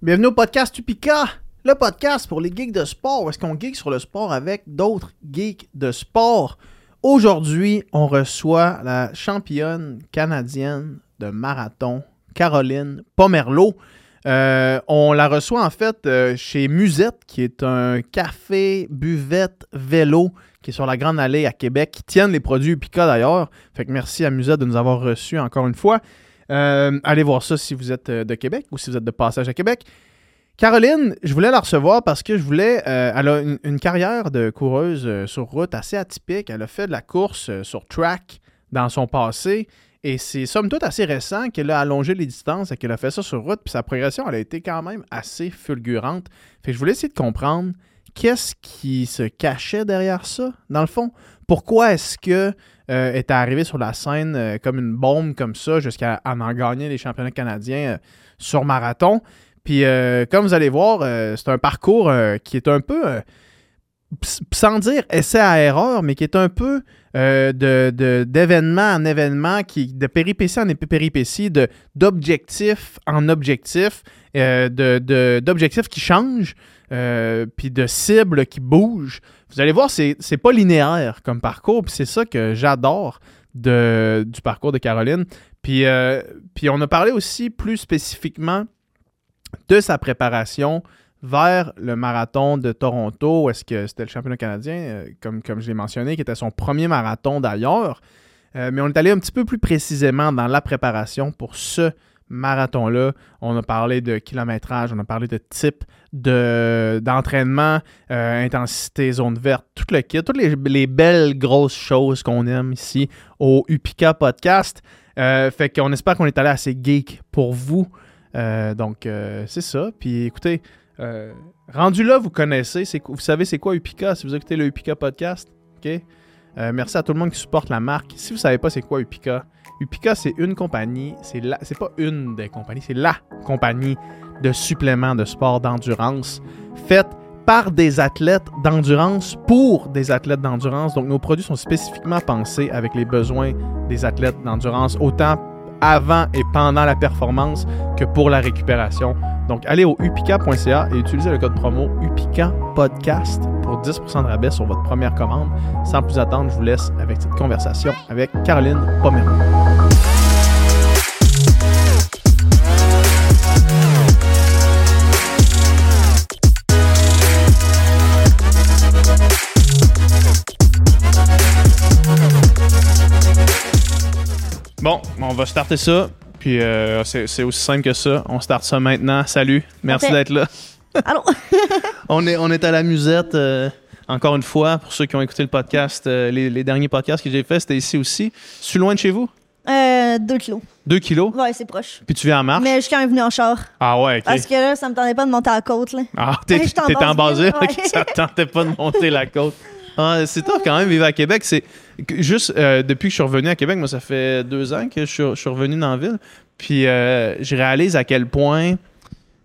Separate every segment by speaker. Speaker 1: Bienvenue au podcast Tupica, le podcast pour les geeks de sport. Où est-ce qu'on geek sur le sport avec d'autres geeks de sport? Aujourd'hui, on reçoit la championne canadienne de marathon, Caroline Pomerleau. Euh, on la reçoit en fait euh, chez Musette, qui est un café, buvette, vélo, qui est sur la Grande Allée à Québec, qui tiennent les produits Upica d'ailleurs. Fait que merci à Musette de nous avoir reçus encore une fois. Euh, allez voir ça si vous êtes euh, de Québec ou si vous êtes de passage à Québec. Caroline, je voulais la recevoir parce que je voulais. euh, elle a une, une carrière de coureuse euh, sur route assez atypique. Elle a fait de la course euh, sur track dans son passé. Et c'est somme toute assez récent qu'elle a allongé les distances et qu'elle a fait ça sur route. Puis sa progression, elle a été quand même assez fulgurante. Fait que je voulais essayer de comprendre qu'est-ce qui se cachait derrière ça, dans le fond. Pourquoi est-ce que euh, est arrivée sur la scène euh, comme une bombe comme ça jusqu'à en, en gagner les championnats canadiens euh, sur marathon. Puis euh, comme vous allez voir, euh, c'est un parcours euh, qui est un peu, euh, ps- sans dire essai à erreur, mais qui est un peu euh, de- de- d'événement en événement, qui, de péripétie en ép- péripétie, de- d'objectif en objectif, euh, de- de- d'objectifs qui changent, euh, puis de cibles qui bougent. Vous allez voir, c'est c'est pas linéaire comme parcours, puis c'est ça que j'adore de- du parcours de Caroline. Puis, euh, puis on a parlé aussi plus spécifiquement de sa préparation vers le marathon de Toronto, où est-ce que c'était le championnat canadien, euh, comme, comme je l'ai mentionné, qui était son premier marathon d'ailleurs. Euh, mais on est allé un petit peu plus précisément dans la préparation pour ce marathon-là. On a parlé de kilométrage, on a parlé de type de- d'entraînement, euh, intensité, zone verte, tout le kit, toutes les, les belles grosses choses qu'on aime ici au Upika Podcast. Euh, fait qu'on espère qu'on est allé assez geek pour vous. Euh, donc, euh, c'est ça. Puis écoutez, euh, rendu là, vous connaissez, c'est, vous savez c'est quoi Upika si vous écoutez le Upika Podcast. OK? Euh, merci à tout le monde qui supporte la marque. Si vous savez pas c'est quoi Upika, Upika c'est une compagnie, c'est, la, c'est pas une des compagnies, c'est la compagnie de suppléments de sport d'endurance faite par des athlètes d'endurance pour des athlètes d'endurance. Donc, nos produits sont spécifiquement pensés avec les besoins des athlètes d'endurance, autant avant et pendant la performance que pour la récupération. Donc, allez au upica.ca et utilisez le code promo UPICA Podcast pour 10% de rabais sur votre première commande. Sans plus attendre, je vous laisse avec cette conversation avec Caroline Pomeroy. Bon, on va starter ça. Puis euh, c'est c'est aussi simple que ça. On starte ça maintenant. Salut. Merci
Speaker 2: Parfait.
Speaker 1: d'être là.
Speaker 2: Allô?
Speaker 1: On est, on est à la musette. euh, encore une fois, pour ceux qui ont écouté le podcast, euh, les, les derniers podcasts que j'ai fait, c'était ici aussi. suis loin de chez vous?
Speaker 2: Euh, deux kilos.
Speaker 1: 2 kilos.
Speaker 2: Ouais, c'est proche.
Speaker 1: Puis tu viens en marche?
Speaker 2: Mais je suis quand même venue en char.
Speaker 1: Ah ouais, ok.
Speaker 2: Parce que là, ça me tentait pas de monter à la côte, là.
Speaker 1: Ah, t'es
Speaker 2: Ouais, j'étais en
Speaker 1: t'es en basile,
Speaker 2: Basile, ouais.
Speaker 1: ça te tentait pas de monter la côte. Ah, c'est top quand même, vivre à Québec. C'est que- juste euh, depuis que je suis revenu à Québec, moi ça fait deux ans que je suis, je suis revenu dans la ville. Puis euh, je réalise à quel point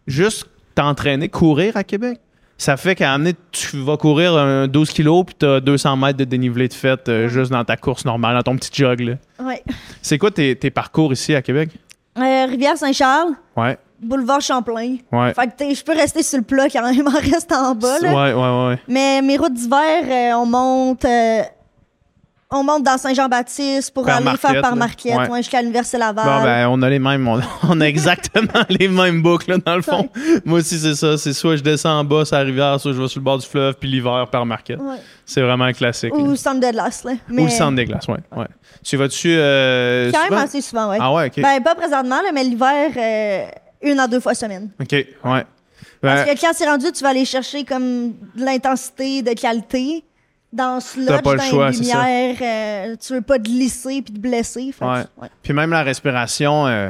Speaker 1: juste t'entraîner, courir à Québec, ça fait qu'à amener, tu vas courir un 12 kilos puis t'as 200 mètres de dénivelé de fête euh, juste dans ta course normale, dans ton petit jog. là.
Speaker 2: Ouais.
Speaker 1: C'est quoi tes, tes parcours ici à Québec?
Speaker 2: Euh, Rivière-Saint-Charles,
Speaker 1: Ouais,
Speaker 2: boulevard Champlain.
Speaker 1: ouais.
Speaker 2: Fait que t'es- je peux rester sur le plat quand même en restant en bas, là.
Speaker 1: Ouais, ouais, ouais.
Speaker 2: Mais mes routes d'hiver, euh, on monte. euh, on monte dans Saint-Jean-Baptiste pour
Speaker 1: Par
Speaker 2: aller
Speaker 1: Marquette,
Speaker 2: faire par
Speaker 1: là.
Speaker 2: Marquette,
Speaker 1: Ouais.
Speaker 2: ouais, jusqu'à l'Université Laval.
Speaker 1: Bon, ben, on a les mêmes, on, on a exactement les mêmes boucles, là, dans le fond. Moi aussi, c'est ça. C'est soit je descends en bas, c'est la rivière, soit je vais sur le bord du fleuve, puis l'hiver, par market.
Speaker 2: Ouais.
Speaker 1: C'est vraiment un classique. là.
Speaker 2: Ou centre de glace, là.
Speaker 1: Ou
Speaker 2: Mais
Speaker 1: le centre des glaces, ouais. ouais. Tu vas-tu. euh,
Speaker 2: quand même
Speaker 1: souvent?
Speaker 2: assez souvent, ouais.
Speaker 1: Ah ouais, ok.
Speaker 2: Ben, pas présentement, là, mais l'hiver, euh, une à deux fois semaine.
Speaker 1: ok, ouais. Ben,
Speaker 2: Parce que quand c'est rendu, tu vas aller chercher comme de l'intensité, de qualité. Dans ce
Speaker 1: T'as
Speaker 2: lodge,
Speaker 1: pas le
Speaker 2: dans
Speaker 1: choix,
Speaker 2: les
Speaker 1: c'est ça.
Speaker 2: lumières, euh, tu veux pas te lisser puis te blesser. fait que-
Speaker 1: Ouais.
Speaker 2: ouais.
Speaker 1: Puis même la respiration euh,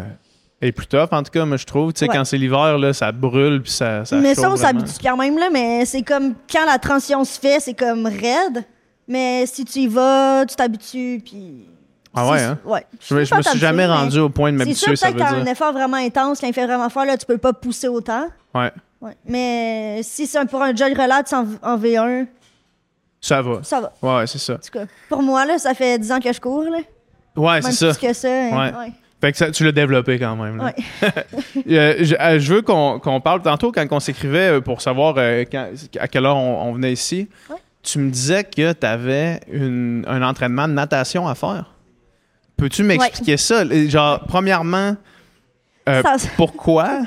Speaker 1: est plus tough, en tout cas, moi, je trouve. Tu sais,
Speaker 2: Ouais.
Speaker 1: quand c'est l'hiver, là, ça brûle, puis ça. ça
Speaker 2: mais
Speaker 1: chauffe
Speaker 2: ça, on
Speaker 1: vraiment.
Speaker 2: s'habitue quand même, là, mais c'est comme quand la transition se fait, c'est comme raide. Mais si tu y vas, tu t'habitues, puis...
Speaker 1: Ah ouais,
Speaker 2: c'est-
Speaker 1: hein?
Speaker 2: Ouais.
Speaker 1: Je, je me suis jamais rendu au point de
Speaker 2: C'est sûr,
Speaker 1: m'habituer, ça
Speaker 2: peut-être
Speaker 1: veut
Speaker 2: quand un
Speaker 1: dire.
Speaker 2: effort vraiment intense, quand il fait vraiment fort, là, tu peux pas pousser autant.
Speaker 1: Ouais,
Speaker 2: Ouais. Mais si c'est un- pour un jog relax en, en V1,
Speaker 1: ça va.
Speaker 2: ça va.
Speaker 1: Ouais, c'est ça.
Speaker 2: En tout cas, pour moi, là, ça fait 10 ans que je cours. Là.
Speaker 1: Ouais,
Speaker 2: Même
Speaker 1: c'est ça.
Speaker 2: plus que ça. hein.
Speaker 1: Ouais.
Speaker 2: Ouais.
Speaker 1: Fait que ça, tu l'as développé quand même. là.
Speaker 2: Ouais.
Speaker 1: Euh, je, euh, je veux qu'on qu'on parle tantôt quand on s'écrivait euh, pour savoir euh, quand- à quelle heure on, on venait ici.
Speaker 2: Ouais.
Speaker 1: Tu me disais que tu avais un entraînement de natation à faire. Peux-tu m'expliquer ça? Les- Genre, premièrement, euh,
Speaker 2: Ça-
Speaker 1: pourquoi?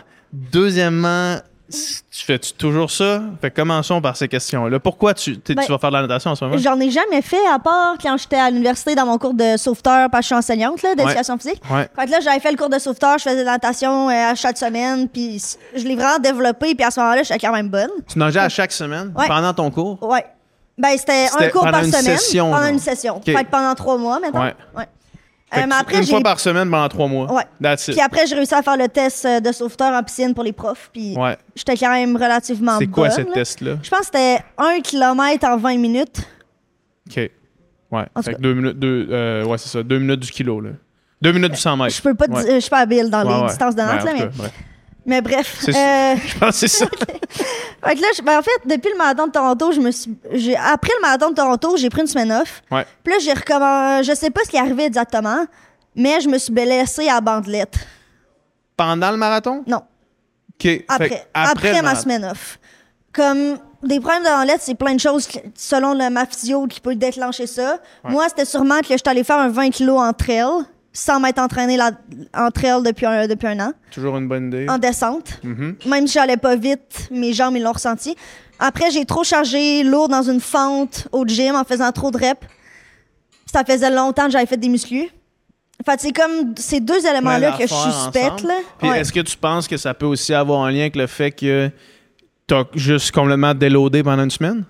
Speaker 1: Deuxièmement, s- tu fais-tu toujours ça? Fait que commençons par ces questions-là. Pourquoi tu, t'es-
Speaker 2: Ben,
Speaker 1: tu vas faire de la natation en ce moment?
Speaker 2: J'en ai jamais fait, à part quand j'étais à l'université dans mon cours de sauveteur, parce que je suis enseignante là, d'éducation physique.
Speaker 1: Ouais.
Speaker 2: Fait que là, j'avais fait le cours de sauveteur, je faisais de la natation euh, à chaque semaine, puis s- je l'ai vraiment développé, puis à ce moment-là, j'étais quand même bonne.
Speaker 1: Tu nageais à chaque semaine
Speaker 2: Ouais.
Speaker 1: pendant ton cours?
Speaker 2: Ouais. Ben, c'était un
Speaker 1: C'était
Speaker 2: cours
Speaker 1: pendant
Speaker 2: par
Speaker 1: une
Speaker 2: semaine.
Speaker 1: session,
Speaker 2: pendant
Speaker 1: genre.
Speaker 2: une session.
Speaker 1: Ok.
Speaker 2: Fait que pendant trois mois, maintenant.
Speaker 1: Ouais.
Speaker 2: Ouais.
Speaker 1: Fait
Speaker 2: Euh,
Speaker 1: que
Speaker 2: mais
Speaker 1: tu-
Speaker 2: après,
Speaker 1: une
Speaker 2: j'ai.
Speaker 1: fois par semaine pendant trois mois.
Speaker 2: Ouais.
Speaker 1: That's it.
Speaker 2: Puis après, j'ai réussi à faire le test euh, de sauveteur en piscine pour les profs, puis
Speaker 1: Ouais.
Speaker 2: j'étais quand même relativement
Speaker 1: C'est
Speaker 2: bonne.
Speaker 1: quoi ce
Speaker 2: là.
Speaker 1: test-là?
Speaker 2: Je pense que c'était un kilomètre en 20 minutes.
Speaker 1: OK. Ouais.
Speaker 2: En tout
Speaker 1: Fait
Speaker 2: cas.
Speaker 1: que deux minutes, deux, euh, ouais, c'est ça. Deux minutes du kilo, là. Deux minutes du 100 mètres.
Speaker 2: Je peux pas te
Speaker 1: Ouais.
Speaker 2: dire- je suis pas habile dans
Speaker 1: Ouais,
Speaker 2: les
Speaker 1: ouais.
Speaker 2: distances de
Speaker 1: Ouais,
Speaker 2: Nantes,
Speaker 1: en
Speaker 2: là,
Speaker 1: tout
Speaker 2: mais,
Speaker 1: cas, bref.
Speaker 2: mais bref.
Speaker 1: C'est-
Speaker 2: euh,
Speaker 1: Je pense que c'est ça.
Speaker 2: Fait que là, je- ben, en fait, depuis le marathon de Toronto, je me suis. j'ai- Après le marathon de Toronto, j'ai pris une semaine off.
Speaker 1: Ouais.
Speaker 2: Puis là, j'ai recommen- Je sais pas ce qui est arrivé exactement, mais je me suis blessée à la bandelette.
Speaker 1: Pendant le marathon?
Speaker 2: Non,
Speaker 1: OK. Fait que
Speaker 2: après. Après,
Speaker 1: le
Speaker 2: ma
Speaker 1: marathon.
Speaker 2: semaine off. Comme des problèmes de bandelette, c'est plein de choses que- selon le, ma physio qui peut déclencher ça. Moi, c'était sûrement que je suis allée faire un 20 kg en trail sans m'être entraînée là- en trail depuis un, depuis un an,
Speaker 1: Toujours une bonne idée.
Speaker 2: en descente.
Speaker 1: Mhm.
Speaker 2: Même si j'allais pas vite, mes jambes, ils l'ont ressenti. Après, j'ai trop chargé lourd dans une fente au gym en faisant trop de reps. Ça faisait longtemps que j'avais fait des muscles. Fait que c'est comme ces deux éléments-là
Speaker 1: Plein
Speaker 2: que je
Speaker 1: d'affaires
Speaker 2: suspecte.
Speaker 1: ensemble.
Speaker 2: Là.
Speaker 1: Puis
Speaker 2: Ouais.
Speaker 1: est-ce que tu penses que ça peut aussi avoir un lien avec le fait que t'as juste complètement déloadé pendant une semaine?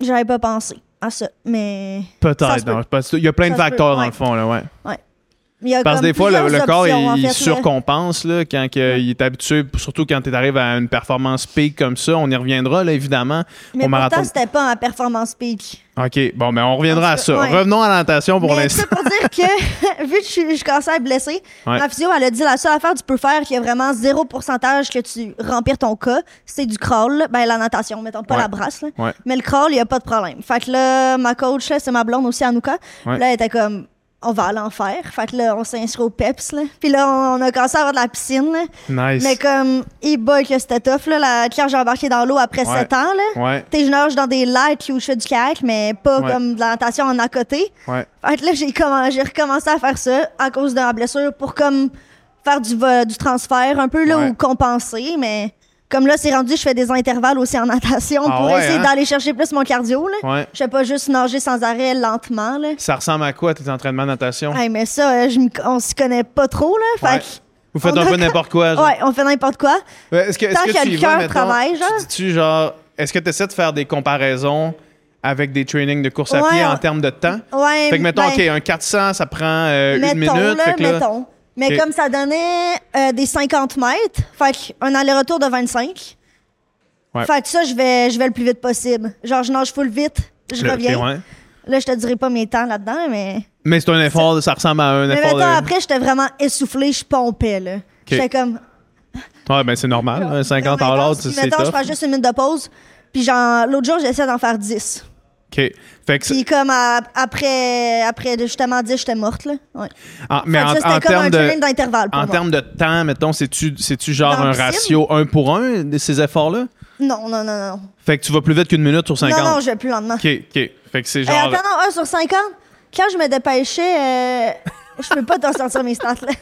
Speaker 2: J'avais pas pensé à ça, mais... Ça
Speaker 1: Peut-être.
Speaker 2: se peut.
Speaker 1: non, je pense- Il y a plein de
Speaker 2: Ça se peut,
Speaker 1: facteurs, dans
Speaker 2: ouais.
Speaker 1: le fond, là, ouais.
Speaker 2: il y a
Speaker 1: Parce que
Speaker 2: comme
Speaker 1: des fois, le,
Speaker 2: plusieurs
Speaker 1: le corps,
Speaker 2: options,
Speaker 1: il,
Speaker 2: en fait,
Speaker 1: il
Speaker 2: là.
Speaker 1: surcompense là, quand que, il est habitué, surtout quand tu arrives à une performance peak comme ça. On y reviendra, là, évidemment,
Speaker 2: Mais
Speaker 1: au marathon.
Speaker 2: pourtant, c'était pas en performance peak.
Speaker 1: OK, bon, mais on reviendra à
Speaker 2: Parce que-
Speaker 1: ça.
Speaker 2: ouais.
Speaker 1: Revenons à la natation pour
Speaker 2: Mais tout
Speaker 1: l'instant.
Speaker 2: ça pour dire que, vu que je, suis- je commençais à être blessée,
Speaker 1: Ouais.
Speaker 2: ma physio, elle a dit la seule affaire que tu peux faire, qu'il y a vraiment zéro pourcentage que tu remplis ton cas, c'est du crawl, là. ben la natation, mettons pas
Speaker 1: Ouais.
Speaker 2: la brasse. là.
Speaker 1: Ouais.
Speaker 2: Mais le crawl, il n'y a pas de problème. Fait que là, ma coach, là, c'est ma blonde aussi, Anouka,
Speaker 1: Ouais.
Speaker 2: là, elle était comme. On va aller en faire. Fait que là, on s'est inscrit au PEPS. Là. Puis là, on a commencé à avoir de la piscine. là.
Speaker 1: Nice.
Speaker 2: Mais comme, hey boy, que c'était tough. Là, la, quand j'ai embarqué dans l'eau après
Speaker 1: Ouais.
Speaker 2: 7 ans, là,
Speaker 1: Ouais,
Speaker 2: T'sais, je nage dans des lacs où je fais du kayak, mais pas
Speaker 1: Ouais.
Speaker 2: comme de la natation en à côté.
Speaker 1: ouais.
Speaker 2: Fait que là, j'ai commen- j'ai recommencé à faire ça à cause de ma blessure pour comme faire du, vo- du transfert, un peu là
Speaker 1: Ouais.
Speaker 2: où compenser, mais comme là, c'est rendu, je fais des intervalles aussi en natation
Speaker 1: Ah
Speaker 2: pour
Speaker 1: ouais,
Speaker 2: essayer
Speaker 1: hein?
Speaker 2: d'aller chercher plus mon cardio. Là.
Speaker 1: Ouais.
Speaker 2: Je fais pas juste nager sans arrêt lentement. Là.
Speaker 1: Ça ressemble à quoi tes entraînements de natation?
Speaker 2: Hey, mais ça, euh, je m'y- on s'y connaît pas trop. Là. Fait
Speaker 1: Ouais.
Speaker 2: que-
Speaker 1: Vous faites
Speaker 2: on
Speaker 1: un
Speaker 2: a
Speaker 1: peu
Speaker 2: quand-
Speaker 1: n'importe quoi. genre.
Speaker 2: ouais, on fait n'importe quoi.
Speaker 1: Ouais, Euh, Est-ce que, est-ce
Speaker 2: Tant
Speaker 1: que
Speaker 2: que
Speaker 1: tu y
Speaker 2: le
Speaker 1: vas,
Speaker 2: cœur
Speaker 1: mettons,
Speaker 2: travaille,
Speaker 1: tu
Speaker 2: genre.
Speaker 1: dis-tu genre, est-ce que tu essaies de faire des comparaisons avec des trainings de course à
Speaker 2: Ouais,
Speaker 1: pied
Speaker 2: on-
Speaker 1: en termes de temps?
Speaker 2: Ouais,
Speaker 1: Fait que mettons,
Speaker 2: ben-
Speaker 1: OK, un 400, ça prend euh, une
Speaker 2: mettons,
Speaker 1: minute.
Speaker 2: là,
Speaker 1: fait que là-
Speaker 2: mettons. Mais
Speaker 1: Ok.
Speaker 2: comme ça donnait euh, des 50 mètres, fait un aller-retour de 25.
Speaker 1: Ouais.
Speaker 2: Fait que ça, je vais, je vais le plus vite possible. Genre, je nage full vite, je
Speaker 1: Le-
Speaker 2: reviens.
Speaker 1: ouais.
Speaker 2: Là, je te dirai pas mes temps là-dedans, mais.
Speaker 1: Mais c'est un effort, ça ressemble à un
Speaker 2: Mais
Speaker 1: effort
Speaker 2: mettons,
Speaker 1: de-
Speaker 2: après, j'étais vraiment essoufflée, je pompais, là. J'étais comme.
Speaker 1: Ouais, ben c'est normal. hein, 50
Speaker 2: vraiment
Speaker 1: en l'heure,
Speaker 2: intense.
Speaker 1: c'est
Speaker 2: Puis
Speaker 1: c'est
Speaker 2: Mettons, je
Speaker 1: tough.
Speaker 2: prends juste une minute de pause. Puis, genre, l'autre jour, j'essaie d'en faire 10.
Speaker 1: OK. Fait que c'est-
Speaker 2: Puis, comme à- après, après justement 10, j'étais morte, là. Ouais.
Speaker 1: en- ah, mais
Speaker 2: Fait que
Speaker 1: en,
Speaker 2: ça,
Speaker 1: en
Speaker 2: c'était comme
Speaker 1: termes
Speaker 2: un
Speaker 1: de,
Speaker 2: training d'intervalle pour
Speaker 1: en
Speaker 2: moi.
Speaker 1: termes de temps, mettons, c'est-tu c'est-tu genre
Speaker 2: Dans
Speaker 1: un
Speaker 2: la piscine?
Speaker 1: ratio 1 pour 1 de ces efforts-là?
Speaker 2: Non, non, non, non.
Speaker 1: Fait que tu vas plus vite qu'une minute sur 50.
Speaker 2: Non, non, je vais plus lentement.
Speaker 1: OK, OK. Fait que c'est
Speaker 2: Euh,
Speaker 1: genre...
Speaker 2: attends, non, 1 sur 50. Quand je me dépêchais, euh, je peux pas t'en sortir mes stats, là.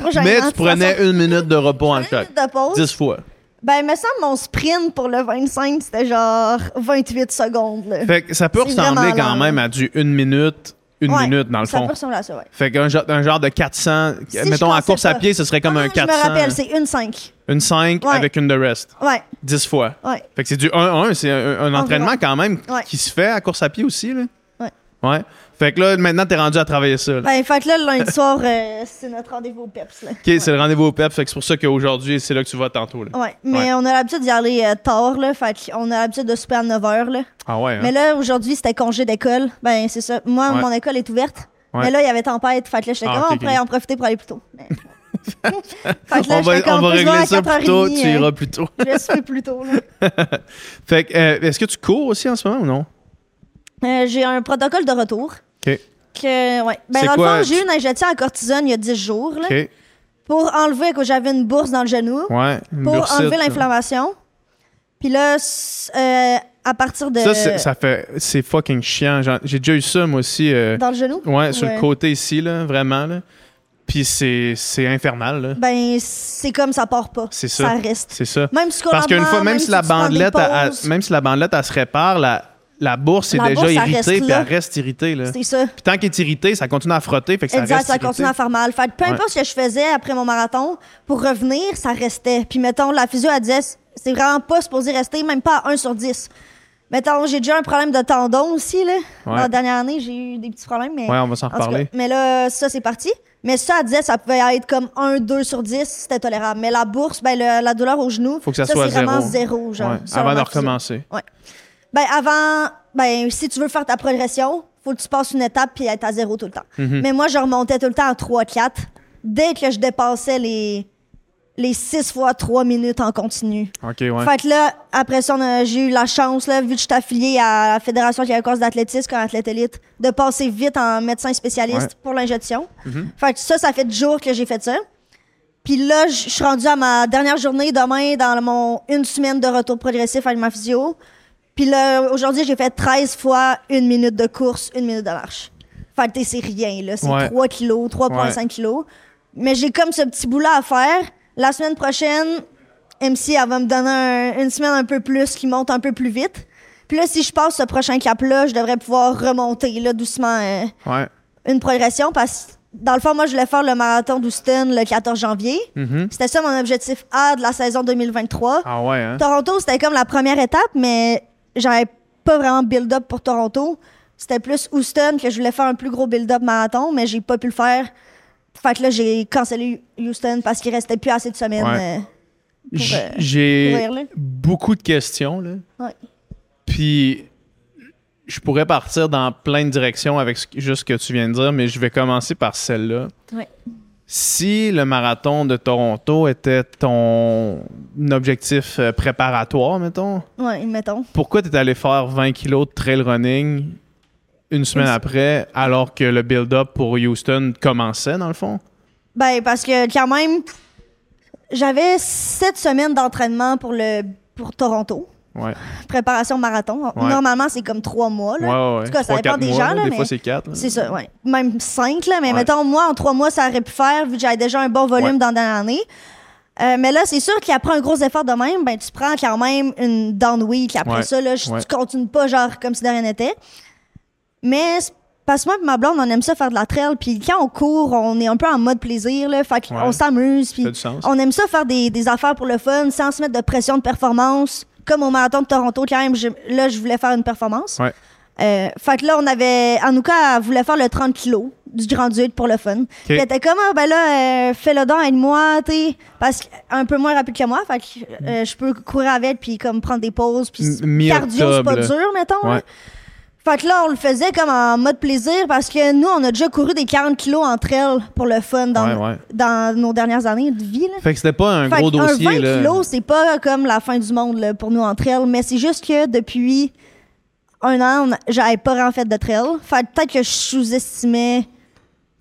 Speaker 2: Moi, j'ai
Speaker 1: mais
Speaker 2: un an,
Speaker 1: tu
Speaker 2: de toute façon.
Speaker 1: prenais une minute de repos en
Speaker 2: Une
Speaker 1: chaque.
Speaker 2: minute de pause.
Speaker 1: 10 fois.
Speaker 2: Ben, il me semble mon sprint pour le 25, c'était genre 28 secondes, là.
Speaker 1: Fait que ça peut
Speaker 2: C'est vraiment
Speaker 1: ressembler quand
Speaker 2: lent,
Speaker 1: même à du 1 minute, 1
Speaker 2: Ouais,
Speaker 1: minute dans le
Speaker 2: Ça
Speaker 1: fond.
Speaker 2: peut ressembler à ça, ouais.
Speaker 1: Fait qu'un genre, un genre de 400...
Speaker 2: Si
Speaker 1: mettons,
Speaker 2: je
Speaker 1: en
Speaker 2: pensais
Speaker 1: course à
Speaker 2: pas.
Speaker 1: pied, ce serait comme
Speaker 2: Non,
Speaker 1: un
Speaker 2: non,
Speaker 1: 400.
Speaker 2: Ah, Je me rappelle, c'est une 5.
Speaker 1: Une 5
Speaker 2: Ouais.
Speaker 1: avec une de rest.
Speaker 2: Ouais.
Speaker 1: 10 fois.
Speaker 2: Ouais.
Speaker 1: Fait que c'est du 1-1, c'est un, un entraînement quand même
Speaker 2: Ouais.
Speaker 1: qui se fait à course à pied aussi. Là.
Speaker 2: Ouais.
Speaker 1: Ouais. Fait que là, maintenant, t'es rendu à travailler ça. là.
Speaker 2: Ben, fait que là, le lundi soir, euh, c'est notre rendez-vous au PEPS, là.
Speaker 1: OK, c'est le rendez-vous au PEP. Fait que c'est pour ça qu'aujourd'hui, c'est là que tu vas tantôt. là.
Speaker 2: Ouais, mais
Speaker 1: Ouais.
Speaker 2: on a l'habitude d'y aller euh, tard, là. Fait qu'on a l'habitude de souper à 9 h, là.
Speaker 1: Ah ouais, hein?
Speaker 2: Mais là, aujourd'hui, c'était congé d'école. Ben, c'est ça. Moi,
Speaker 1: Ouais.
Speaker 2: mon école est ouverte.
Speaker 1: Ouais.
Speaker 2: Mais là, il y avait tempête. Fait que là, j'étais
Speaker 1: Ah,
Speaker 2: comme,
Speaker 1: ok,
Speaker 2: on
Speaker 1: ok.
Speaker 2: pourrait en profiter pour aller plus tôt. Mais- fait que là,
Speaker 1: on va,
Speaker 2: j'étais comme,
Speaker 1: on va
Speaker 2: peut se
Speaker 1: régler
Speaker 2: voir à
Speaker 1: ça plus tôt,
Speaker 2: 4h30,
Speaker 1: tu
Speaker 2: euh,
Speaker 1: iras plus tôt.
Speaker 2: Je vais souper plus tôt. là.
Speaker 1: Fait que, euh, est-ce que tu cours aussi en ce moment ou non?
Speaker 2: Euh, J'ai un protocole de retour.
Speaker 1: OK.
Speaker 2: que, ouais. Ben,
Speaker 1: C'est
Speaker 2: dans
Speaker 1: quoi,
Speaker 2: le fond,
Speaker 1: tu-
Speaker 2: j'ai eu une injection à cortisone il y a 10 jours, là,
Speaker 1: OK.
Speaker 2: pour enlever que j'avais une bourse dans le genou,
Speaker 1: Ouais. une
Speaker 2: pour
Speaker 1: bursite, euh.
Speaker 2: enlever
Speaker 1: là.
Speaker 2: l'inflammation. Puis là, s- euh, à partir de.
Speaker 1: Ça, c'est- ça fait. C'est fucking chiant. J'en- J'ai déjà eu ça, moi aussi. euh,
Speaker 2: Dans le genou?
Speaker 1: ouais, sur
Speaker 2: Ouais.
Speaker 1: le côté ici, là, vraiment. Là. Puis c'est c'est infernal, là.
Speaker 2: Ben, c'est comme ça part pas.
Speaker 1: C'est ça.
Speaker 2: reste.
Speaker 1: C'est ça.
Speaker 2: Même si
Speaker 1: Parce qu'une
Speaker 2: qu'on
Speaker 1: fois,
Speaker 2: en
Speaker 1: même, si la
Speaker 2: tu prends des
Speaker 1: bandelette, elle-
Speaker 2: pauses,
Speaker 1: elle- même si la bandelette, elle se répare, la, la bourse est
Speaker 2: La
Speaker 1: déjà
Speaker 2: bourse, elle reste
Speaker 1: irritée, puis
Speaker 2: là.
Speaker 1: elle reste irritée, là.
Speaker 2: C'est ça.
Speaker 1: Puis tant qu'elle est irritée, ça continue à frotter, fait que ça
Speaker 2: Exact,
Speaker 1: reste
Speaker 2: ça
Speaker 1: irrité.
Speaker 2: continue à faire mal. Fait que peu
Speaker 1: Ouais.
Speaker 2: importe ce que je faisais après mon marathon, pour revenir, ça restait. Puis mettons, la physio, elle disait, c'est vraiment pas supposé rester, même pas à 1 sur 10. Mettons, j'ai déjà un problème de tendon aussi, là.
Speaker 1: Ouais.
Speaker 2: Dans la dernière année, j'ai eu des petits problèmes, mais...
Speaker 1: Ouais, on va s'en
Speaker 2: en tout
Speaker 1: reparler.
Speaker 2: cas, mais là, ça, c'est parti. Mais ça, elle disait, ça pouvait être comme 1, 2 sur 10, c'était tolérable. Mais la bourse, ben, le- la douleur au genou,
Speaker 1: Faut que ça soit
Speaker 2: c'est vraiment
Speaker 1: zéro.
Speaker 2: zéro, genre.
Speaker 1: Ouais,
Speaker 2: selon
Speaker 1: Avant de
Speaker 2: la physio.
Speaker 1: recommencer.
Speaker 2: Ben avant, ben si tu veux faire ta progression, faut que tu passes une étape puis être à zéro tout le temps. Mais moi, je remontais tout le temps à 3-4 dès que je dépassais les, les 6 fois 3 minutes en continu.
Speaker 1: OK, ouais.
Speaker 2: Fait que là, après ça, on a- j'ai eu la chance, là, vu que je suis affiliée à la Fédération québécoise d'athlétisme comme athlète élite, de passer vite en médecin spécialiste pour l'injection.
Speaker 1: Mhm.
Speaker 2: Fait que ça, ça fait 10 jours que j'ai fait ça. Puis là, je je suis rendue à ma dernière journée demain dans mon une semaine de retour progressif avec ma physio. Puis là, aujourd'hui, j'ai fait 13 fois une minute de course, une minute de marche. Fait que t'sais, c'est rien, là. C'est
Speaker 1: Ouais.
Speaker 2: 3 kilos, 3,5 kilos. Mais j'ai comme ce petit bout-là à faire. La semaine prochaine, MC, elle va me donner un- une semaine un peu plus, qui monte un peu plus vite. Puis là, si je passe ce prochain cap-là, je devrais pouvoir remonter là, doucement euh,
Speaker 1: Ouais.
Speaker 2: une progression parce que, dans le fond, moi, je voulais faire le marathon d'Houston le 14 janvier.
Speaker 1: Mhm.
Speaker 2: C'était ça mon objectif A de la saison 2023.
Speaker 1: Ah ouais, hein?
Speaker 2: Toronto, c'était comme la première étape, mais j'avais pas vraiment build-up pour Toronto. C'était plus Houston que je voulais faire un plus gros build-up marathon, mais j'ai pas pu le faire. Fait que là, j'ai cancellé Houston parce qu'il restait plus assez de semaines.
Speaker 1: Ouais.
Speaker 2: euh,
Speaker 1: J-
Speaker 2: euh,
Speaker 1: J'ai
Speaker 2: courir, là.
Speaker 1: beaucoup de questions, là.
Speaker 2: Ouais.
Speaker 1: Puis je pourrais partir dans plein de directions avec ce- juste ce que tu viens de dire, mais je vais commencer par celle-là.
Speaker 2: Ouais.
Speaker 1: Si le marathon de Toronto était ton objectif euh, préparatoire, mettons,
Speaker 2: Ouais, mettons.
Speaker 1: pourquoi tu es allé faire 20 kilos de trail running une semaine
Speaker 2: Une-
Speaker 1: après, alors que le build-up pour Houston commençait, dans le fond?
Speaker 2: Ben, parce que quand même, j'avais sept semaines d'entraînement pour le pour Toronto.
Speaker 1: Ouais.
Speaker 2: Préparation marathon.
Speaker 1: Ouais.
Speaker 2: Normalement, c'est comme trois mois.
Speaker 1: Ouais,
Speaker 2: Là.
Speaker 1: ouais, ouais.
Speaker 2: En tout cas, ça
Speaker 1: Trois,
Speaker 2: dépend
Speaker 1: quatre
Speaker 2: des
Speaker 1: mois,
Speaker 2: gens,
Speaker 1: là.
Speaker 2: là,
Speaker 1: Des
Speaker 2: mais-
Speaker 1: fois, c'est 4.
Speaker 2: C'est ça, ouais. Même cinq, là. Mais
Speaker 1: Ouais.
Speaker 2: mettons, moi, en trois mois, ça aurait pu faire, vu que j'avais déjà un bon volume
Speaker 1: Ouais.
Speaker 2: dans la dernière année. Euh, mais là, c'est sûr qu'après un gros effort de même, ben, tu prends quand même une down week. Après
Speaker 1: Ouais.
Speaker 2: ça, là, je-
Speaker 1: Ouais.
Speaker 2: tu continues pas, genre, comme si de rien n'était. Mais c'est parce que moi et ma blonde, on aime ça faire de la trail. Puis quand on court, on est un peu en mode plaisir, là. Fait qu'on
Speaker 1: Ouais.
Speaker 2: s'amuse. Puis
Speaker 1: Ça a du sens.
Speaker 2: on aime ça faire des, des affaires pour le fun, sans se mettre de pression de performance. Comme au marathon de Toronto, quand même, je- là, je voulais faire une performance.
Speaker 1: Ouais.
Speaker 2: Euh, fait que là, on avait. Anouka, elle voulait faire le 30 kilos du Grand Duc pour le fun. Puis elle était comme, Ah, ben là, euh, fais le don, aide-moi, tu sais. Parce qu'un peu moins rapide que moi, fait que euh, je peux courir avec, puis comme prendre des pauses, puis
Speaker 1: Mm. M- mi-octobre,
Speaker 2: cardio, c'est pas
Speaker 1: là.
Speaker 2: dur, mettons.
Speaker 1: Ouais.
Speaker 2: là. Fait que là, on le faisait comme en mode plaisir parce que nous, on a déjà couru des 40 kilos entre elles pour le fun dans,
Speaker 1: Ouais, ouais.
Speaker 2: dans nos dernières années de vie. Là.
Speaker 1: Fait que c'était pas un
Speaker 2: Fait
Speaker 1: gros
Speaker 2: qu'un
Speaker 1: dossier,
Speaker 2: 20
Speaker 1: là.
Speaker 2: kilos, c'est pas comme la fin du monde là, pour nous en trail, mais c'est juste que depuis un an, on- j'avais pas vraiment fait de trail. Fait que peut-être que je sous-estimais.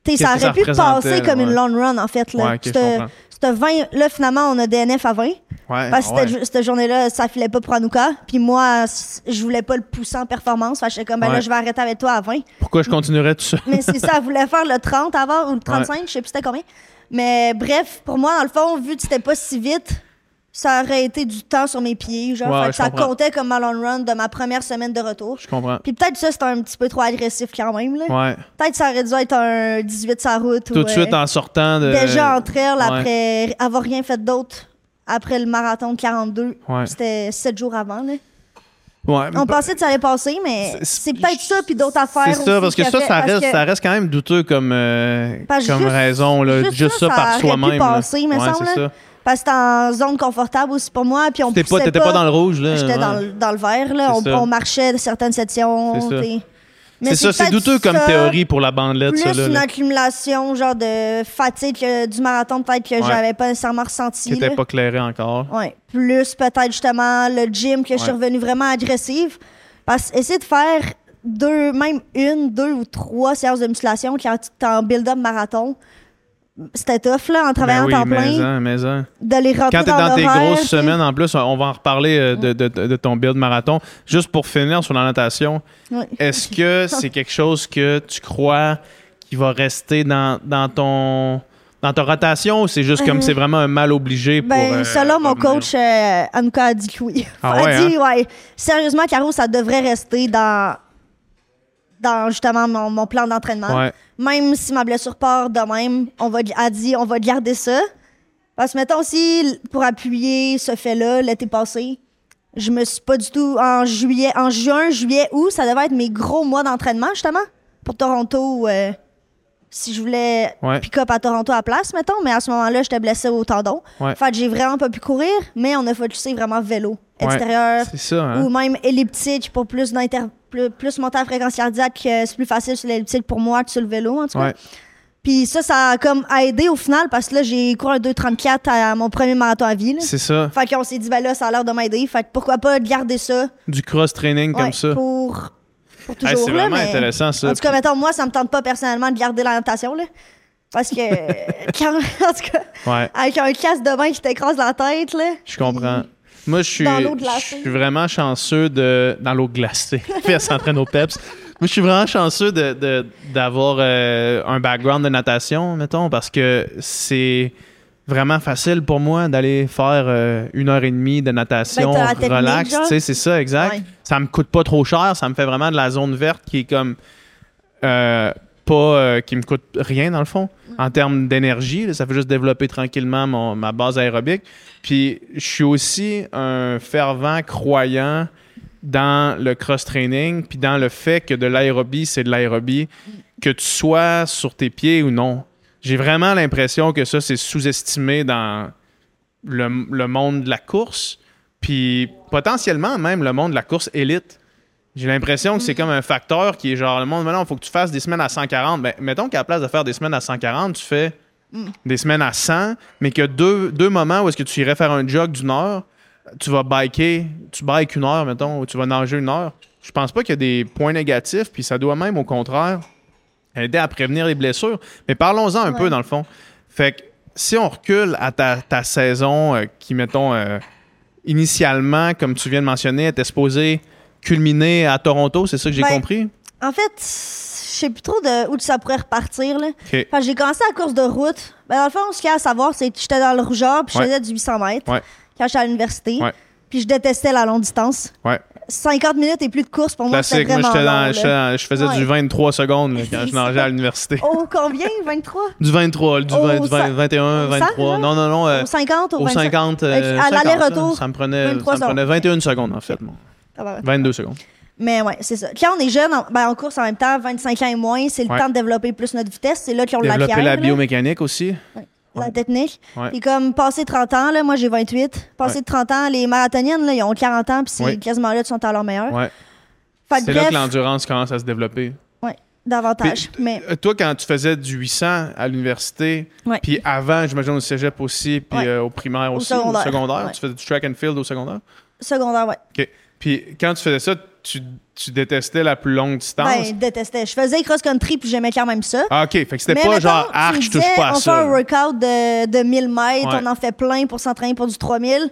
Speaker 2: T'sais,
Speaker 1: Qu'est-ce
Speaker 2: ça
Speaker 1: que ça
Speaker 2: aurait pu
Speaker 1: représentait,
Speaker 2: passer comme
Speaker 1: là,
Speaker 2: une
Speaker 1: ouais.
Speaker 2: long run, en fait. Là.
Speaker 1: Ouais, ok, je
Speaker 2: C'était-
Speaker 1: comprends.
Speaker 2: c'était 20, là, finalement, on a DNF à 20.
Speaker 1: Ouais,
Speaker 2: Parce que
Speaker 1: ouais.
Speaker 2: cette, cette journée-là, ça filait pas pour Anouka. Puis moi, c- je voulais pas le pousser en performance. Fait que j'étais comme, ben là,
Speaker 1: Ouais.
Speaker 2: je vais arrêter avec toi à 20.
Speaker 1: Pourquoi je continuerais tout ça?
Speaker 2: Mais c'est ça, elle voulait faire le 30 avant ou le 35, je sais plus c'était combien. Mais bref, pour moi, dans le fond, vu que c'était pas si vite, ça aurait été du temps sur mes pieds. Genre,
Speaker 1: Ouais,
Speaker 2: Fait que
Speaker 1: je
Speaker 2: ça
Speaker 1: comprends.
Speaker 2: comptait comme ma long run de ma première semaine de retour.
Speaker 1: Je comprends.
Speaker 2: Puis peut-être ça, c'était un petit peu trop agressif quand même. là.
Speaker 1: Ouais.
Speaker 2: Peut-être ça aurait dû être un 18 sa route.
Speaker 1: Tout
Speaker 2: ou,
Speaker 1: de suite
Speaker 2: euh,
Speaker 1: en sortant de.
Speaker 2: Déjà en trail,
Speaker 1: ouais.
Speaker 2: après avoir rien fait d'autre, après le marathon de 42.
Speaker 1: Ouais.
Speaker 2: C'était 7 jours avant. là.
Speaker 1: Ouais.
Speaker 2: On pensait que ça allait passer, mais
Speaker 1: C'est-
Speaker 2: c'est peut-être ça, puis d'autres affaires.
Speaker 1: C'est ça,
Speaker 2: aussi
Speaker 1: parce que
Speaker 2: qui a
Speaker 1: ça,
Speaker 2: fait-
Speaker 1: ça
Speaker 2: parce
Speaker 1: reste,
Speaker 2: que-
Speaker 1: ça reste quand même douteux comme, euh,
Speaker 2: Parce que
Speaker 1: comme
Speaker 2: juste-
Speaker 1: raison, là. Juste, ça,
Speaker 2: aurait
Speaker 1: par
Speaker 2: pu
Speaker 1: soi-même. là.
Speaker 2: passer, me
Speaker 1: ouais,
Speaker 2: semble,
Speaker 1: c'est
Speaker 2: là.
Speaker 1: ça.
Speaker 2: Parce que c'était en zone confortable aussi pour moi. Puis on
Speaker 1: T'étais pas,
Speaker 2: poussait
Speaker 1: t'étais pas dans le rouge, là.
Speaker 2: J'étais dans,
Speaker 1: ouais.
Speaker 2: le- dans le vert, là.
Speaker 1: C'est
Speaker 2: On,
Speaker 1: ça.
Speaker 2: on marchait de certaines sections.
Speaker 1: C'est ça.
Speaker 2: t'sais. Mais
Speaker 1: C'est ça, c'est
Speaker 2: peut-être
Speaker 1: douteux comme
Speaker 2: ça,
Speaker 1: théorie pour la bandelette,
Speaker 2: Plus
Speaker 1: ça, là.
Speaker 2: une
Speaker 1: là,
Speaker 2: accumulation, genre de fatigue euh, du marathon, peut-être que
Speaker 1: Ouais.
Speaker 2: j'avais pas nécessairement ressenti.
Speaker 1: Qui était
Speaker 2: là.
Speaker 1: pas clairé encore.
Speaker 2: Ouais. Plus peut-être justement le gym que je suis
Speaker 1: Ouais.
Speaker 2: revenue vraiment agressive. Parce que essayer de faire deux, même une, deux ou trois séances de musculation quand tu t'es en build-up marathon. C'était tough, là, en travaillant
Speaker 1: Ben
Speaker 2: en
Speaker 1: oui,
Speaker 2: temps
Speaker 1: mais
Speaker 2: plein,
Speaker 1: en, mais en.
Speaker 2: de les rentrer
Speaker 1: Quand t'es dans tes
Speaker 2: l'horaire,
Speaker 1: grosses
Speaker 2: tu sais.
Speaker 1: semaines, en plus, on va en reparler euh, de, de- de- de ton build marathon. Juste pour finir sur la natation,
Speaker 2: Ouais.
Speaker 1: est-ce que c'est quelque chose que tu crois qui va rester dans, dans ton dans ta rotation ou c'est juste comme
Speaker 2: Euh,
Speaker 1: c'est vraiment un mal obligé pour
Speaker 2: Ben,
Speaker 1: euh,
Speaker 2: selon mon
Speaker 1: revenir?
Speaker 2: coach, euh, Anouka a dit que oui.
Speaker 1: Ah
Speaker 2: Elle
Speaker 1: ouais,
Speaker 2: a dit, ouais. Sérieusement, Caro, ça devrait rester dans, dans justement mon, mon plan d'entraînement.
Speaker 1: Ouais.
Speaker 2: Même si ma blessure part de même, on va, elle dit, on va garder ça. Parce que, mettons aussi, pour appuyer ce fait-là, l'été passé, je me suis pas du tout. En juillet, en juin, juillet, août, ça devait être mes gros mois d'entraînement, justement, pour Toronto. euh, si je voulais
Speaker 1: Ouais.
Speaker 2: pick-up à Toronto à place, mettons, mais à ce moment-là, j'étais blessée au tendon.
Speaker 1: Ouais.
Speaker 2: Fait que j'ai vraiment pas pu courir, mais on a focusé vraiment vélo,
Speaker 1: Ouais.
Speaker 2: extérieur
Speaker 1: C'est ça, hein?
Speaker 2: Euh, ou même elliptique pour plus, d'inter- plus, plus monter la fréquence cardiaque. euh, C'est plus facile sur l'elliptique pour moi que sur le vélo, en tout cas.
Speaker 1: Ouais.
Speaker 2: Puis ça, ça a comme aidé au final parce que là, j'ai couru un 2,34 à mon premier marathon à ville.
Speaker 1: C'est ça.
Speaker 2: Fait qu'on s'est dit, ben là, ça a l'air de m'aider. Fait que pourquoi pas garder ça
Speaker 1: Du cross-training
Speaker 2: ouais,
Speaker 1: comme ça.
Speaker 2: pour, pour
Speaker 1: Hey,
Speaker 2: toujours.
Speaker 1: c'est
Speaker 2: là,
Speaker 1: vraiment
Speaker 2: mais-
Speaker 1: intéressant ça.
Speaker 2: En tout cas, mettons, moi, ça me tente pas personnellement de garder la natation. Là, parce que, quand- en tout cas,
Speaker 1: Ouais.
Speaker 2: avec un casque de bain qui t'écrase la tête, là.
Speaker 1: Je comprends. Moi, je suis,
Speaker 2: Dans l'eau
Speaker 1: je
Speaker 2: glacée.
Speaker 1: suis vraiment chanceux de. Dans l'eau glacée. Fais s'entraîner au PEPS. Moi, je suis vraiment chanceux de- de- d'avoir euh, un background de natation, mettons, parce que c'est vraiment facile pour moi d'aller faire euh, une heure et demie de natation
Speaker 2: Ben, t'as la technique,
Speaker 1: relax.
Speaker 2: genre.
Speaker 1: Tu sais, c'est ça, exact.
Speaker 2: Ouais.
Speaker 1: Ça me coûte pas trop cher. Ça me fait vraiment de la zone verte qui est comme. euh, pas euh, qui me coûte rien dans le fond en termes d'énergie là, ça fait juste développer tranquillement mon- ma base aérobique puis je suis aussi un fervent croyant dans le cross-training, puis dans le fait que de l'aérobie, c'est de l'aérobie, que tu sois sur tes pieds ou non. J'ai vraiment l'impression que ça, c'est sous-estimé dans le, le monde de la course, puis potentiellement même le monde de la course élite. J'ai l'impression que c'est comme un facteur qui est genre, le monde, maintenant, il faut que tu fasses des semaines à 140. Ben, mettons qu'à la place de faire des semaines à 140, tu fais des semaines à 100, mais que deux, deux moments où est-ce que tu irais faire un jog d'une heure, tu vas biker, tu bikes une heure, mettons, ou tu vas nager une heure. Je pense pas qu'il y a des points négatifs, puis ça doit même, au contraire, aider à prévenir les blessures. Mais parlons-en un
Speaker 2: Ouais.
Speaker 1: peu, dans le fond. Fait que si on recule à ta, ta saison euh, qui, mettons, euh, initialement, comme tu viens de mentionner, était supposée culminer à Toronto, c'est ça que j'ai
Speaker 2: Ben,
Speaker 1: compris?
Speaker 2: En fait, je sais plus trop de où ça pourrait repartir. Là.
Speaker 1: OK.
Speaker 2: Fait que j'ai commencé la course de route. Ben, dans le fond, ce qu'il y a à savoir, c'est que j'étais dans le rougeur puis je
Speaker 1: Ouais.
Speaker 2: faisais du 800 mètres
Speaker 1: Ouais.
Speaker 2: quand j'étais à l'université.
Speaker 1: Ouais.
Speaker 2: Puis je détestais la longue distance.
Speaker 1: Ouais.
Speaker 2: 50 minutes et plus de course pour moi, c'était
Speaker 1: Classique. Moi, j'étais
Speaker 2: vraiment
Speaker 1: dans-
Speaker 2: long,
Speaker 1: j'étais
Speaker 2: là.
Speaker 1: dans- je faisais du
Speaker 2: Ouais. Oh.
Speaker 1: 23 secondes là, quand
Speaker 2: C'est
Speaker 1: je nageais
Speaker 2: ça.
Speaker 1: à l'université.
Speaker 2: Au combien? 23?
Speaker 1: Du 23, du,
Speaker 2: Au
Speaker 1: 20, du 20,
Speaker 2: cent-
Speaker 1: 21,
Speaker 2: Oh, au cent,
Speaker 1: 23.
Speaker 2: genre?
Speaker 1: Non, non, non. euh,
Speaker 2: au 50? Au,
Speaker 1: au
Speaker 2: 25?
Speaker 1: 50. euh,
Speaker 2: Ok, à
Speaker 1: 50,
Speaker 2: l'aller-retour,
Speaker 1: ça, Ça me prenait, ça me
Speaker 2: 23
Speaker 1: prenait 21 secondes, en fait. moi.
Speaker 2: Ah, bah ouais.
Speaker 1: 22 secondes.
Speaker 2: Mais ouais, c'est ça. Quand on est jeune, en, ben, en course en même temps, 25 ans et moins, c'est le
Speaker 1: Ouais.
Speaker 2: temps de développer plus notre vitesse. C'est là qu'on l'acquiert.
Speaker 1: Développer la
Speaker 2: là.
Speaker 1: biomécanique aussi.
Speaker 2: la technique.
Speaker 1: Ouais.
Speaker 2: Puis comme passé 30 ans, là, moi j'ai 28. Passé
Speaker 1: Ouais.
Speaker 2: de 30 ans, les marathoniennes, là, ils ont 40 ans, puis c'est
Speaker 1: Ouais.
Speaker 2: quasiment là qu'ils sont à leur meilleur.
Speaker 1: Ouais.
Speaker 2: Fait que
Speaker 1: C'est là que
Speaker 2: bref,
Speaker 1: l'endurance commence à se développer.
Speaker 2: ouais, davantage. mais
Speaker 1: Euh, Toi, quand tu faisais du 800 à l'université,
Speaker 2: Ouais.
Speaker 1: puis avant, j'imagine, au cégep aussi, puis
Speaker 2: Ouais.
Speaker 1: euh, au primaire
Speaker 2: Au
Speaker 1: aussi, au secondaire,
Speaker 2: secondaire, ouais.
Speaker 1: tu faisais du track and field au secondaire?
Speaker 2: secondaire, ouais.
Speaker 1: OK. Puis quand tu faisais ça, tu, tu détestais la plus longue distance?
Speaker 2: Ben, détestais. Je faisais cross-country, puis j'aimais quand même ça.
Speaker 1: Ah, OK. Fait que c'était
Speaker 2: Mais
Speaker 1: pas
Speaker 2: mettons,
Speaker 1: genre «
Speaker 2: tu
Speaker 1: Ah,
Speaker 2: me
Speaker 1: je touche
Speaker 2: disais,
Speaker 1: pas à
Speaker 2: on
Speaker 1: ça.
Speaker 2: fait un ». workout de, de 1000 mètres,
Speaker 1: Ouais.
Speaker 2: on en fait plein pour s'entraîner pour du 3000.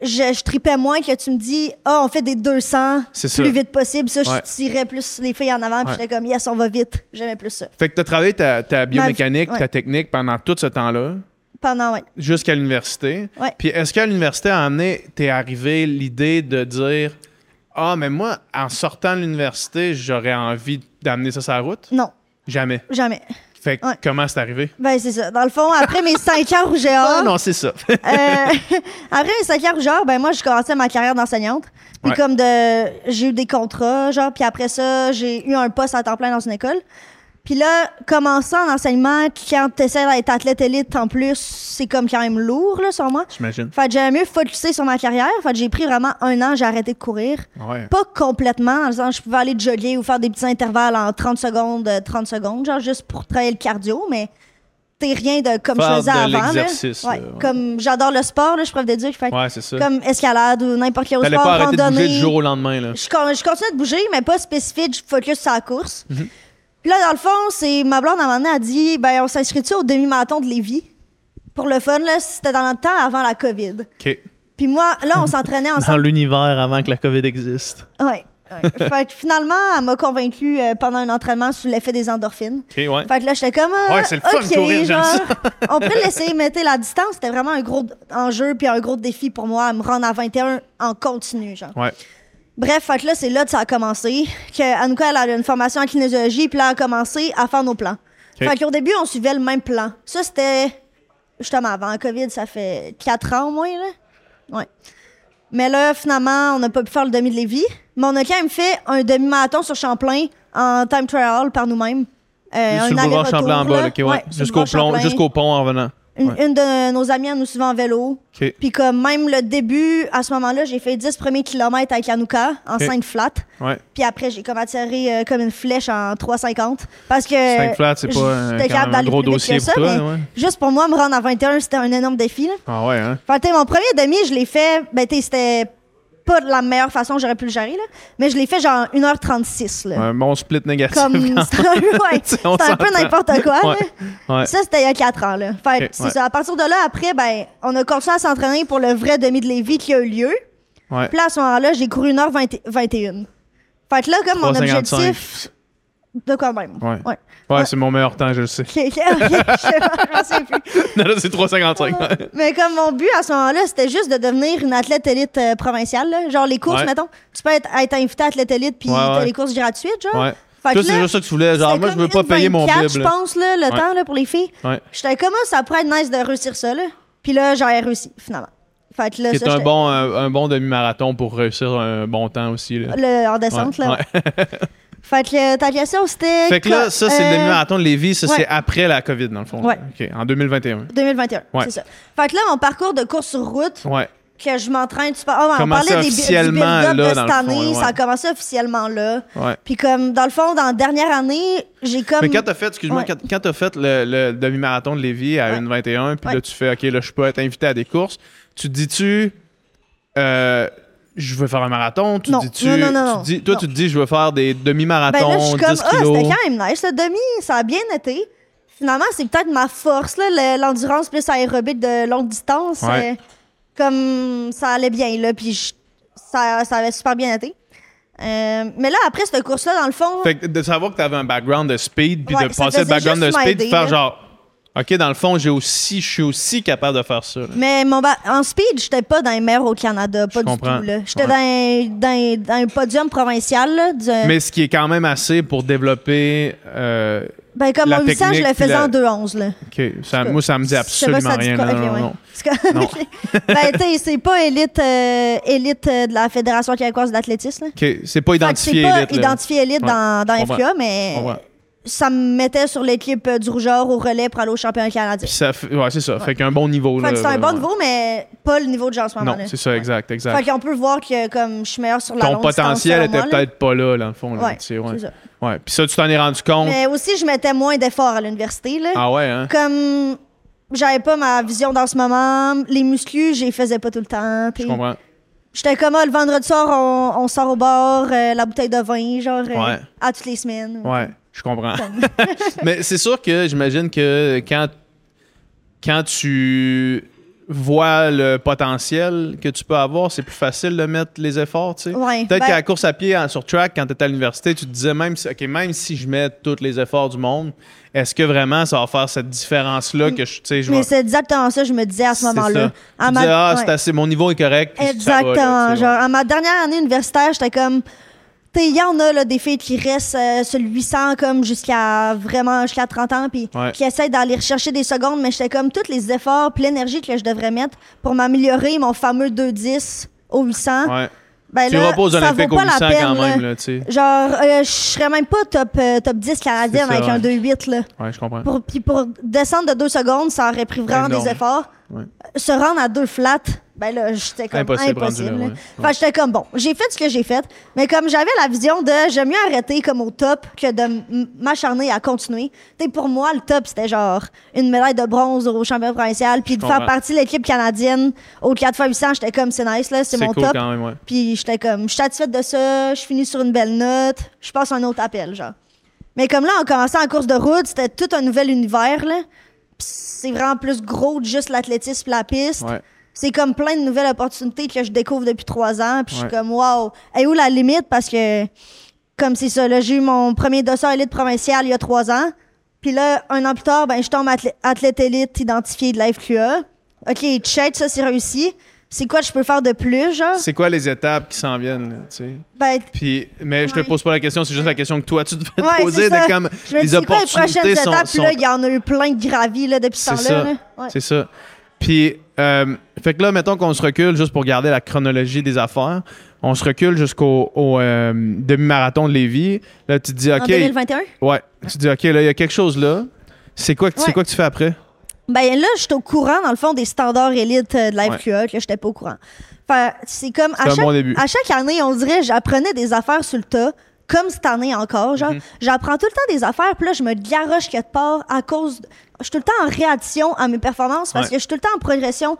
Speaker 2: Je, je tripais moins que tu me dis, ah, on fait des 200
Speaker 1: C'est
Speaker 2: plus
Speaker 1: ça.
Speaker 2: vite possible. Ça,
Speaker 1: Ouais.
Speaker 2: je tirais plus les filles en avant, puis
Speaker 1: Ouais.
Speaker 2: j'étais comme, yes, on va vite. J'aimais plus ça.
Speaker 1: Fait que t'as travaillé ta, ta biomécanique,
Speaker 2: ouais.
Speaker 1: ta technique pendant tout ce temps-là,
Speaker 2: Pendant, ouais.
Speaker 1: jusqu'à l'université.
Speaker 2: Ouais.
Speaker 1: Puis est-ce qu'à l'université, à amené, t'es arrivé l'idée de dire « Ah, mais moi, en sortant de l'université, j'aurais envie d'amener ça sur la route?
Speaker 2: Non, »
Speaker 1: Jamais.
Speaker 2: jamais.
Speaker 1: Fait que
Speaker 2: Ouais.
Speaker 1: comment c'est arrivé?
Speaker 2: Ben, c'est ça. Dans le fond, après mes 5 ans rougeur,
Speaker 1: Ah non, c'est ça.
Speaker 2: euh, après mes 5 ans rougeur, ben, moi, je commençais ma carrière d'enseignante. Puis,
Speaker 1: Ouais.
Speaker 2: comme de. J'ai eu des contrats, genre, puis après ça, j'ai eu un poste à temps plein dans une école. Puis là, commencer en enseignement, quand t'essaies d'être athlète élite en plus, c'est comme quand même lourd, là, sur moi.
Speaker 1: J'imagine.
Speaker 2: Fait que j'aimais mieux focuser sur ma carrière. Fait que j'ai pris vraiment un an, j'ai arrêté de courir.
Speaker 1: Ouais.
Speaker 2: Pas complètement, dans le sens, je pouvais aller jogger ou faire des petits intervalles en 30 secondes, euh, 30 secondes, genre juste pour travailler le cardio, mais t'es rien de comme
Speaker 1: Faire
Speaker 2: je faisais
Speaker 1: de
Speaker 2: avant. là.
Speaker 1: l'exercice, là,
Speaker 2: Ouais,
Speaker 1: ouais.
Speaker 2: Comme j'adore le sport, là, je suis prof de Duc, fait que
Speaker 1: Ouais, c'est ça.
Speaker 2: comme escalade ou n'importe quel autre
Speaker 1: T'allais
Speaker 2: sport,
Speaker 1: pas arrêter de
Speaker 2: randonnée.
Speaker 1: bouger du jour au lendemain, là.
Speaker 2: je, con- je continue de bouger, mais pas spécifique, je focus sur la course.
Speaker 1: Mhm.
Speaker 2: Puis là, dans le fond, c'est ma blonde, à un moment donné, a dit ben, on s'inscrit-tu au demi-marathon de Lévis Pour le fun, là, c'était dans le temps avant la COVID.
Speaker 1: OK.
Speaker 2: Puis moi, là, on s'entraînait
Speaker 1: Dans
Speaker 2: ensemble.
Speaker 1: l'univers avant que la COVID existe.
Speaker 2: Ouais. ouais. fait que finalement, elle m'a convaincue euh, pendant un entraînement sous l'effet des endorphines.
Speaker 1: OK, ouais.
Speaker 2: Fait que là, j'étais comme. ah,
Speaker 1: Ouais, c'est le fun
Speaker 2: ok,
Speaker 1: de courir, j'aime
Speaker 2: genre,
Speaker 1: ça.
Speaker 2: on pourrait l'essayer, mais tu sais, la distance, c'était vraiment un gros enjeu puis un gros défi pour moi à me rendre à 21 en continu, genre.
Speaker 1: Ouais.
Speaker 2: Bref, fait que là, c'est là que ça a commencé. Que Anouka, elle a une formation en kinésiologie, puis là, elle a commencé à faire nos plans.
Speaker 1: Ok.
Speaker 2: Fait qu'au début, on suivait le même plan. Ça, c'était justement avant la COVID, ça fait 4 ans au moins, là. Ouais. Mais là, finalement, on n'a pas pu faire le demi de Lévis. Mais on a quand même fait un demi-marathon sur Champlain en time trial par nous-mêmes. Euh,
Speaker 1: sur le boulevard
Speaker 2: aller-retour,
Speaker 1: Champlain en bas,
Speaker 2: là.
Speaker 1: là, OK, ouais.
Speaker 2: Ouais, sur le
Speaker 1: Jusqu'au
Speaker 2: boulevard
Speaker 1: plomb-
Speaker 2: Champlain.
Speaker 1: jusqu'au pont en revenant.
Speaker 2: Une,
Speaker 1: Ouais.
Speaker 2: une de nos amies, elle nous suivait en vélo.
Speaker 1: OK.
Speaker 2: Puis comme même le début, à ce moment-là, j'ai fait 10 premiers kilomètres avec Anouka en
Speaker 1: Ok.
Speaker 2: 5 flats.
Speaker 1: Ouais.
Speaker 2: Puis après, j'ai comme attiré euh, comme une flèche en 3,50. Parce que.
Speaker 1: 5 flats, c'est pas euh,
Speaker 2: j'étais
Speaker 1: quand même
Speaker 2: capable
Speaker 1: un
Speaker 2: d'aller
Speaker 1: gros
Speaker 2: plus vite que
Speaker 1: dossier pour
Speaker 2: ça,
Speaker 1: toi,
Speaker 2: mais
Speaker 1: ouais.
Speaker 2: Juste pour moi, me rendre à 21, c'était un énorme défi. Là.
Speaker 1: Ah ouais, hein?
Speaker 2: Fait que, t'sais, mon premier demi, je l'ai fait. Ben, t'sais, c'était pas de la meilleure façon que j'aurais pu le gérer, là. Mais je l'ai fait genre 1h36, là.
Speaker 1: Un bon split négatif.
Speaker 2: Euh, Comme.
Speaker 1: quand-
Speaker 2: C'était un, ouais, c'était
Speaker 1: on
Speaker 2: un peu
Speaker 1: s'entend.
Speaker 2: n'importe quoi,
Speaker 1: Ouais.
Speaker 2: là.
Speaker 1: Ouais.
Speaker 2: Ça, c'était il y a 4 ans. Là. Fait que
Speaker 1: Ok,
Speaker 2: c'est
Speaker 1: ouais.
Speaker 2: ça. À partir de là, après, ben, on a continué à s'entraîner pour le vrai demi de Lévis qui a eu lieu.
Speaker 1: Ouais.
Speaker 2: Puis là, à ce moment-là, j'ai couru 1h21. Fait que là, comme
Speaker 1: 3,55.
Speaker 2: mon objectif. De quand même.
Speaker 1: Ouais.
Speaker 2: ouais.
Speaker 1: Ouais, c'est mon meilleur temps, je le sais.
Speaker 2: Ok, ok, je sais pas, je sais plus.
Speaker 1: non, là, c'est 3,55. ouais.
Speaker 2: Mais comme mon but à ce moment-là, c'était juste de devenir une athlète élite euh, provinciale. là. Genre les courses,
Speaker 1: Ouais.
Speaker 2: mettons. Tu peux être, être invité à athlète élite puis
Speaker 1: Ouais,
Speaker 2: t'as
Speaker 1: ouais.
Speaker 2: les courses gratuites, genre.
Speaker 1: Ouais.
Speaker 2: Fait que
Speaker 1: Toi, c'est
Speaker 2: là,
Speaker 1: juste ça que tu voulais. Genre,
Speaker 2: c'était
Speaker 1: moi, je
Speaker 2: comme
Speaker 1: veux pas payer mon
Speaker 2: 1,24,
Speaker 1: bib.
Speaker 2: je
Speaker 1: là.
Speaker 2: pense, là, le
Speaker 1: Ouais.
Speaker 2: temps là, pour les filles.
Speaker 1: Ouais.
Speaker 2: J'étais comme Ah, ça pourrait être nice de réussir ça, là. Puis là, j'ai réussi, finalement. Fait que là,
Speaker 1: Qui
Speaker 2: ça,
Speaker 1: est un
Speaker 2: j'étais-
Speaker 1: bon, un, un bon demi-marathon pour réussir un bon temps aussi. Là.
Speaker 2: le, en descente,
Speaker 1: Ouais.
Speaker 2: là.
Speaker 1: Ouais.
Speaker 2: Fait que euh, ta question, c'était.
Speaker 1: Fait que là,
Speaker 2: co-
Speaker 1: ça, c'est le
Speaker 2: euh,
Speaker 1: demi-marathon de Lévis. Ça,
Speaker 2: ouais.
Speaker 1: c'est après la COVID, dans le fond.
Speaker 2: Ouais.
Speaker 1: OK, en 2021.
Speaker 2: 2021,
Speaker 1: Ouais.
Speaker 2: c'est ça. Fait que là, mon parcours de course sur route,
Speaker 1: Ouais.
Speaker 2: que je m'entraîne, tu parles. on
Speaker 1: Commencé
Speaker 2: parlait des, bi- du
Speaker 1: officiellement, là,
Speaker 2: build-up de
Speaker 1: dans
Speaker 2: cette
Speaker 1: le fond,
Speaker 2: année,
Speaker 1: ouais.
Speaker 2: ça a commencé officiellement là.
Speaker 1: Ouais.
Speaker 2: Puis comme, dans le fond, dans la dernière année, j'ai comme.
Speaker 1: Mais quand t'as fait, excuse-moi,
Speaker 2: Um, Ouais.
Speaker 1: quand, quand t'as fait le, le demi-marathon de Lévis à
Speaker 2: Ouais.
Speaker 1: 1,21, puis là,
Speaker 2: Ouais.
Speaker 1: tu fais, OK, là, je peux être invité à des courses, tu te dis-tu, euh, je veux faire un marathon? Tu
Speaker 2: Non.
Speaker 1: te dis-tu,
Speaker 2: Non, non, non,
Speaker 1: tu
Speaker 2: non.
Speaker 1: te dis, toi,
Speaker 2: Non.
Speaker 1: tu te dis, je veux faire des
Speaker 2: Ben là, je
Speaker 1: demi-marathons,
Speaker 2: suis comme,
Speaker 1: 10
Speaker 2: ah,
Speaker 1: kilos.
Speaker 2: c'était quand même nice. Le demi, ça a bien été. Finalement, c'est peut-être ma force, là, le- l'endurance plus aérobique de longue distance.
Speaker 1: Ouais.
Speaker 2: euh, comme ça allait bien, là, puis je- ça, ça avait super bien été. Euh, mais là, après cette course-là, dans le fond,
Speaker 1: Fait que de savoir que t'avais un background de speed, puis
Speaker 2: Ouais,
Speaker 1: de
Speaker 2: ça
Speaker 1: passer le
Speaker 2: faisait
Speaker 1: background de
Speaker 2: juste
Speaker 1: speed, puis
Speaker 2: m'aider,
Speaker 1: faire
Speaker 2: là.
Speaker 1: genre, OK, dans le fond, j'ai aussi, je suis aussi capable de faire ça. là.
Speaker 2: mais mon ba- en speed, j'étais pas dans les meilleurs au Canada,
Speaker 1: Je
Speaker 2: pas du
Speaker 1: comprends.
Speaker 2: tout. là. J'étais
Speaker 1: Ouais.
Speaker 2: dans, un- dans, un- dans un podium provincial. là, d'un-
Speaker 1: Mais ce qui est quand même assez pour développer. euh,
Speaker 2: ben, comme
Speaker 1: la
Speaker 2: en 800, je
Speaker 1: technique
Speaker 2: le
Speaker 1: puis
Speaker 2: faisais
Speaker 1: la-
Speaker 2: en 2-11. Là.
Speaker 1: OK, ça, moi, ça me dit
Speaker 2: Je sais pas
Speaker 1: absolument
Speaker 2: si ça dit
Speaker 1: rien.
Speaker 2: quoi.
Speaker 1: là,
Speaker 2: Ok,
Speaker 1: non,
Speaker 2: ouais.
Speaker 1: non.
Speaker 2: C'est quoi-
Speaker 1: Non.
Speaker 2: ben, tu sais, c'est pas élite, euh, élite euh, de la Fédération québécoise d'athlétisme. là.
Speaker 1: OK, c'est pas
Speaker 2: Fait que C'est
Speaker 1: identifié
Speaker 2: pas
Speaker 1: élite, là.
Speaker 2: identifié élite
Speaker 1: Ouais.
Speaker 2: dans, dans
Speaker 1: Je comprends.
Speaker 2: FQA,
Speaker 1: Je
Speaker 2: mais
Speaker 1: comprends.
Speaker 2: ça me mettait sur l'équipe euh, du rougeur au relais pour aller au championnat canadien.
Speaker 1: Puis ça fait- ouais, c'est ça. Fait qu'un bon niveau.
Speaker 2: Fait
Speaker 1: là,
Speaker 2: que c'est un
Speaker 1: vraiment.
Speaker 2: bon niveau, mais pas le niveau de gens en ce
Speaker 1: Non,
Speaker 2: moment-là.
Speaker 1: c'est ça, exact,
Speaker 2: Fait
Speaker 1: exact.
Speaker 2: qu'on peut voir que comme je suis meilleure sur la
Speaker 1: Ton
Speaker 2: longue distance,
Speaker 1: potentiel
Speaker 2: selon
Speaker 1: était
Speaker 2: moi, là.
Speaker 1: peut-être pas là, dans le fond. là,
Speaker 2: Ouais,
Speaker 1: tu sais, ouais.
Speaker 2: c'est ça.
Speaker 1: Ouais. Puis ça, tu t'en es rendu compte.
Speaker 2: Mais aussi, je mettais moins d'efforts à l'université. là.
Speaker 1: Ah ouais, hein?
Speaker 2: Comme j'avais pas ma vision dans ce moment, les muscles, je les faisais pas tout le temps.
Speaker 1: Je
Speaker 2: puis-
Speaker 1: comprends.
Speaker 2: J'étais comme, ah, le vendredi soir, on, on sort au bar, euh, la bouteille de vin, genre, euh,
Speaker 1: Ouais.
Speaker 2: à toutes les semaines.
Speaker 1: Ouais, je comprends. Mais c'est sûr que j'imagine que quand, quand tu vois le potentiel que tu peux avoir, c'est plus facile de mettre les efforts, tu sais.
Speaker 2: Ouais,
Speaker 1: Peut-être
Speaker 2: ben-
Speaker 1: qu'à la course à pied, en- sur track, quand tu étais à l'université, tu te disais même si, OK, même si je mets tous les efforts du monde, est-ce que vraiment ça va faire cette différence-là que je, tu sais, je
Speaker 2: Mais
Speaker 1: vais-
Speaker 2: c'est exactement ça, que je me disais à ce
Speaker 1: C'est
Speaker 2: moment-là.
Speaker 1: ça.
Speaker 2: À
Speaker 1: Tu
Speaker 2: ma-
Speaker 1: disais, ah, c'est
Speaker 2: ouais.
Speaker 1: assez, mon niveau est correct. puis ça va, là,
Speaker 2: Exactement.
Speaker 1: tu sais,
Speaker 2: genre,
Speaker 1: ouais.
Speaker 2: à ma dernière année universitaire, j'étais comme, tu sais, il y en a, là, des filles qui restent euh, sur le 800, comme, jusqu'à vraiment, jusqu'à 30 ans, puis
Speaker 1: Ouais.
Speaker 2: qui essaient d'aller rechercher des secondes, mais j'étais comme, tous les efforts, puis l'énergie que je devrais mettre pour m'améliorer mon fameux 2-10 au 800.
Speaker 1: Ouais.
Speaker 2: Ben,
Speaker 1: Tu
Speaker 2: là,
Speaker 1: reposes aux
Speaker 2: ça
Speaker 1: Olympiques
Speaker 2: vaut
Speaker 1: au
Speaker 2: pas la
Speaker 1: 800
Speaker 2: peine,
Speaker 1: quand même,
Speaker 2: là.
Speaker 1: là, tu sais.
Speaker 2: Genre, euh, je serais même pas top, euh, top 10 canadienne
Speaker 1: C'est
Speaker 2: avec
Speaker 1: ça,
Speaker 2: un
Speaker 1: ouais.
Speaker 2: 2-8. Là.
Speaker 1: Ouais, je comprends.
Speaker 2: Pour, puis pour descendre de 2 secondes, ça aurait pris vraiment
Speaker 1: Énorme.
Speaker 2: des efforts.
Speaker 1: Ouais.
Speaker 2: Se rendre à 2 flats, Ben là, j'étais comme
Speaker 1: Impossible,
Speaker 2: impossible.
Speaker 1: rendu là,
Speaker 2: là.
Speaker 1: ouais.
Speaker 2: Fait que j'étais comme bon, j'ai fait ce que j'ai fait, mais comme j'avais la vision de j'aime mieux arrêter comme au top que de m- m'acharner à continuer. Tu sais, pour moi, le top, c'était genre une médaille de bronze au championnat provincial, puis de faire
Speaker 1: comprends.800,
Speaker 2: partie de l'équipe canadienne au 4x800, j'étais comme c'est nice, là, c'est mon
Speaker 1: cool
Speaker 2: top.
Speaker 1: quand même, ouais.
Speaker 2: Puis j'étais comme, je suis satisfaite de ça, je finis sur une belle note, je passe un autre appel, genre. Mais comme là, en commençant en course de route, c'était tout un nouvel univers, là. Puis c'est vraiment plus gros que juste l'athlétisme la piste.
Speaker 1: Ouais.
Speaker 2: C'est comme plein de nouvelles opportunités que je découvre depuis trois ans. Puis je
Speaker 1: Ouais.
Speaker 2: suis comme, wow, et où la limite? Parce que, comme c'est ça, là, j'ai eu mon premier dossier élite provincial il y a trois ans. Puis là, un an plus tard, ben, je tombe athlè- athlète élite identifié de la FQA. OK, check, ça c'est réussi. C'est quoi que je peux faire de plus, genre?
Speaker 1: C'est quoi les étapes qui s'en viennent, là, tu sais?
Speaker 2: Ben,
Speaker 1: Puis, mais je te
Speaker 2: Ouais.
Speaker 1: pose pas la question, c'est juste la question que toi, tu devais
Speaker 2: Ouais,
Speaker 1: te poser.
Speaker 2: c'est ça.
Speaker 1: De comme,
Speaker 2: Je me dis,
Speaker 1: les
Speaker 2: c'est quoi les prochaines
Speaker 1: opportunités sont.
Speaker 2: étapes? Puis
Speaker 1: sont-
Speaker 2: là, il y en a eu plein de gravis là, depuis ce
Speaker 1: C'est
Speaker 2: temps-là.
Speaker 1: ça.
Speaker 2: là. Ouais.
Speaker 1: C'est ça. Puis, euh, fait que là, mettons qu'on se recule juste pour garder la chronologie des affaires. On se recule jusqu'au au, euh, demi-marathon de Lévis. Là, tu te dis, OK.
Speaker 2: En 2021?
Speaker 1: Ouais. Tu te dis, OK, là, il y a quelque chose là. C'est quoi, que- c'est
Speaker 2: Ouais.
Speaker 1: quoi que tu fais après?
Speaker 2: Ben là, j'étais au courant, dans le fond, des standards élites euh, de la
Speaker 1: Ouais.
Speaker 2: FQA, que j'étais pas au courant. Fait, c'est comme, à
Speaker 1: C'est un
Speaker 2: chaque,
Speaker 1: bon début.
Speaker 2: à chaque année, on dirait, j'apprenais des affaires sur le tas, comme cette année encore, genre,
Speaker 1: Mm-hmm.
Speaker 2: j'apprends tout le temps des affaires, puis là, je me garoche quelque part à cause, de- je suis tout le temps en réaction à mes performances, parce
Speaker 1: Ouais.
Speaker 2: que je suis tout le temps en progression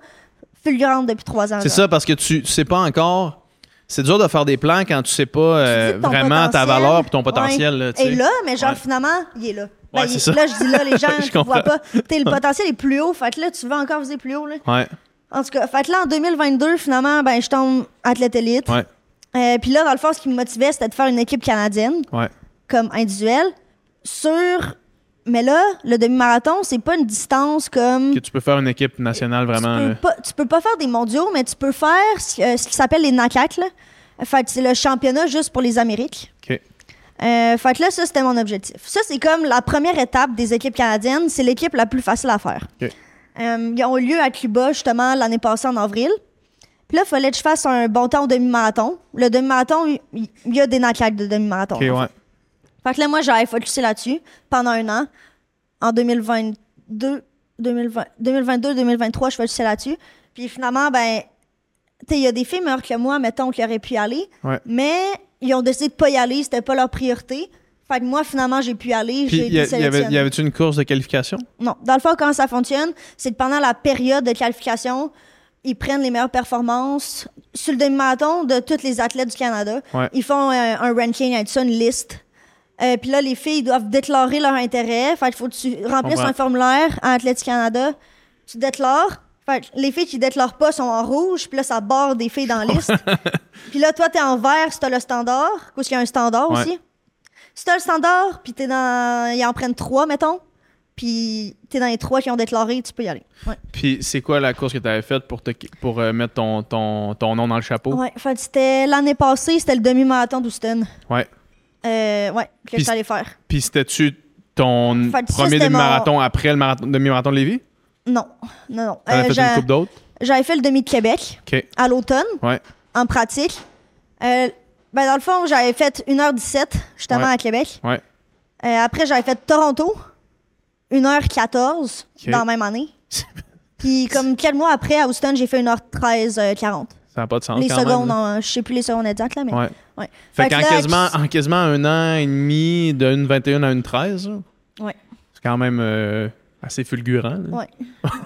Speaker 2: fulgurante depuis trois ans.
Speaker 1: C'est
Speaker 2: genre.
Speaker 1: ça, parce que tu, tu sais pas encore. C'est dur de faire des plans quand tu sais pas euh,
Speaker 2: Tu dis ton
Speaker 1: vraiment ta
Speaker 2: potentiel,
Speaker 1: valeur et ton
Speaker 2: ouais,
Speaker 1: potentiel. là, tu
Speaker 2: est
Speaker 1: sais.
Speaker 2: là, mais genre
Speaker 1: Ouais.
Speaker 2: finalement, il est là. Ben,
Speaker 1: Ouais,
Speaker 2: il-
Speaker 1: c'est ça.
Speaker 2: Là, je dis là, les gens
Speaker 1: Je
Speaker 2: ne voient
Speaker 1: comprends.
Speaker 2: pas. T'sais, le potentiel est plus haut, fait que là, tu veux encore viser plus haut. Là.
Speaker 1: Ouais,
Speaker 2: En tout cas, fait que là, en 2022, finalement, ben, je tombe athlète élite.
Speaker 1: ouais,
Speaker 2: Euh, Puis là, dans le fond, ce qui me motivait, c'était de faire une équipe canadienne
Speaker 1: ouais.
Speaker 2: comme individuelle sur... Mais là, le demi-marathon, c'est pas une distance comme...
Speaker 1: Que tu peux faire une équipe nationale vraiment.
Speaker 2: Tu
Speaker 1: là.
Speaker 2: peux, pas, tu peux pas faire des mondiaux, mais tu peux faire ce, ce qui s'appelle les NACAC. Là. Fait que c'est le championnat juste pour les Amériques.
Speaker 1: OK.
Speaker 2: Euh, fait que là, ça, c'était mon objectif. Ça, c'est comme la première étape des équipes canadiennes. C'est l'équipe la plus facile à faire.
Speaker 1: OK.
Speaker 2: Euh, ils ont eu lieu à Cuba, justement, l'année passée, en avril. Puis là, il fallait que je fasse un bon temps au demi-marathon. Le demi-marathon, il- il il y, a des NACAC de demi-marathon.
Speaker 1: OK,
Speaker 2: en
Speaker 1: ouais.
Speaker 2: fait que là, moi, j'avais focusé là-dessus pendant un an. En 2022, 2020 2022, 2023, je focusais là-dessus. Puis finalement, ben, tu sais, il y a des filles meilleures que moi, mettons, qui auraient pu y aller.
Speaker 1: Ouais.
Speaker 2: Mais ils ont décidé de pas y aller, c'était pas leur priorité. Fait que moi, finalement, j'ai pu y aller,
Speaker 1: Puis,
Speaker 2: j'ai
Speaker 1: y, a-
Speaker 2: été
Speaker 1: y avait,
Speaker 2: sélectionnée.
Speaker 1: y avait-tu une course de qualification?
Speaker 2: Non. Dans le fond, comment ça fonctionne, c'est que pendant la période de qualification, ils prennent les meilleures performances sur le demi-marathon de tous les athlètes du Canada.
Speaker 1: Ouais.
Speaker 2: Ils font un, un ranking avec ça, une liste. Euh, Puis là, les filles doivent déclarer leur intérêt. Fait qu'il faut que tu remplisses
Speaker 1: Comprends.
Speaker 2: un formulaire à Athlétique Canada. Tu déclares. Fait que les filles qui déclarent pas sont en rouge. Puis là, ça barre des filles dans la liste. Puis là, toi, t'es en vert si t'as le standard. Parce qu'il y a un standard
Speaker 1: Ouais.
Speaker 2: aussi. Si t'as le standard, puis t'es dans... Ils en prennent trois, mettons. Puis t'es dans les trois qui ont déclaré, tu peux y aller. Ouais.
Speaker 1: Puis c'est quoi la course que tu avais faite pour, te, pour euh, mettre ton, ton, ton nom dans le chapeau?
Speaker 2: Ouais, fait que c'était l'année passée, c'était le demi-marathon d'Houston.
Speaker 1: Ouais.
Speaker 2: Euh, ouais, que
Speaker 1: Puis-
Speaker 2: je allé faire.
Speaker 1: Puis c'était-tu ton
Speaker 2: Fait que ça,
Speaker 1: premier
Speaker 2: c'était
Speaker 1: demi-marathon après le marathon- demi-marathon de Lévis?
Speaker 2: Non, non, non.
Speaker 1: T'en
Speaker 2: Euh,
Speaker 1: as fait une
Speaker 2: j'a-
Speaker 1: coupe d'autres?
Speaker 2: J'avais fait le demi de Québec
Speaker 1: OK.
Speaker 2: à l'automne,
Speaker 1: Ouais.
Speaker 2: en pratique. Euh, ben dans le fond, j'avais fait 1h17, justement,
Speaker 1: Ouais.
Speaker 2: à Québec.
Speaker 1: Ouais.
Speaker 2: Euh, après, j'avais fait Toronto, 1h14,
Speaker 1: Ok.
Speaker 2: dans la même année. Puis comme quelques mois après, à Houston, j'ai fait 1h13, euh, 40.
Speaker 1: Ça n'a pas de sens.
Speaker 2: les
Speaker 1: Ah, quand même,
Speaker 2: secondes,
Speaker 1: là.
Speaker 2: en- je sais plus les secondes exactes, là, mais...
Speaker 1: Ouais.
Speaker 2: ouais.
Speaker 1: Fait,
Speaker 2: Fait que
Speaker 1: qu'en
Speaker 2: là,
Speaker 1: quasiment, en quasiment un an et demi, de 1,21 à 1,13, là,
Speaker 2: Ouais.
Speaker 1: c'est quand même euh, assez fulgurant. là.
Speaker 2: Ouais.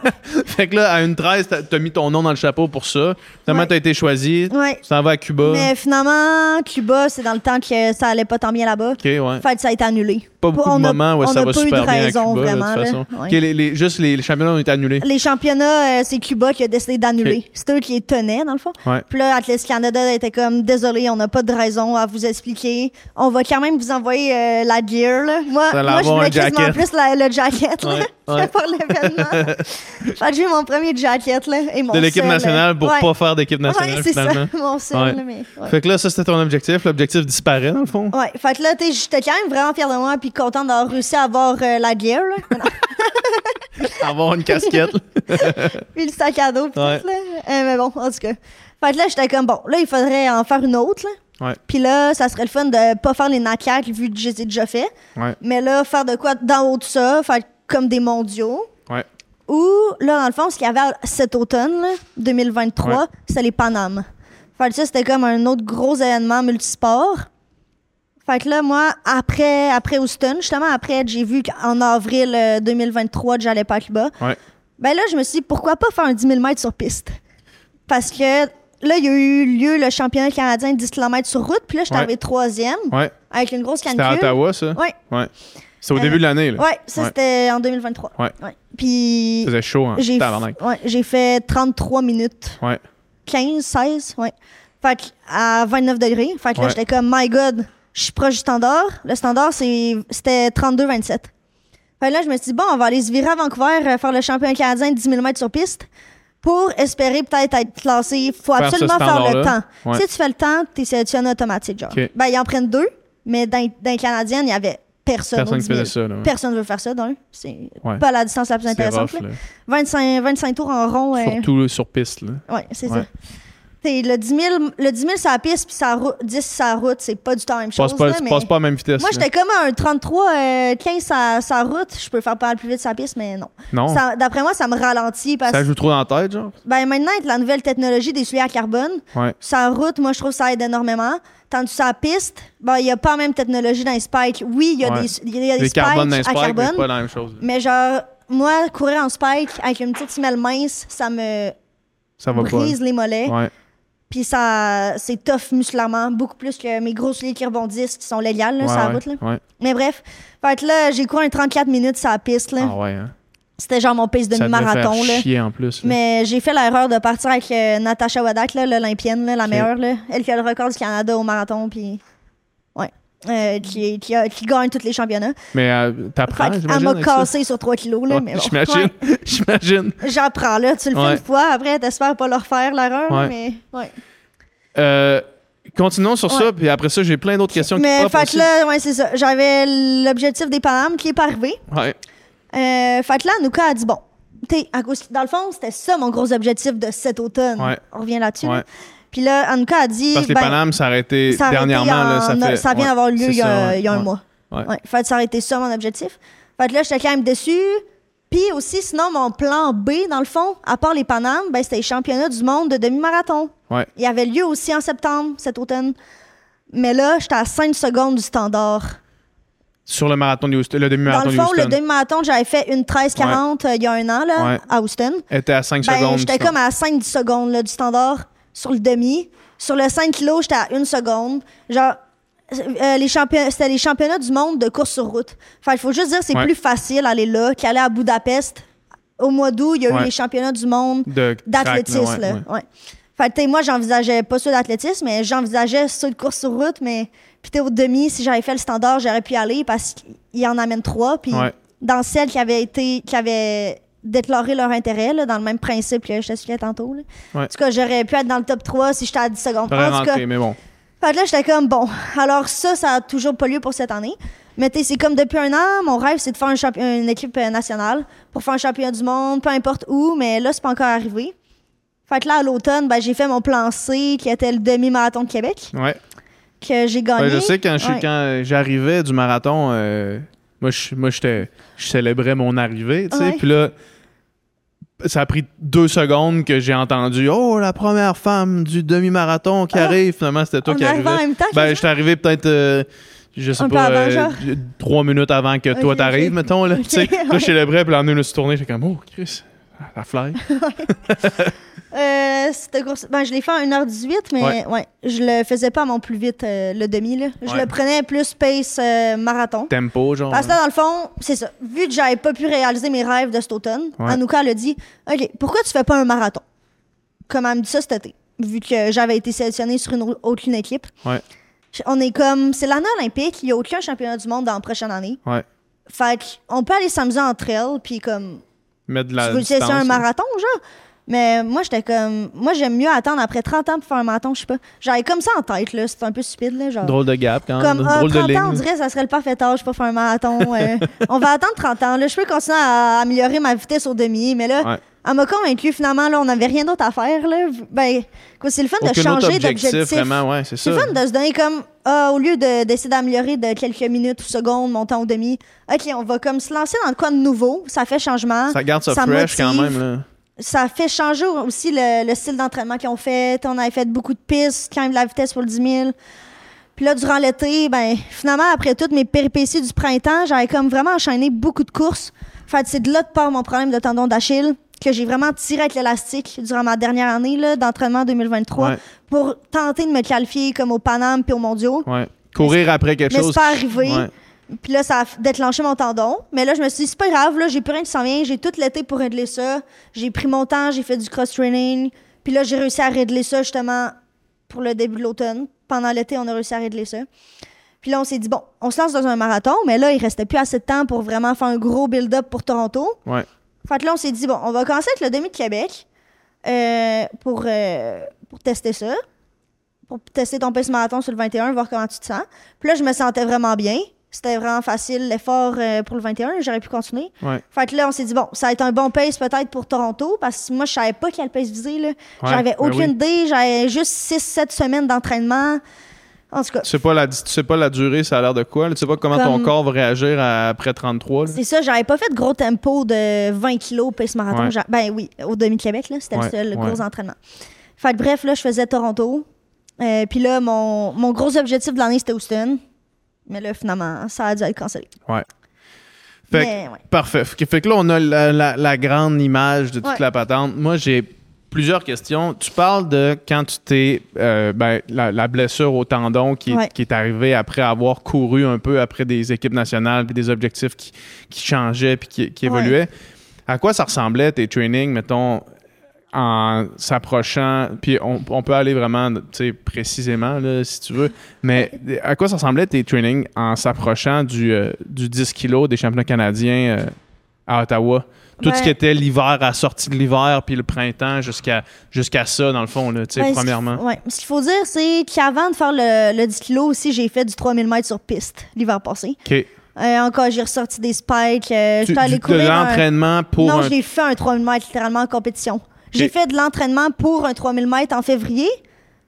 Speaker 1: Fait que là, à 1,13, t'as- t'as mis ton nom dans le chapeau pour ça. Finalement,
Speaker 2: Ouais.
Speaker 1: t'as été choisi.
Speaker 2: Ouais.
Speaker 1: Tu t'en vas à Cuba.
Speaker 2: Mais finalement, Cuba, c'est dans le temps que ça allait pas tant bien là-bas.
Speaker 1: OK, ouais.
Speaker 2: Fait que ça a été annulé.
Speaker 1: Pas beaucoup
Speaker 2: on
Speaker 1: de
Speaker 2: a-
Speaker 1: moments où
Speaker 2: on
Speaker 1: ça
Speaker 2: a
Speaker 1: va
Speaker 2: pas eu
Speaker 1: super
Speaker 2: de
Speaker 1: bien à
Speaker 2: raison,
Speaker 1: Cuba, là,
Speaker 2: vraiment,
Speaker 1: de
Speaker 2: là.
Speaker 1: toute façon.
Speaker 2: Ouais.
Speaker 1: OK, les, les- juste les, les championnats ont été annulés.
Speaker 2: Les championnats, euh, c'est Cuba qui a décidé d'annuler.
Speaker 1: Ok.
Speaker 2: C'est eux qui les tenaient, dans le fond.
Speaker 1: Ouais.
Speaker 2: Puis là, Atlas Canada était comme désolé, on n'a pas de raison à vous expliquer. On va quand même vous envoyer euh, la gear. Là. Moi,
Speaker 1: Ça allait
Speaker 2: moi je
Speaker 1: avoir
Speaker 2: voulais
Speaker 1: un jacket.
Speaker 2: quasiment plus la- le jacket là,
Speaker 1: Ouais, ouais.
Speaker 2: pour l'événement. fait que j'ai eu mon premier jacket là, et mon
Speaker 1: De l'équipe
Speaker 2: seul, euh,
Speaker 1: nationale pour
Speaker 2: ouais.
Speaker 1: pas faire d'équipe nationale,
Speaker 2: Ouais, c'est ça,
Speaker 1: finalement.
Speaker 2: mon seul.
Speaker 1: Ouais.
Speaker 2: là, mais, ouais.
Speaker 1: Fait que là, ça, c'était ton objectif. L'objectif disparaît, dans le fond.
Speaker 2: Ouais, fait que là, tu sais, j'étais quand même vraiment fière de moi puis contente d'avoir réussi à avoir euh, la gear, là.
Speaker 1: Avoir une casquette.
Speaker 2: puis le sac à dos, puis
Speaker 1: Ouais.
Speaker 2: tout, là. Euh, mais bon, en tout cas. Fait que là, j'étais comme, bon, là, il faudrait en faire une autre, là.
Speaker 1: Ouais.
Speaker 2: Puis là, ça serait le fun de pas faire les NACAC vu que je les ai déjà fait.
Speaker 1: Ouais.
Speaker 2: Mais là, faire de quoi d'en haut de ça, faire comme des mondiaux.
Speaker 1: Ouais.
Speaker 2: Ou, là, dans le fond, ce qu'il y avait cet automne, là, 2023,
Speaker 1: Ouais.
Speaker 2: c'est les Panames. Fait que ça, c'était comme un autre gros événement multisport. Fait que là, moi, après, après Houston, justement, après, j'ai vu qu'en avril euh, 2023 que j'allais pas à Cuba.
Speaker 1: Ouais.
Speaker 2: Ben là, je me suis dit, pourquoi pas faire un 10 000 mètres sur piste? Parce que là, il y a eu lieu le championnat canadien de 10 km sur route, puis là, j'étais
Speaker 1: Ouais.
Speaker 2: arrivé troisième
Speaker 1: Ouais.
Speaker 2: avec une grosse
Speaker 1: C'était à
Speaker 2: canicule.
Speaker 1: Ottawa, ça?
Speaker 2: Ouais.
Speaker 1: Ouais. C'était au
Speaker 2: Euh,
Speaker 1: début de l'année, là.
Speaker 2: Ouais, ça
Speaker 1: Ouais.
Speaker 2: c'était en 2023.
Speaker 1: Ouais.
Speaker 2: Puis
Speaker 1: Ça faisait chaud, hein?
Speaker 2: j'ai
Speaker 1: Tabarnak.
Speaker 2: f- ouais, j'ai fait 33 minutes.
Speaker 1: Ouais.
Speaker 2: 15, 16, ouais. Fait que à 29 degrés. Fait que là,
Speaker 1: Ouais.
Speaker 2: j'étais comme, my God, je suis proche du standard. Le standard, c'est- c'était 32-27. Fait que là, je me suis dit, bon, on va aller se virer à Vancouver, euh, faire le championnat canadien de 10 000 mètres sur piste pour espérer peut-être être classé. Il faut
Speaker 1: Faire ce
Speaker 2: absolument faire le
Speaker 1: standard-là.
Speaker 2: temps.
Speaker 1: Ouais.
Speaker 2: Si tu fais le temps, t'es sélectionné automatique, genre.
Speaker 1: Ok.
Speaker 2: Ben, ils en prennent deux, mais dans, dans les Canadiennes, il y avait personne.
Speaker 1: Personne
Speaker 2: aux
Speaker 1: qui
Speaker 2: 10 000.
Speaker 1: faisait ça, là. ouais.
Speaker 2: Personne ne veut faire ça, d'un. C'est
Speaker 1: Ouais.
Speaker 2: pas la distance la plus
Speaker 1: C'était
Speaker 2: intéressante.
Speaker 1: rough,
Speaker 2: là.
Speaker 1: là.
Speaker 2: 25, 25 tours en rond. euh,
Speaker 1: Surtout là, sur piste, là.
Speaker 2: Ouais, c'est
Speaker 1: Ouais.
Speaker 2: ça. T'sais, le 10 000, le 10 000 sur la piste, puis sur la route- 10 sur la route, c'est pas du tout la même chose.
Speaker 1: Passe pas,
Speaker 2: là, mais
Speaker 1: passe pas à la même vitesse.
Speaker 2: Moi,
Speaker 1: là.
Speaker 2: j'étais comme à un 33, euh, 15 sur la- sur la route. Je peux faire pas mal plus vite sur la piste, mais non.
Speaker 1: Non. Ça,
Speaker 2: Ça- D'après moi, ça me ralentit parce que
Speaker 1: joue trop dans la tête, genre.
Speaker 2: ben, maintenant, avec la nouvelle technologie des tuyaux à carbone,
Speaker 1: Ouais.
Speaker 2: sur la route, moi, je trouve que ça aide énormément. Tandis que sur la piste, ben, il n'y a pas la même technologie dans les spikes. Oui, il y a
Speaker 1: Ouais.
Speaker 2: des, il y a des
Speaker 1: Des
Speaker 2: spikes
Speaker 1: carbones dans les
Speaker 2: à
Speaker 1: spikes, mais
Speaker 2: carbone,
Speaker 1: c'est pas la même chose. là.
Speaker 2: mais genre, moi, courir en spike avec une petite semelle mince, ça me
Speaker 1: Ça va pas.
Speaker 2: brise les mollets.
Speaker 1: Ouais.
Speaker 2: Puis ça, c'est tough musculairement, beaucoup plus que mes grosses souliers qui rebondissent, qui sont légales, là,
Speaker 1: ouais,
Speaker 2: sur la
Speaker 1: ouais,
Speaker 2: route. Là.
Speaker 1: ouais.
Speaker 2: Mais bref, fait que là, j'ai couru un 34 minutes sur la piste. Là.
Speaker 1: Ah ouais, hein.
Speaker 2: C'était genre mon pace
Speaker 1: Ça devait
Speaker 2: demi-marathon.
Speaker 1: faire
Speaker 2: Là.
Speaker 1: chier en plus. là.
Speaker 2: Mais j'ai fait l'erreur de partir avec euh, Natasha Wadak, là, l'Olympienne, là, la meilleure. Là. Elle qui a le record du Canada au marathon, puis... Ouais. Euh, qui, qui a- qui gagne tous les championnats.
Speaker 1: Mais euh, t'apprends,
Speaker 2: Fait que elle
Speaker 1: j'imagine.
Speaker 2: m'a
Speaker 1: avec ça?
Speaker 2: cassé sur 3 kilos. Là,
Speaker 1: Ouais,
Speaker 2: mais bon.
Speaker 1: J'imagine. J'imagine.
Speaker 2: Ouais, J'apprends, là. Tu le fais
Speaker 1: Ouais.
Speaker 2: une fois, après, t'espères pas le refaire, l'erreur,
Speaker 1: Ouais.
Speaker 2: mais... Ouais.
Speaker 1: Euh, continuons sur
Speaker 2: Ouais.
Speaker 1: ça, puis après ça, j'ai plein d'autres questions
Speaker 2: Mais
Speaker 1: qui popent
Speaker 2: fait que
Speaker 1: aussi.
Speaker 2: là, ouais, c'est ça. J'avais l'objectif des Panames qui est pas arrivé.
Speaker 1: Ouais.
Speaker 2: Euh, fait que là, Anouka a dit bon, t'sais, à cause- dans le fond, c'était ça mon gros objectif de cet automne.
Speaker 1: Ouais.
Speaker 2: On revient là-dessus.
Speaker 1: Ouais.
Speaker 2: là. Puis là, Anouka a dit.
Speaker 1: Parce que les
Speaker 2: ben,
Speaker 1: Panames, ça a arrêté
Speaker 2: ça a arrêté
Speaker 1: dernièrement. là,
Speaker 2: en-
Speaker 1: ça, fait,
Speaker 2: vient
Speaker 1: ouais,
Speaker 2: d'avoir lieu
Speaker 1: c'est
Speaker 2: il y a,
Speaker 1: ça, ouais,
Speaker 2: il y a un
Speaker 1: ouais.
Speaker 2: mois.
Speaker 1: Ouais.
Speaker 2: Ouais. Fait que ça a été ça mon objectif. Fait que là, j'étais quand même déçue. Puis aussi, sinon, mon plan B, dans le fond, à part les Panames, ben, c'était les championnats du monde de demi-marathon.
Speaker 1: Ouais.
Speaker 2: Il y avait lieu aussi en septembre, cet automne. Mais là, j'étais à 5 secondes du standard.
Speaker 1: Sur le marathon de Houston, le
Speaker 2: Dans
Speaker 1: demi-marathon
Speaker 2: le
Speaker 1: de
Speaker 2: fond,
Speaker 1: Houston.
Speaker 2: le demi-marathon, j'avais fait une 13-40 euh, il y a un an là,
Speaker 1: Ouais.
Speaker 2: à Houston.
Speaker 1: était à 5
Speaker 2: Ben,
Speaker 1: secondes.
Speaker 2: j'étais
Speaker 1: du
Speaker 2: comme à 5-10 secondes là, du standard sur le demi. Sur le 5 kg, j'étais à 1 seconde. Genre, euh, les championnats, c'était les championnats du monde de course sur route. Fait il faut juste dire c'est
Speaker 1: Ouais.
Speaker 2: plus facile aller là qu'aller à Budapest. Au mois d'août, il y a eu
Speaker 1: Ouais.
Speaker 2: les championnats du monde
Speaker 1: de track, là,
Speaker 2: d'athlétisme.
Speaker 1: ouais,
Speaker 2: là,
Speaker 1: ouais.
Speaker 2: ouais. Fait que, tu sais, moi, j'envisageais pas ceux d'athlétisme, mais j'envisageais ceux de course sur route. Mais puis, tu sais, au demi, si j'avais fait le standard, j'aurais pu y aller parce qu'il en amène trois. Puis,
Speaker 1: Ouais.
Speaker 2: dans celles qui avaient été, qui avaient déclaré leur intérêt, là, dans le même principe que je t'expliquais tantôt. là.
Speaker 1: Ouais.
Speaker 2: En tout cas, j'aurais pu être dans le top 3 si j'étais à 10 secondes.
Speaker 1: T'aurais
Speaker 2: En tout cas,
Speaker 1: rentré, mais bon.
Speaker 2: fait que là, j'étais comme, bon, alors ça, ça a toujours pas lieu pour cette année. Mais tu sais, c'est comme depuis un an, mon rêve, c'est de faire un champi- une équipe euh, nationale pour faire un championnat du monde, peu importe où, mais là, c'est pas encore arrivé. Fait que là, à l'automne, ben, j'ai fait mon plan C, qui était le demi-marathon de Québec,
Speaker 1: Ouais.
Speaker 2: que j'ai
Speaker 1: Ouais,
Speaker 2: gagné.
Speaker 1: je sais, quand je-
Speaker 2: Ouais.
Speaker 1: quand j'arrivais du marathon, euh, moi, je, moi j'étais, je célébrais mon arrivée, tu sais.
Speaker 2: Ouais.
Speaker 1: Puis là, ça a pris deux secondes que j'ai entendu « Oh, la première femme du demi-marathon qui
Speaker 2: Ah!
Speaker 1: arrive! » Finalement, c'était toi
Speaker 2: On
Speaker 1: qui
Speaker 2: arrivait
Speaker 1: arrivais.
Speaker 2: en même temps,
Speaker 1: Ben,
Speaker 2: quasiment.
Speaker 1: j'étais arrivé peut-être, euh, je sais
Speaker 2: Un peu
Speaker 1: pas,
Speaker 2: avant,
Speaker 1: euh,
Speaker 2: genre.
Speaker 1: trois minutes avant que
Speaker 2: Ok,
Speaker 1: toi
Speaker 2: ok.
Speaker 1: t'arrives, mettons. Là, tu sais.
Speaker 2: Ok,
Speaker 1: là
Speaker 2: ouais.
Speaker 1: je célébrais, puis là, on est tourné, j'étais comme « Oh, Chris, la fly!
Speaker 2: Euh, c'était gros- ben, je l'ai fait en 1h18, mais ouais.
Speaker 1: Ouais.
Speaker 2: je le faisais pas à mon plus vite, euh, le demi. Là. Je
Speaker 1: Ouais.
Speaker 2: le prenais plus pace euh, marathon. »
Speaker 1: Tempo, genre.
Speaker 2: Parce que là, dans le fond, c'est ça. Vu que j'avais pas pu réaliser mes rêves de cet automne,
Speaker 1: Ouais.
Speaker 2: Anouka, elle a dit OK, pourquoi tu fais pas un marathon Comme elle me dit ça cet été, vu que j'avais été sélectionnée sur une au- aucune équipe.
Speaker 1: Ouais.
Speaker 2: Je- On est comme. C'est l'année olympique, il n'y a aucun championnat du monde dans la prochaine année.
Speaker 1: Ouais.
Speaker 2: Fait qu'on peut aller s'amuser entre elles, puis comme.
Speaker 1: Mettre de la
Speaker 2: tu veux essayer
Speaker 1: distance,
Speaker 2: un
Speaker 1: là.
Speaker 2: marathon, genre mais moi, j'étais comme. Moi, j'aime mieux attendre après 30 ans pour faire un marathon, je sais pas. J'avais comme ça en tête, là. C'était un peu stupide, là. Genre
Speaker 1: Drôle de gap, quand même.
Speaker 2: comme ah,
Speaker 1: Drôle
Speaker 2: 30
Speaker 1: de ligne.
Speaker 2: ans, on dirait que ça serait le parfait âge pour faire un marathon. euh, on va attendre 30 ans. Là, je peux continuer à améliorer ma vitesse au demi, mais là,
Speaker 1: Ouais.
Speaker 2: Elle m'a convaincu finalement, là, on n'avait rien d'autre à faire. Là. Ben, quoi, c'est le fun de
Speaker 1: Aucun autre
Speaker 2: changer
Speaker 1: objectif,
Speaker 2: d'objectif.
Speaker 1: vraiment, ouais, c'est
Speaker 2: C'est
Speaker 1: ça.
Speaker 2: le fun de se donner comme, ah, au lieu de- d'essayer d'améliorer de quelques minutes ou secondes, mon temps ou demi, OK, on va comme se lancer dans le quoi de nouveau. Ça fait changement.
Speaker 1: Ça garde ça,
Speaker 2: hein? Ça
Speaker 1: fresh quand
Speaker 2: motive.
Speaker 1: même. Là.
Speaker 2: ça fait changer aussi le, le style d'entraînement qu'ils ont fait. On avait fait beaucoup de pistes, quand même de la vitesse pour le 10 000. Puis là, durant l'été, ben, finalement, après toutes mes péripéties du printemps, j'avais comme vraiment enchaîné beaucoup de courses. Fait que c'est de là de part mon problème de tendon d'Achille, que j'ai vraiment tiré avec l'élastique durant ma dernière année là, d'entraînement 2023
Speaker 1: Ouais,
Speaker 2: pour tenter de me qualifier comme au Paname puis aux mondiaux.
Speaker 1: ouais. Courir après quelque
Speaker 2: mais
Speaker 1: chose.
Speaker 2: c'est pas
Speaker 1: qui-
Speaker 2: arrivé. Puis là, ça a f- déclenché mon tendon. Mais là, je me suis dit, c'est pas grave, là, j'ai plus rien qui s'en vient. J'ai tout l'été pour régler ça. J'ai pris mon temps, j'ai fait du cross-training. Puis là, j'ai réussi à régler ça, justement, pour le début de l'automne. Pendant l'été, on a réussi à régler ça. Puis là, on s'est dit, bon, on se lance dans un marathon, mais là, il restait plus assez de temps pour vraiment faire un gros build-up pour Toronto.
Speaker 1: Ouais.
Speaker 2: Fait que là, on s'est dit, bon, on va commencer avec le demi de Québec euh, pour, euh, pour tester ça, pour tester ton pace marathon sur le 21, voir comment tu te sens. Puis là, je me sentais vraiment bien. C'était vraiment facile, l'effort euh, pour le 21, j'aurais pu continuer.
Speaker 1: Ouais.
Speaker 2: Fait que là, on s'est dit, bon, ça va être un bon pace peut-être pour Toronto, parce que moi, je savais pas quel pace viser. Là.
Speaker 1: Ouais,
Speaker 2: J'avais
Speaker 1: ben oui.
Speaker 2: aucune idée, j'avais juste 6-7 semaines d'entraînement. En tout cas,
Speaker 1: Tu sais, pas la, tu sais pas la durée, ça a l'air de quoi. là. Tu sais pas comment ton
Speaker 2: Comme-
Speaker 1: corps va réagir à- après 33. là.
Speaker 2: C'est ça, j'avais pas fait de gros tempo de 20 kilos pace marathon.
Speaker 1: Ouais.
Speaker 2: J'a- Ben oui, au demi-Québec, là, c'était
Speaker 1: Ouais,
Speaker 2: le seul
Speaker 1: ouais.
Speaker 2: gros entraînement. Fait que bref, là, je faisais Toronto. Euh, Puis là, mon, mon gros objectif de l'année, c'était Houston. Mais là, finalement, ça a dû être cancellé.
Speaker 1: Fait que-
Speaker 2: Mais ouais.
Speaker 1: Parfait. Fait que- fait que là, on a la, la- la grande image de toute
Speaker 2: Ouais.
Speaker 1: la patente. Moi, j'ai plusieurs questions. Tu parles de quand tu t'es. euh, ben, la, la blessure au tendon qui, est-
Speaker 2: Ouais.
Speaker 1: qui est arrivée après avoir couru un peu après des équipes nationales puis des objectifs qui, qui changeaient puis qui, qui
Speaker 2: Ouais.
Speaker 1: évoluaient. À quoi ça ressemblait tes trainings, mettons, en s'approchant, puis on, on peut aller vraiment tu sais, précisément là, si tu veux, mais à quoi ça ressemblait tes trainings en s'approchant du, euh, du 10 kg des championnats canadiens euh, à Ottawa? Tout ce
Speaker 2: Ben-
Speaker 1: qui était l'hiver, à la sortie de l'hiver, puis le printemps, jusqu'à jusqu'à ça, dans le fond, là, tu sais,
Speaker 2: Ouais, Ben, ce qu'il-
Speaker 1: premièrement.
Speaker 2: ouais. Ce qu'il faut dire, c'est qu'avant de faire le, le 10 kilos aussi, j'ai fait du 3000 mètres sur piste l'hiver passé.
Speaker 1: OK.
Speaker 2: Euh, encore, j'ai ressorti des spikes. euh,
Speaker 1: Tu-
Speaker 2: j'étais
Speaker 1: du-
Speaker 2: allée
Speaker 1: de
Speaker 2: courir. un-
Speaker 1: l'entraînement pour
Speaker 2: non,
Speaker 1: un-
Speaker 2: je l'ai fait un 3000 mètres littéralement en compétition. J'ai
Speaker 1: Ok.
Speaker 2: fait de l'entraînement pour un 3000 mètres en février.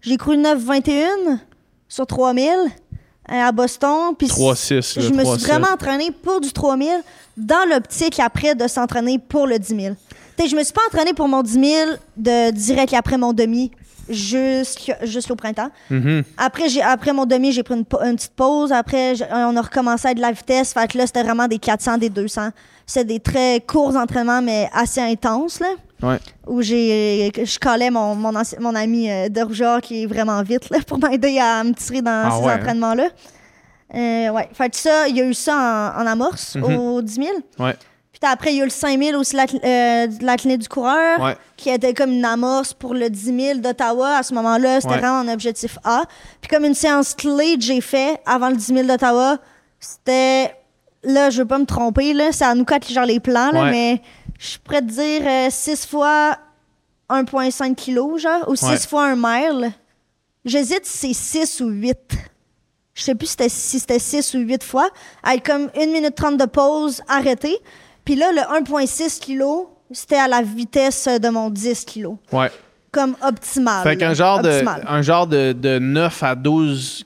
Speaker 2: J'ai couru 9,21 sur 3000 euh, à Boston. Puis
Speaker 1: 3-6.
Speaker 2: je
Speaker 1: là,
Speaker 2: me
Speaker 1: 3-7.
Speaker 2: suis vraiment entraînée pour du 3000 dans l'optique après de s'entraîner pour le 10 000. T'sais, je me suis pas entraînée pour mon 10 000 de direct après mon demi jusqu'au jusqu'au printemps.
Speaker 1: Mhm.
Speaker 2: Après, j'ai, après mon demi, j'ai pris une, pa- une petite pause. Après, j'ai- on a recommencé à de la vitesse. Fait que là, c'était vraiment des 400, des 200. C'est des très courts entraînements, mais assez intenses, là.
Speaker 1: Ouais.
Speaker 2: Où j'ai, que je collais mon, mon, anci- mon ami euh, de rougeur qui est vraiment vite, là, pour m'aider à me tirer dans
Speaker 1: Ah
Speaker 2: ces
Speaker 1: ouais, hein?
Speaker 2: entraînements-là. Euh, ouais. Fait que ça, il y a eu ça en, en amorce,
Speaker 1: Mhm.
Speaker 2: au 10 000.
Speaker 1: Ouais.
Speaker 2: Puis après, il y a eu le 5 000 aussi, la, cl- euh, de la clinique du coureur
Speaker 1: Ouais.
Speaker 2: qui était comme une amorce pour le 10 000 d'Ottawa. À ce moment-là, c'était
Speaker 1: Ouais.
Speaker 2: vraiment un objectif A. Puis comme une séance clé que j'ai fait avant le 10 000 d'Ottawa, c'était... Là, je veux pas me tromper, là, ça nous cote genre les plans, là,
Speaker 1: Ouais.
Speaker 2: mais je pourrais te dire 6 fois 1,5 kg, genre, ou 6
Speaker 1: Ouais.
Speaker 2: fois 1 mile. J'hésite si c'est 6 ou 8. Je sais plus si c'était- si c'était 6 ou 8 fois. Avec comme 1 minute 30 de pause, arrêté. Puis là, le 1,6 kg, c'était à la vitesse de mon 10 kg.
Speaker 1: Ouais.
Speaker 2: Comme optimal.
Speaker 1: Fait qu'un
Speaker 2: là.
Speaker 1: genre, de, Ah,
Speaker 2: Optimal.
Speaker 1: un genre de, de 9 à 12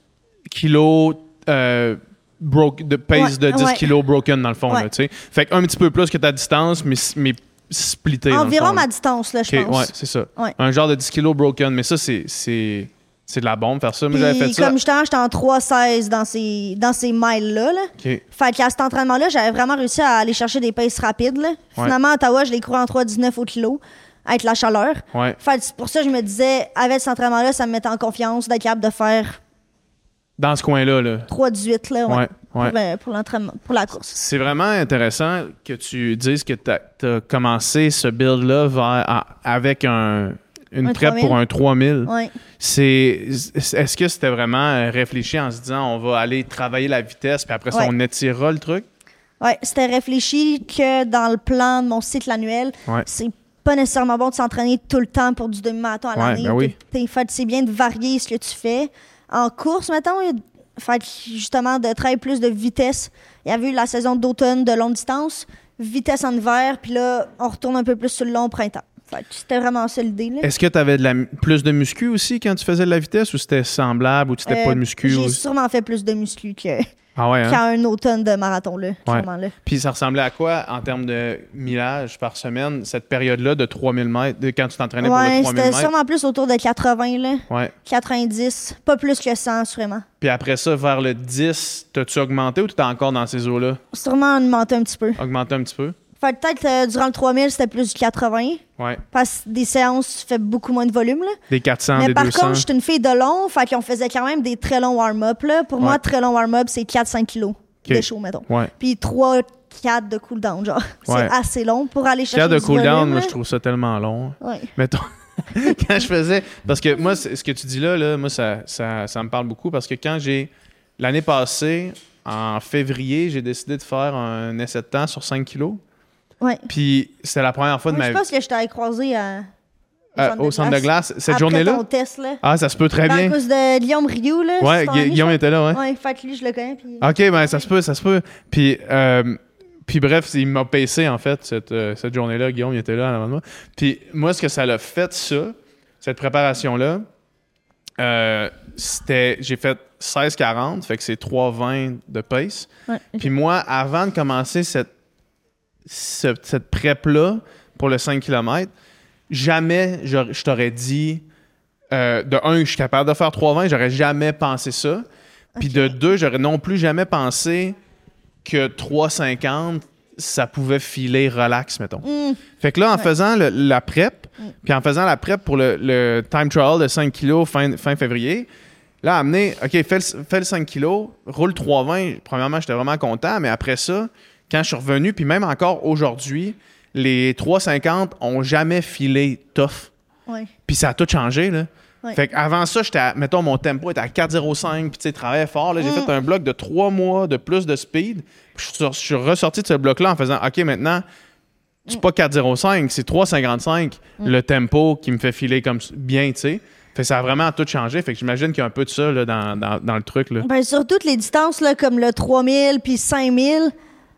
Speaker 1: kilos euh, broke- de pace
Speaker 2: Ouais,
Speaker 1: de 10
Speaker 2: ouais.
Speaker 1: kilos broken dans le fond.
Speaker 2: Ouais.
Speaker 1: Là, tu sais. fait qu'un petit peu plus que ta distance, mais, s- mais splitté. dans le
Speaker 2: Environ
Speaker 1: fond, là.
Speaker 2: ma distance, là, je
Speaker 1: Ok,
Speaker 2: pense.
Speaker 1: Ouais, c'est ça.
Speaker 2: Ouais.
Speaker 1: Un genre de 10 kilos broken, mais ça, c'est, c'est, c'est de la bombe faire ça. Moi, j'avais fait
Speaker 2: Puis
Speaker 1: ça.
Speaker 2: comme justement, j'étais en 3,16 dans ces, dans ces miles-là. Là.
Speaker 1: Ok.
Speaker 2: Fait qu'à cet entraînement-là, j'avais vraiment réussi à aller chercher des paces rapides. là.
Speaker 1: Ouais.
Speaker 2: Finalement, à Ottawa, je l'ai couru en 3,19 au kilo, avec la chaleur.
Speaker 1: Ouais.
Speaker 2: Fait que c'est pour ça que je me disais, avec cet entraînement-là, ça me mettait en confiance d'être capable de faire
Speaker 1: Dans ce coin-là. Là.
Speaker 2: 3,18 là, ouais,
Speaker 1: Ouais, ouais.
Speaker 2: pour, euh, pour l'entraînement, pour la course.
Speaker 1: C'est vraiment intéressant que tu dises que tu as commencé ce build-là vers- à- avec un, une
Speaker 2: Un
Speaker 1: prep
Speaker 2: 3000.
Speaker 1: pour un 3000.
Speaker 2: Ouais.
Speaker 1: C'est est-ce que c'était vraiment euh, réfléchi en se disant on va aller travailler la vitesse puis après ça
Speaker 2: Ouais.
Speaker 1: on étirera le truc
Speaker 2: Ouais, c'était réfléchi que dans le plan de mon cycle annuel,
Speaker 1: Ouais.
Speaker 2: c'est pas nécessairement bon de s'entraîner tout le temps pour du demi-marathon à
Speaker 1: Ouais,
Speaker 2: l'année.
Speaker 1: ben oui.
Speaker 2: T'es- t'es- fait que c'est bien de varier ce que tu fais. En course, mettons, il y a- fait que justement de travailler plus de vitesse. Il y avait eu la saison d'automne de longue distance. vitesse en hiver, puis là, on retourne un peu plus sur le long printemps. Fait que c'était vraiment ça l'idée. là.
Speaker 1: Est-ce que tu avais de la, plus de muscu aussi quand tu faisais de la vitesse ou c'était semblable ou tu n'étais
Speaker 2: Euh,
Speaker 1: pas de muscu?
Speaker 2: J'ai
Speaker 1: ou-
Speaker 2: sûrement fait plus de muscu que-
Speaker 1: Ah ouais, hein?
Speaker 2: qu'à un automne de marathon, là, clairement, là.
Speaker 1: Puis ça ressemblait à quoi en termes de millage par semaine, cette période-là de 3000 mètres, de- quand tu t'entraînais
Speaker 2: Ouais,
Speaker 1: pour le 3000
Speaker 2: c'était
Speaker 1: mètres?
Speaker 2: sûrement plus autour de 80, là.
Speaker 1: Ouais.
Speaker 2: 90, pas plus que 100, sûrement.
Speaker 1: Puis après ça, vers le 10, t'as-tu augmenté ou t'étais encore dans ces eaux-là?
Speaker 2: Sûrement augmenté un petit peu.
Speaker 1: Augmenté un petit peu?
Speaker 2: Fait que peut-être euh, durant le 3000, c'était plus du 80.
Speaker 1: Ouais.
Speaker 2: Parce que des séances, tu fais beaucoup moins de volume, là.
Speaker 1: Des 400,
Speaker 2: Mais
Speaker 1: des
Speaker 2: par
Speaker 1: 200.
Speaker 2: contre, j'étais une fille de long, fait qu'on faisait quand même des très longs warm-up. là. Pour
Speaker 1: Ouais.
Speaker 2: moi, très long warm-up, c'est 4-5 kilos
Speaker 1: Ok.
Speaker 2: de chaud, mettons.
Speaker 1: Ouais.
Speaker 2: Puis 3-4 de cool-down, genre.
Speaker 1: Ouais.
Speaker 2: C'est assez long pour aller chercher
Speaker 1: Quatre de
Speaker 2: du
Speaker 1: cooldown,
Speaker 2: volume,
Speaker 1: moi,
Speaker 2: là.
Speaker 1: je trouve ça tellement long.
Speaker 2: Ouais.
Speaker 1: Mettons, quand je faisais. Parce que moi, c'est- ce que tu dis là, là moi, ça, ça, ça me parle beaucoup parce que quand j'ai. L'année passée, en février, j'ai décidé de faire un essai de temps sur 5 kilos.
Speaker 2: Ouais.
Speaker 1: Puis c'était la première fois de
Speaker 2: Moi,
Speaker 1: ma
Speaker 2: je
Speaker 1: vie.
Speaker 2: pense que je t'avais croisé à...
Speaker 1: Euh, au centre de glace, cette
Speaker 2: après
Speaker 1: journée-là.
Speaker 2: ton test, là.
Speaker 1: Ah, ça se peut très
Speaker 2: Ben, à
Speaker 1: bien.
Speaker 2: cause de Guillaume Rioux, là.
Speaker 1: Ouais,
Speaker 2: c'est ton
Speaker 1: Gu-
Speaker 2: ami,
Speaker 1: Guillaume
Speaker 2: je
Speaker 1: était là, ouais.
Speaker 2: crois. Ouais, fait que lui, je le connais. Puis...
Speaker 1: OK, ben ça se peut, ça se peut. Puis, euh, puis bref, il m'a pacé, en fait, cette, euh, cette journée-là. Guillaume, il était là en avant de moi. Puis moi, ce que ça l'a fait, ça, cette préparation-là, euh, c'était... J'ai fait 16,40, fait que c'est 3,20 de pace.
Speaker 2: Ouais.
Speaker 1: Puis moi, avant de commencer cette, ce- cette prep-là pour le 5 km, jamais j'aurais- je t'aurais dit, euh, de un, que je suis capable de faire 3,20, j'aurais jamais pensé ça. Puis de deux, j'aurais non plus jamais pensé que 3,50, ça pouvait filer relax, mettons.
Speaker 2: Hum,
Speaker 1: Fait que là, en faisant le- la prep, puis en faisant la prep pour le, le time trial de 5 kilos fin, fin février, là, amener, OK, fais le, fais le 5 kilos, roule 3,20. Premièrement, j'étais vraiment content, mais après ça, quand je suis revenu, puis même encore aujourd'hui, les 3,50 ont jamais filé tough.
Speaker 2: Hum, ouais.
Speaker 1: Puis ça a tout changé, là.
Speaker 2: Ouais.
Speaker 1: Fait qu'avant ça, j'étais, à- mettons, mon tempo était à 4,05, puis tu sais, travaillais fort. Là, j'ai
Speaker 2: Mm.
Speaker 1: fait un bloc de trois mois de plus de speed. Puis je suis sur- je suis ressorti de ce bloc-là en faisant, OK, maintenant, c'est pas 4,05, c'est 3,55
Speaker 2: Mm.
Speaker 1: le tempo qui me fait filer comme s- bien, tu sais. Fait que ça a vraiment tout changé. Fait que j'imagine qu'il y a un peu de ça là, dans, dans- dans le truc, là.
Speaker 2: Ben, sur toutes les distances, là, comme le 3000 puis 5000,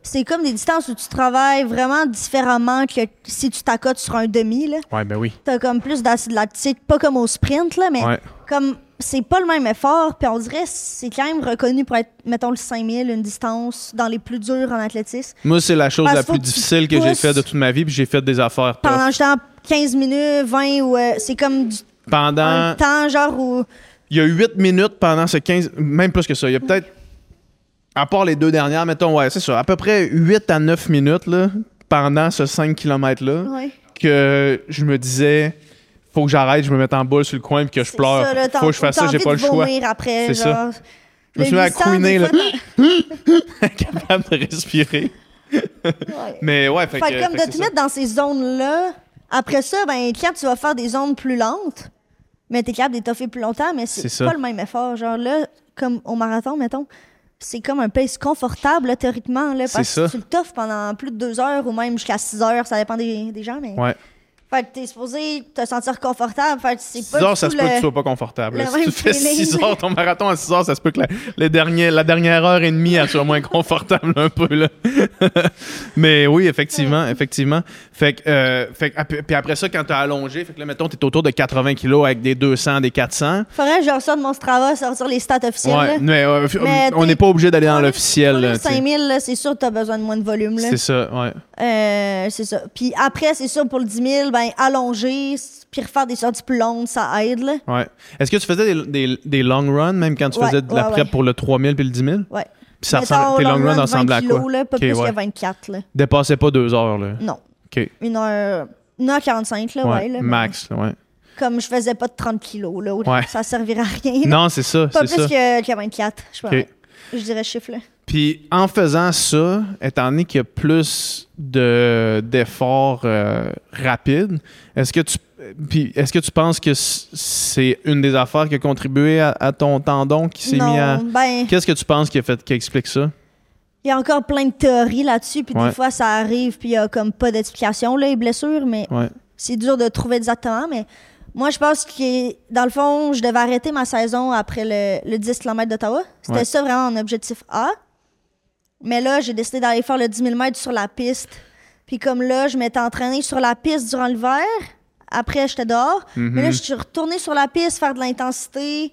Speaker 2: c'est comme des distances où tu travailles vraiment différemment que si tu t'accotes sur un demi. Là.
Speaker 1: Ouais, ben oui.
Speaker 2: T'as comme plus d'acide lactique, pas comme au sprint, là, mais
Speaker 1: Ouais.
Speaker 2: comme c'est pas le même effort. Puis on dirait que c'est quand même reconnu pour être, mettons, le 5000, une distance dans les plus durs en athlétisme.
Speaker 1: Moi, c'est la chose
Speaker 2: Parce
Speaker 1: la
Speaker 2: faut
Speaker 1: plus
Speaker 2: que tu
Speaker 1: difficile que j'ai
Speaker 2: pousses.
Speaker 1: faite de toute ma vie, puis j'ai fait des affaires tough.
Speaker 2: Pendant genre 15 minutes, 20, ou euh, c'est comme du un
Speaker 1: Pendant
Speaker 2: temps, genre, où
Speaker 1: Il y a 8 minutes pendant ce 15, même plus que ça. Il y a peut-être, à part les deux dernières, mettons, ouais, c'est ça, à peu près 8 à 9 minutes là, pendant ce 5 km-là
Speaker 2: Ouais.
Speaker 1: que je me disais, faut que j'arrête, je me mette en boule sur le coin et que je
Speaker 2: C'est
Speaker 1: pleure.
Speaker 2: ça, là, t'as-
Speaker 1: faut que je fasse
Speaker 2: t'as
Speaker 1: ça, j'ai
Speaker 2: envie
Speaker 1: pas le
Speaker 2: de
Speaker 1: choix.
Speaker 2: vomir après,
Speaker 1: C'est ça.
Speaker 2: genre.
Speaker 1: Je me
Speaker 2: Le
Speaker 1: suis mis à
Speaker 2: 800, des
Speaker 1: couiner, là.
Speaker 2: fois,
Speaker 1: Capable de respirer.
Speaker 2: t'as- Ouais.
Speaker 1: Mais ouais, fait,
Speaker 2: Fait
Speaker 1: que-
Speaker 2: que comme
Speaker 1: fait
Speaker 2: de
Speaker 1: que
Speaker 2: te
Speaker 1: c'est ça.
Speaker 2: mettre dans ces zones-là, après ça, ben, quand tu vas faire des zones plus lentes, mais t'es capable d'étoffer plus longtemps, mais c'est
Speaker 1: C'est ça.
Speaker 2: pas le même effort. Genre là, comme au marathon, mettons, c'est comme un pace confortable, là, théoriquement, là,
Speaker 1: C'est
Speaker 2: parce
Speaker 1: ça.
Speaker 2: que tu le toffes pendant plus de deux heures ou même jusqu'à six heures, ça dépend des, des gens, mais...
Speaker 1: Ouais.
Speaker 2: Fait que t'es supposé te sentir confortable, fait que c'est
Speaker 1: 6
Speaker 2: pas
Speaker 1: heures,
Speaker 2: du
Speaker 1: ça
Speaker 2: tout
Speaker 1: se peut que
Speaker 2: le-
Speaker 1: tu sois pas confortable.
Speaker 2: le
Speaker 1: Si
Speaker 2: même
Speaker 1: tu fais
Speaker 2: feeling.
Speaker 1: 6 heures, ton marathon à 6 heures, ça se peut que la, les derniers- la dernière heure et demie, elle soit moins confortable un peu. Là. Mais oui, effectivement, effectivement. Fait que, euh, fait que, ah, puis puis après ça, quand t'as allongé, fait que là, mettons, t'es autour de 80 kilos avec des 200, des 400.
Speaker 2: Faudrait que je ressorte mon Strava, sortir les stats officielles,
Speaker 1: Ouais,
Speaker 2: là.
Speaker 1: mais euh, f-
Speaker 2: Mais
Speaker 1: on
Speaker 2: t'es-
Speaker 1: n'est pas obligé d'aller dans
Speaker 2: Pour les-
Speaker 1: l'officiel.
Speaker 2: pour les
Speaker 1: là, tu sais.
Speaker 2: 5000, là, c'est sûr que t'as besoin de moins de volume, là.
Speaker 1: C'est ça, ouais.
Speaker 2: Euh, c'est ça. Puis après, c'est sûr, pour le 10 000, ben, allonger, s- puis refaire des sorties plus longues, ça aide. Là.
Speaker 1: ouais. Est-ce que tu faisais des, des- des long runs, même quand tu
Speaker 2: Ouais,
Speaker 1: faisais de la
Speaker 2: ouais,
Speaker 1: prep
Speaker 2: ouais.
Speaker 1: pour le 3000 puis le 10 000? Puis
Speaker 2: Ouais.
Speaker 1: ça
Speaker 2: Mettons,
Speaker 1: ressemble- tes long, runs
Speaker 2: 20
Speaker 1: ressemblaient à quoi?
Speaker 2: kilos, là, pas
Speaker 1: Ok,
Speaker 2: plus
Speaker 1: ouais.
Speaker 2: que 24. Là.
Speaker 1: Dépassais pas deux heures, là.
Speaker 2: Non.
Speaker 1: OK.
Speaker 2: 1h45, là, ouais.
Speaker 1: Ouais,
Speaker 2: là, mais
Speaker 1: max, là, ouais.
Speaker 2: Comme je faisais pas de 30 kilos, là,
Speaker 1: Ouais.
Speaker 2: ça servirait à rien.
Speaker 1: Non, c'est ça,
Speaker 2: pas
Speaker 1: c'est
Speaker 2: plus
Speaker 1: ça.
Speaker 2: Que, que 24, je pense.
Speaker 1: Ok.
Speaker 2: Je dirais ce chiffre, là.
Speaker 1: Puis en faisant ça, étant donné qu'il y a plus de d'efforts euh, rapides, est-ce que tu puis est-ce que tu penses que c- c'est une des affaires qui a contribué à, à ton tendon qui s'est mis à
Speaker 2: Non, ben,
Speaker 1: Qu'est-ce que tu penses qui a fait qui explique ça
Speaker 2: il y a encore plein de théories là-dessus, puis
Speaker 1: Ouais.
Speaker 2: des fois, ça arrive, puis il y a comme pas d'explication, là, les blessures, mais
Speaker 1: Ouais.
Speaker 2: c'est dur de trouver exactement, mais moi, je pense que, dans le fond, je devais arrêter ma saison après le, le 10 km d'Ottawa. C'était
Speaker 1: Ouais.
Speaker 2: ça vraiment mon objectif A. Mais là, j'ai décidé d'aller faire le 10 000 mètres sur la piste Puis comme là, je m'étais entraînée sur la piste durant l'hiver. Après, j'étais dehors.
Speaker 1: Mm-hmm. Mhm.
Speaker 2: Mais là, je suis retournée sur la piste faire de l'intensité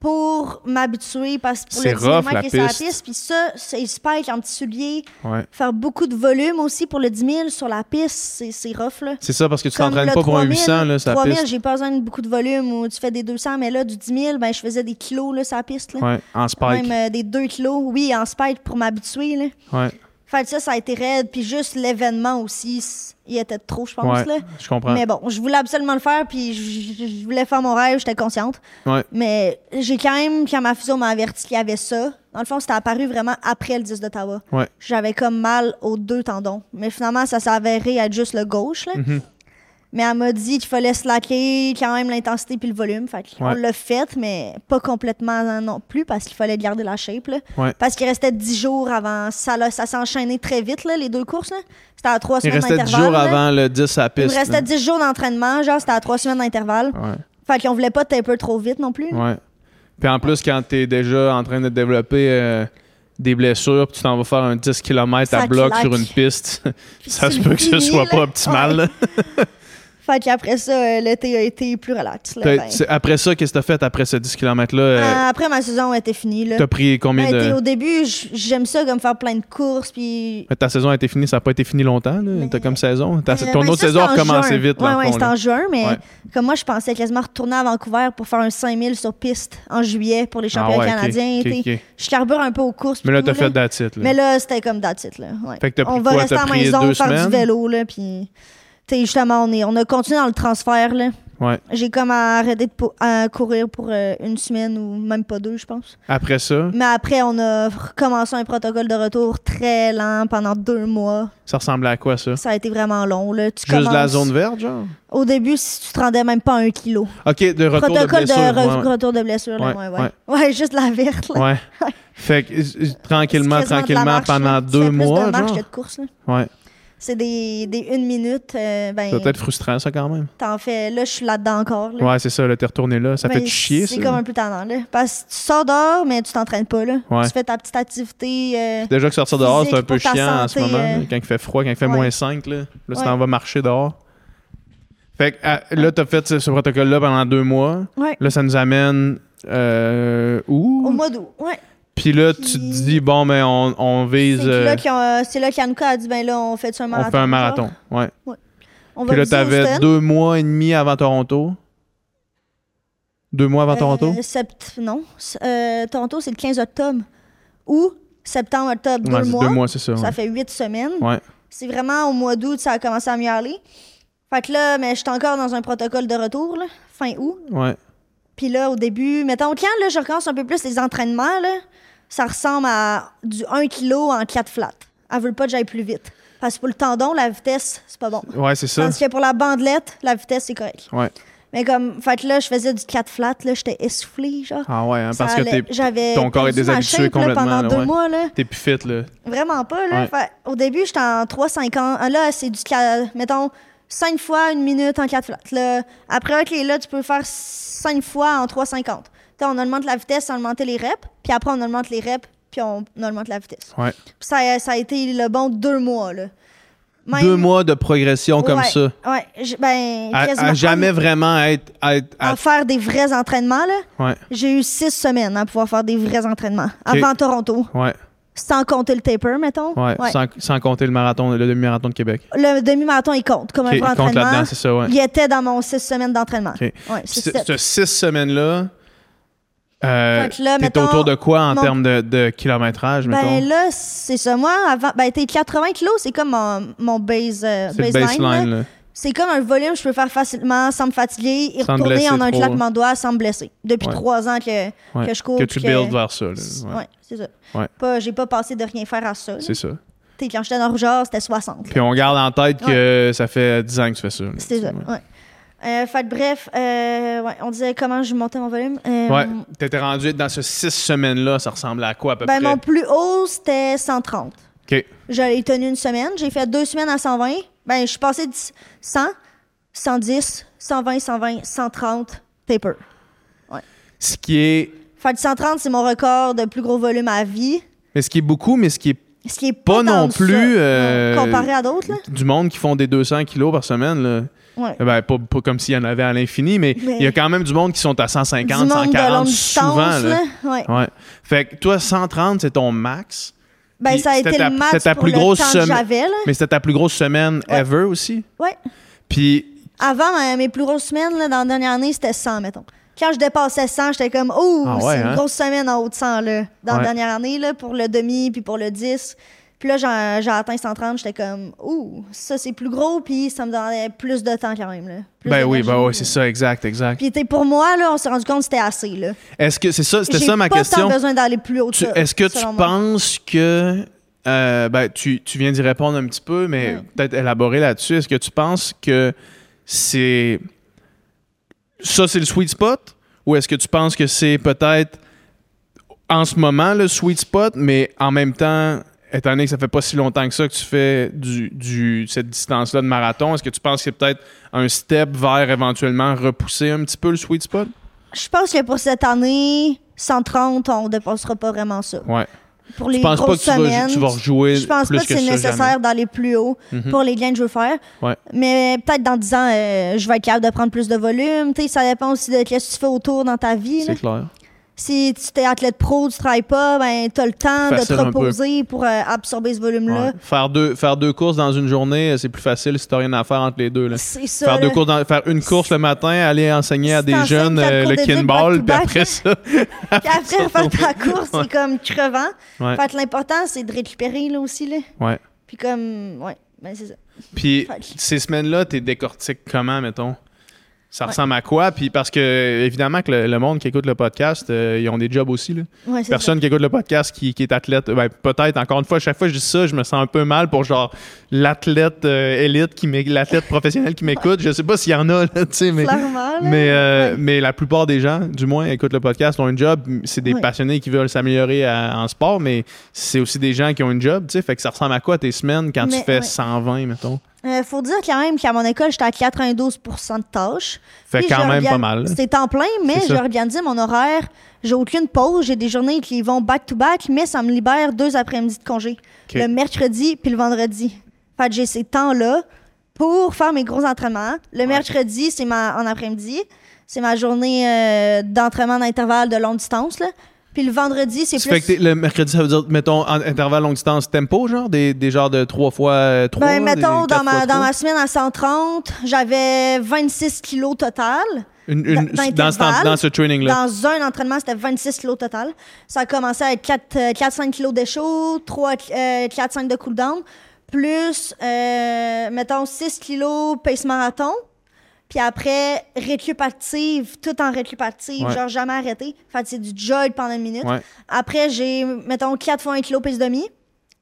Speaker 2: pour m'habituer parce que pour
Speaker 1: C'est
Speaker 2: le
Speaker 1: rough,
Speaker 2: 10 000
Speaker 1: la
Speaker 2: qui est sur la
Speaker 1: piste.
Speaker 2: piste. Puis ça, c'est super avec un petit soulier.
Speaker 1: Ouais.
Speaker 2: Faire beaucoup de volume aussi pour le 10 000 sur la piste, c'est- c'est rough, là.
Speaker 1: C'est ça, parce que tu
Speaker 2: Comme
Speaker 1: t'entraînes
Speaker 2: le
Speaker 1: pas pour un
Speaker 2: 3000,
Speaker 1: 800, là, ça
Speaker 2: 3000,
Speaker 1: piste.
Speaker 2: j'ai pas besoin de beaucoup de volume ou tu fais des 200, mais là, du 10 000, ben, je faisais des kilos, là, sur la piste, là.
Speaker 1: Ouais, en spike.
Speaker 2: Même euh, des 2 kilos, oui, en spike pour m'habituer, là.
Speaker 1: Ouais,
Speaker 2: Fait que ça, ça a été raide. Puis juste l'événement aussi, c- il était trop, je pense,
Speaker 1: ouais,
Speaker 2: là.
Speaker 1: je comprends.
Speaker 2: Mais bon, je voulais absolument le faire, puis je- je je voulais faire mon rêve, j'étais consciente.
Speaker 1: Ouais.
Speaker 2: Mais j'ai quand même, quand ma physio m'a averti qu'il y avait ça, dans le fond, c'était apparu vraiment après le 10 d'Ottawa.
Speaker 1: Ouais.
Speaker 2: J'avais comme mal aux deux tendons. Mais finalement, ça s'est avéré être juste le gauche. Là.
Speaker 1: Mhm.
Speaker 2: Mais elle m'a dit qu'il fallait slacker quand même l'intensité puis le volume. Fait qu'on
Speaker 1: Ouais.
Speaker 2: l'a fait, mais pas complètement non plus parce qu'il fallait garder la shape. là.
Speaker 1: Ouais.
Speaker 2: Parce qu'il restait 10 jours avant. Ça, là, ça s'est enchaîné très vite, là, les deux courses. là. C'était à trois
Speaker 1: Il
Speaker 2: semaines
Speaker 1: restait
Speaker 2: d'intervalle.
Speaker 1: 10 jours
Speaker 2: là.
Speaker 1: avant le 10 à la
Speaker 2: Il
Speaker 1: piste.
Speaker 2: me restait 10 jours d'entraînement, genre c'était à 3 semaines d'intervalle.
Speaker 1: Ouais.
Speaker 2: Fait qu'on voulait pas taper trop vite non plus.
Speaker 1: Ouais. Puis en plus, quand t'es déjà en train de développer euh, des blessures, puis tu t'en vas faire un 10 km à
Speaker 2: Ça
Speaker 1: bloc
Speaker 2: claque.
Speaker 1: sur une piste,
Speaker 2: Puis
Speaker 1: ça
Speaker 2: c'est
Speaker 1: se peut que ce
Speaker 2: fini,
Speaker 1: soit
Speaker 2: là.
Speaker 1: pas optimal.
Speaker 2: Ouais.
Speaker 1: là.
Speaker 2: Fait qu'après ça, euh, l'été a été plus relax. là,
Speaker 1: T'as-
Speaker 2: ben.
Speaker 1: c'est- Après ça, qu'est-ce que t'as fait après ce 10 km-là?
Speaker 2: Euh, après ma saison était finie. Là.
Speaker 1: t'as pris combien
Speaker 2: Ben, t'sais,
Speaker 1: de.
Speaker 2: Au début, j- j'aime ça comme faire plein de courses. Puis...
Speaker 1: Mais Ta saison a été finie, ça n'a pas été fini longtemps. là. T'as comme saison. Ta-
Speaker 2: Euh,
Speaker 1: Ton
Speaker 2: ben,
Speaker 1: autre
Speaker 2: ça,
Speaker 1: saison a
Speaker 2: c'était en
Speaker 1: recommencé
Speaker 2: juin.
Speaker 1: vite. dans
Speaker 2: Ouais,
Speaker 1: le
Speaker 2: ouais,
Speaker 1: fond,
Speaker 2: c'était
Speaker 1: là.
Speaker 2: en juin, mais
Speaker 1: Ouais.
Speaker 2: comme moi, je pensais quasiment retourner à Vancouver pour faire un 5000 sur piste en juillet pour les
Speaker 1: Ah
Speaker 2: championnats
Speaker 1: ouais, ok,
Speaker 2: canadiens.
Speaker 1: ok,
Speaker 2: t'sais.
Speaker 1: ok.
Speaker 2: Je carbure un peu aux courses.
Speaker 1: Mais
Speaker 2: puis
Speaker 1: là,
Speaker 2: tout,
Speaker 1: t'as fait d'attitude.
Speaker 2: Mais là, c'était comme that's it, là. Ouais.
Speaker 1: Fait que t'as pris
Speaker 2: on va
Speaker 1: quoi?
Speaker 2: rester
Speaker 1: T'as
Speaker 2: à la
Speaker 1: pris
Speaker 2: maison,
Speaker 1: deux
Speaker 2: faire
Speaker 1: semaines?
Speaker 2: du vélo, là, puis... Tu sais, justement, on, est, on a continué dans le transfert, là.
Speaker 1: Ouais.
Speaker 2: J'ai comme arrêté de pou- à courir pour euh, une semaine ou même pas deux, je pense.
Speaker 1: Après ça,
Speaker 2: Mais après, on a recommencé un protocole de retour très lent pendant deux mois.
Speaker 1: ça ressemblait à quoi ça?
Speaker 2: Ça a été vraiment long, là. Tu
Speaker 1: Juste de la
Speaker 2: commences-
Speaker 1: zone verte, genre?
Speaker 2: Au début, si tu te rendais même pas un kilo.
Speaker 1: Ok, de retour de
Speaker 2: protocole de,
Speaker 1: blessure.
Speaker 2: re-
Speaker 1: ouais, ouais.
Speaker 2: retour de blessure, là,
Speaker 1: Ouais,
Speaker 2: ouais, ouais. Ouais, juste la verte, là.
Speaker 1: Ouais. Fait que euh, tranquillement,
Speaker 2: C'est quasiment de la
Speaker 1: tranquillement,
Speaker 2: marche, là.
Speaker 1: pendant
Speaker 2: Tu
Speaker 1: deux
Speaker 2: fais plus
Speaker 1: mois.
Speaker 2: de marche
Speaker 1: genre.
Speaker 2: que de course, là.
Speaker 1: Ouais.
Speaker 2: C'est des, des une minute. euh, ben,
Speaker 1: Ça doit être frustrant, ça, quand même.
Speaker 2: T'en fais. Là, je suis là-dedans encore. Là.
Speaker 1: Ouais, c'est ça, là, t'es retourné là. Ça
Speaker 2: Mais
Speaker 1: fait chier, ça.
Speaker 2: C'est comme un peu tannant, là. Parce que tu sors dehors, mais tu t'entraînes pas, là.
Speaker 1: Ouais.
Speaker 2: Tu fais ta petite activité. euh,
Speaker 1: Déjà que sortir dehors, c'est un
Speaker 2: physique
Speaker 1: peu
Speaker 2: pour ta
Speaker 1: chiant en ce
Speaker 2: santé,
Speaker 1: moment.
Speaker 2: euh.
Speaker 1: là, Quand il fait froid, quand il fait
Speaker 2: Ouais.
Speaker 1: moins 5, là, là tu t'en
Speaker 2: Ouais.
Speaker 1: vas marcher dehors. Fait que à- là, t'as fait ce, ce protocole-là pendant deux mois.
Speaker 2: ouais.
Speaker 1: Là, ça nous amène euh,
Speaker 2: Au
Speaker 1: où?
Speaker 2: mois d'août. Ouais.
Speaker 1: Puis là, tu te
Speaker 2: Puis-
Speaker 1: dis, bon, mais on, on
Speaker 2: C'est
Speaker 1: vise... euh,
Speaker 2: là qu'ils ont, euh, c'est là qu'Anouka a dit, ben là, on fait un
Speaker 1: on
Speaker 2: marathon.
Speaker 1: fait un
Speaker 2: genre.
Speaker 1: marathon. Ouais.
Speaker 2: On va
Speaker 1: Puis là,
Speaker 2: viser Houston.
Speaker 1: t'avais deux mois et demi avant Toronto. Deux mois avant Toronto?
Speaker 2: Euh, sept- Non. S- euh, Toronto, c'est le 15 octobre. Ou septembre, octobre,
Speaker 1: Ouais,
Speaker 2: deux
Speaker 1: c'est
Speaker 2: mois.
Speaker 1: deux mois, c'est ça.
Speaker 2: Ça
Speaker 1: ouais.
Speaker 2: fait huit semaines.
Speaker 1: Ouais.
Speaker 2: C'est vraiment au mois d'août, ça a commencé à mieux aller. Fait que là, mais j'étais encore dans un protocole de retour, là, fin août.
Speaker 1: Ouais.
Speaker 2: Puis là, au début, mettons, quand là, je recommence un peu plus les entraînements, là, ça ressemble à du 1 kg en 4 flats. Elle veut pas que j'aille plus vite. Parce que pour le tendon, la vitesse, c'est pas bon.
Speaker 1: Ouais, c'est ça.
Speaker 2: Tandis que pour la bandelette, la vitesse, c'est correct.
Speaker 1: Ouais.
Speaker 2: Mais comme, fait que là, je faisais du 4 flats, là, j'étais essoufflée, genre.
Speaker 1: Ah ouais, hein,
Speaker 2: Ça
Speaker 1: parce que
Speaker 2: allait-
Speaker 1: t'es,
Speaker 2: j'avais
Speaker 1: ton corps est
Speaker 2: perdu ma
Speaker 1: déshabitué
Speaker 2: shape, là,
Speaker 1: complètement,
Speaker 2: pendant
Speaker 1: là,
Speaker 2: deux
Speaker 1: ouais.
Speaker 2: mois, là.
Speaker 1: t'es plus fit, là.
Speaker 2: Vraiment pas, là.
Speaker 1: Ouais.
Speaker 2: Fait- au début, j'étais en 3,50. Ah, Là, c'est du, ca- mettons, 5 fois une minute en 4 flats. Là, après, avec les là, tu peux faire 5 fois en 3,50. T'sais, On augmente la vitesse sans augmenter les reps, puis après, on augmente les reps, puis on augmente la vitesse.
Speaker 1: Ouais.
Speaker 2: Puis Ça, ça a été le bon deux mois, là. Même-
Speaker 1: Deux mois de progression comme
Speaker 2: Ouais,
Speaker 1: ça.
Speaker 2: Ouais, j- ben,
Speaker 1: À, à
Speaker 2: quasiment
Speaker 1: jamais vraiment être. être-
Speaker 2: à
Speaker 1: à-
Speaker 2: faire des vrais entraînements, là.
Speaker 1: Ouais,
Speaker 2: J'ai eu six semaines à pouvoir faire des vrais entraînements. Avant Toronto.
Speaker 1: ouais,
Speaker 2: Sans compter le taper, mettons.
Speaker 1: ouais.
Speaker 2: Ouais.
Speaker 1: Sans, sans compter le marathon, le demi-marathon de Québec.
Speaker 2: Le demi-marathon, il compte comme
Speaker 1: Qui
Speaker 2: un vrai
Speaker 1: compte
Speaker 2: entraînement.
Speaker 1: là-dedans, c'est ça, ouais.
Speaker 2: Il était dans mon six semaines d'entraînement.
Speaker 1: OK.
Speaker 2: Ouais,
Speaker 1: Puis
Speaker 2: c'est
Speaker 1: ce-
Speaker 2: sept.
Speaker 1: ce six semaines-là, euh,
Speaker 2: Fait que là,
Speaker 1: t'es
Speaker 2: mettons,
Speaker 1: autour de quoi en
Speaker 2: mon-
Speaker 1: termes de, de kilométrage, mettons?
Speaker 2: Ben là, c'est ça. Moi, avant, ben t'es 80 kilos, c'est comme mon, mon base, euh,
Speaker 1: c'est le
Speaker 2: baseline.
Speaker 1: baseline,
Speaker 2: là.
Speaker 1: là.
Speaker 2: C'est comme un volume que je peux faire facilement sans me fatiguer et
Speaker 1: Sans te
Speaker 2: retourner
Speaker 1: blesser
Speaker 2: en un
Speaker 1: trop.
Speaker 2: claquement de doigts sans me blesser. Depuis
Speaker 1: Ouais.
Speaker 2: trois ans que,
Speaker 1: Ouais.
Speaker 2: que je cours.
Speaker 1: Que tu
Speaker 2: puis
Speaker 1: builds vers ça, là. Ouais,
Speaker 2: Ouais, c'est ça.
Speaker 1: Ouais.
Speaker 2: Pas- J'ai pas passé de rien faire à ça. là.
Speaker 1: C'est ça.
Speaker 2: T'sais, Quand j'étais dans Rougeur, c'était 60.
Speaker 1: Puis on garde en tête que ça fait 10 ans que tu fais ça. là.
Speaker 2: C'est ça,
Speaker 1: Ouais.
Speaker 2: ouais. Euh, fait que bref, euh, ouais, on disait comment je montais mon volume. Euh,
Speaker 1: Ouais, t'étais rendu dans ce six semaines-là, ça ressemble à quoi à peu
Speaker 2: Ben,
Speaker 1: près?
Speaker 2: mon plus haut, c'était 130.
Speaker 1: OK.
Speaker 2: Je l'ai tenu une semaine. J'ai fait deux semaines à 120. Ben, je suis passé de 100, 110, 120, 120, 130, taper.
Speaker 1: Ce qui est,
Speaker 2: Fait que 130, c'est mon record de plus gros volume à vie.
Speaker 1: mais ce qui est beaucoup, mais ce qui est
Speaker 2: Ce qui est
Speaker 1: Pas
Speaker 2: pas, tant
Speaker 1: non
Speaker 2: que
Speaker 1: plus,
Speaker 2: ça,
Speaker 1: euh,
Speaker 2: non, comparé à d'autres, là.
Speaker 1: Du monde qui font des 200 kilos par semaine, là.
Speaker 2: Ouais.
Speaker 1: Ben, pas, pas comme s'il y en avait à l'infini, mais il
Speaker 2: Mais-
Speaker 1: y a quand même du monde qui sont à 150,
Speaker 2: du monde de
Speaker 1: 140 souvent.
Speaker 2: longue distance,
Speaker 1: là.
Speaker 2: là. Ouais.
Speaker 1: Ouais. Fait que toi, 130, c'est ton max.
Speaker 2: Ben,
Speaker 1: Puis
Speaker 2: ça a
Speaker 1: c'était
Speaker 2: été
Speaker 1: ta-
Speaker 2: le match
Speaker 1: c'était ta
Speaker 2: pour
Speaker 1: plus
Speaker 2: le
Speaker 1: grosse
Speaker 2: temps
Speaker 1: semaine.
Speaker 2: que j'avais, là.
Speaker 1: Mais c'était ta plus grosse semaine
Speaker 2: Ouais.
Speaker 1: ever aussi.
Speaker 2: Ouais.
Speaker 1: Puis,
Speaker 2: Avant, ma- mes plus grosses semaines, là, dans la dernière année, c'était 100, mettons. Quand je dépassais 100, j'étais comme, oh,
Speaker 1: Ah ouais,
Speaker 2: c'est une
Speaker 1: hein?
Speaker 2: grosse semaine en haut de 100, là, dans
Speaker 1: Ouais.
Speaker 2: la dernière année, là, pour le demi, puis pour le 10. Puis là, j'en- j'ai atteint 130, j'étais comme, oh, ça, c'est plus gros, puis ça me donnait plus de temps quand même, là. Plus
Speaker 1: ben oui, ben
Speaker 2: d'énergie,
Speaker 1: oui, c'est
Speaker 2: là.
Speaker 1: ça, exact, exact.
Speaker 2: Puis t'sais, pour moi, là, on s'est rendu compte que c'était assez, là.
Speaker 1: Est-ce que c'est ça, c'était
Speaker 2: J'ai
Speaker 1: ça ma
Speaker 2: pas
Speaker 1: question?
Speaker 2: tant besoin d'aller plus haut que
Speaker 1: Tu-
Speaker 2: ça,
Speaker 1: Est-ce que tu
Speaker 2: selon moi.
Speaker 1: penses que. euh, ben, tu, tu viens d'y répondre un petit peu, mais
Speaker 2: Ouais.
Speaker 1: peut-être élaborer là-dessus. Est-ce que tu penses que c'est. Ça, c'est le sweet spot? Ou est-ce que tu penses que c'est peut-être en ce moment le sweet spot, mais en même temps, étant donné que ça fait pas si longtemps que ça que tu fais du, du- cette distance-là de marathon, est-ce que tu penses que c'est peut-être un step vers éventuellement repousser un petit peu le sweet spot?
Speaker 2: Je pense que pour cette année, 130, on dépassera pas vraiment ça.
Speaker 1: Ouais.
Speaker 2: Pour
Speaker 1: Tu
Speaker 2: les
Speaker 1: penses pas que
Speaker 2: grosses
Speaker 1: tu vas,
Speaker 2: semaines,
Speaker 1: tu vas rejouer
Speaker 2: je pense
Speaker 1: plus
Speaker 2: pas que,
Speaker 1: que,
Speaker 2: c'est
Speaker 1: ça jamais?
Speaker 2: nécessaire d'aller plus haut
Speaker 1: Mhm.
Speaker 2: pour les gains que je veux faire.
Speaker 1: Ouais.
Speaker 2: Mais peut-être dans 10 ans, euh, je vais être capable de prendre plus de volume. Tu sais, ça dépend aussi de ce que tu fais autour dans ta vie. là.
Speaker 1: C'est clair.
Speaker 2: Si tu t'es athlète pro, tu travailles pas, ben, tu as le temps de te
Speaker 1: Facile un peu.
Speaker 2: reposer pour euh, absorber ce volume-là.
Speaker 1: Ouais. Faire, deux, faire deux courses dans une journée, euh, c'est plus facile si t'as rien à faire entre les deux. là.
Speaker 2: C'est ça.
Speaker 1: Faire, deux
Speaker 2: là.
Speaker 1: courses dans- faire une course le matin, aller enseigner à
Speaker 2: Si
Speaker 1: des
Speaker 2: t'enseignes
Speaker 1: jeunes
Speaker 2: quatre
Speaker 1: euh,
Speaker 2: cours
Speaker 1: le
Speaker 2: de vie
Speaker 1: kinball, puis
Speaker 2: back-to-back,
Speaker 1: après
Speaker 2: là.
Speaker 1: ça.
Speaker 2: Puis après, faire ta course, c'est comme crevant.
Speaker 1: Ouais.
Speaker 2: Fait que l'important, c'est de récupérer là aussi. Là.
Speaker 1: Ouais.
Speaker 2: Puis comme, ouais, ben, c'est ça.
Speaker 1: Puis
Speaker 2: Fuck.
Speaker 1: ces semaines-là, t'es décortique comment, mettons? Ça ressemble à quoi? Puis parce que, évidemment, que le, le monde qui écoute le podcast, euh, ils ont des jobs aussi. Là.
Speaker 2: Ouais, c'est
Speaker 1: Personne qui écoute le podcast qui, qui est athlète, ben, peut-être, encore une fois, chaque fois que je dis ça, je me sens un peu mal pour genre l'athlète euh, élite, qui m'é- l'athlète professionnel qui m'écoute. Je sais pas s'il y en a, là, tu sais,
Speaker 2: ça.
Speaker 1: mais.
Speaker 2: Clairement, là.
Speaker 1: Mais, euh,
Speaker 2: Ouais.
Speaker 1: mais la plupart des gens, du moins, écoutent le podcast, ont une job. C'est des
Speaker 2: Ouais.
Speaker 1: passionnés qui veulent s'améliorer à- en sport, mais c'est aussi des gens qui ont une job, tu sais. Fait que ça ressemble à quoi tes semaines quand tu
Speaker 2: Mais,
Speaker 1: fais
Speaker 2: ouais.
Speaker 1: 120, mettons?
Speaker 2: Euh, faut dire quand même qu'à mon école, j'étais à 92 de tâches.
Speaker 1: Fait
Speaker 2: Puis
Speaker 1: quand
Speaker 2: je
Speaker 1: même
Speaker 2: regarde-
Speaker 1: pas mal.
Speaker 2: C'est en plein, mais
Speaker 1: C'est
Speaker 2: je
Speaker 1: ça.
Speaker 2: réorganise mon horaire. J'ai aucune pause. J'ai des journées qui vont back-to-back, mais ça me libère deux après-midi de congé.
Speaker 1: OK.
Speaker 2: Le mercredi puis le vendredi. Fait que j'ai ces temps-là pour faire mes gros entraînements. Le mercredi, c'est ma en après-midi. C'est ma journée euh, d'entraînement d'intervalle de longue distance. Là. Puis le vendredi, c'est
Speaker 1: Ça fait
Speaker 2: plus...
Speaker 1: que t'es- le mercredi, ça veut dire, mettons, en intervalle longue distance tempo, genre, des, des genres de 3 fois euh, 3
Speaker 2: Ben, mettons, dans ma, dans ma semaine à 130, j'avais 26 kilos total.
Speaker 1: Une- une-
Speaker 2: dans-
Speaker 1: dans, ce, temps-
Speaker 2: d'intervalle,
Speaker 1: dans ce training-là.
Speaker 2: Dans un entraînement, c'était 26 kilos total. Ça a commencé avec 4-5 euh, kilos d'échaud, 4-5 de cooldown, plus, euh, mettons, 6 kilos pace marathon. Puis après, récup active, tout en récup active,
Speaker 1: Ouais.
Speaker 2: genre jamais arrêté. Fait que c'est du jog pendant une minute.
Speaker 1: Ouais.
Speaker 2: Après, j'ai, mettons, 4 fois 1 kilo piste demi,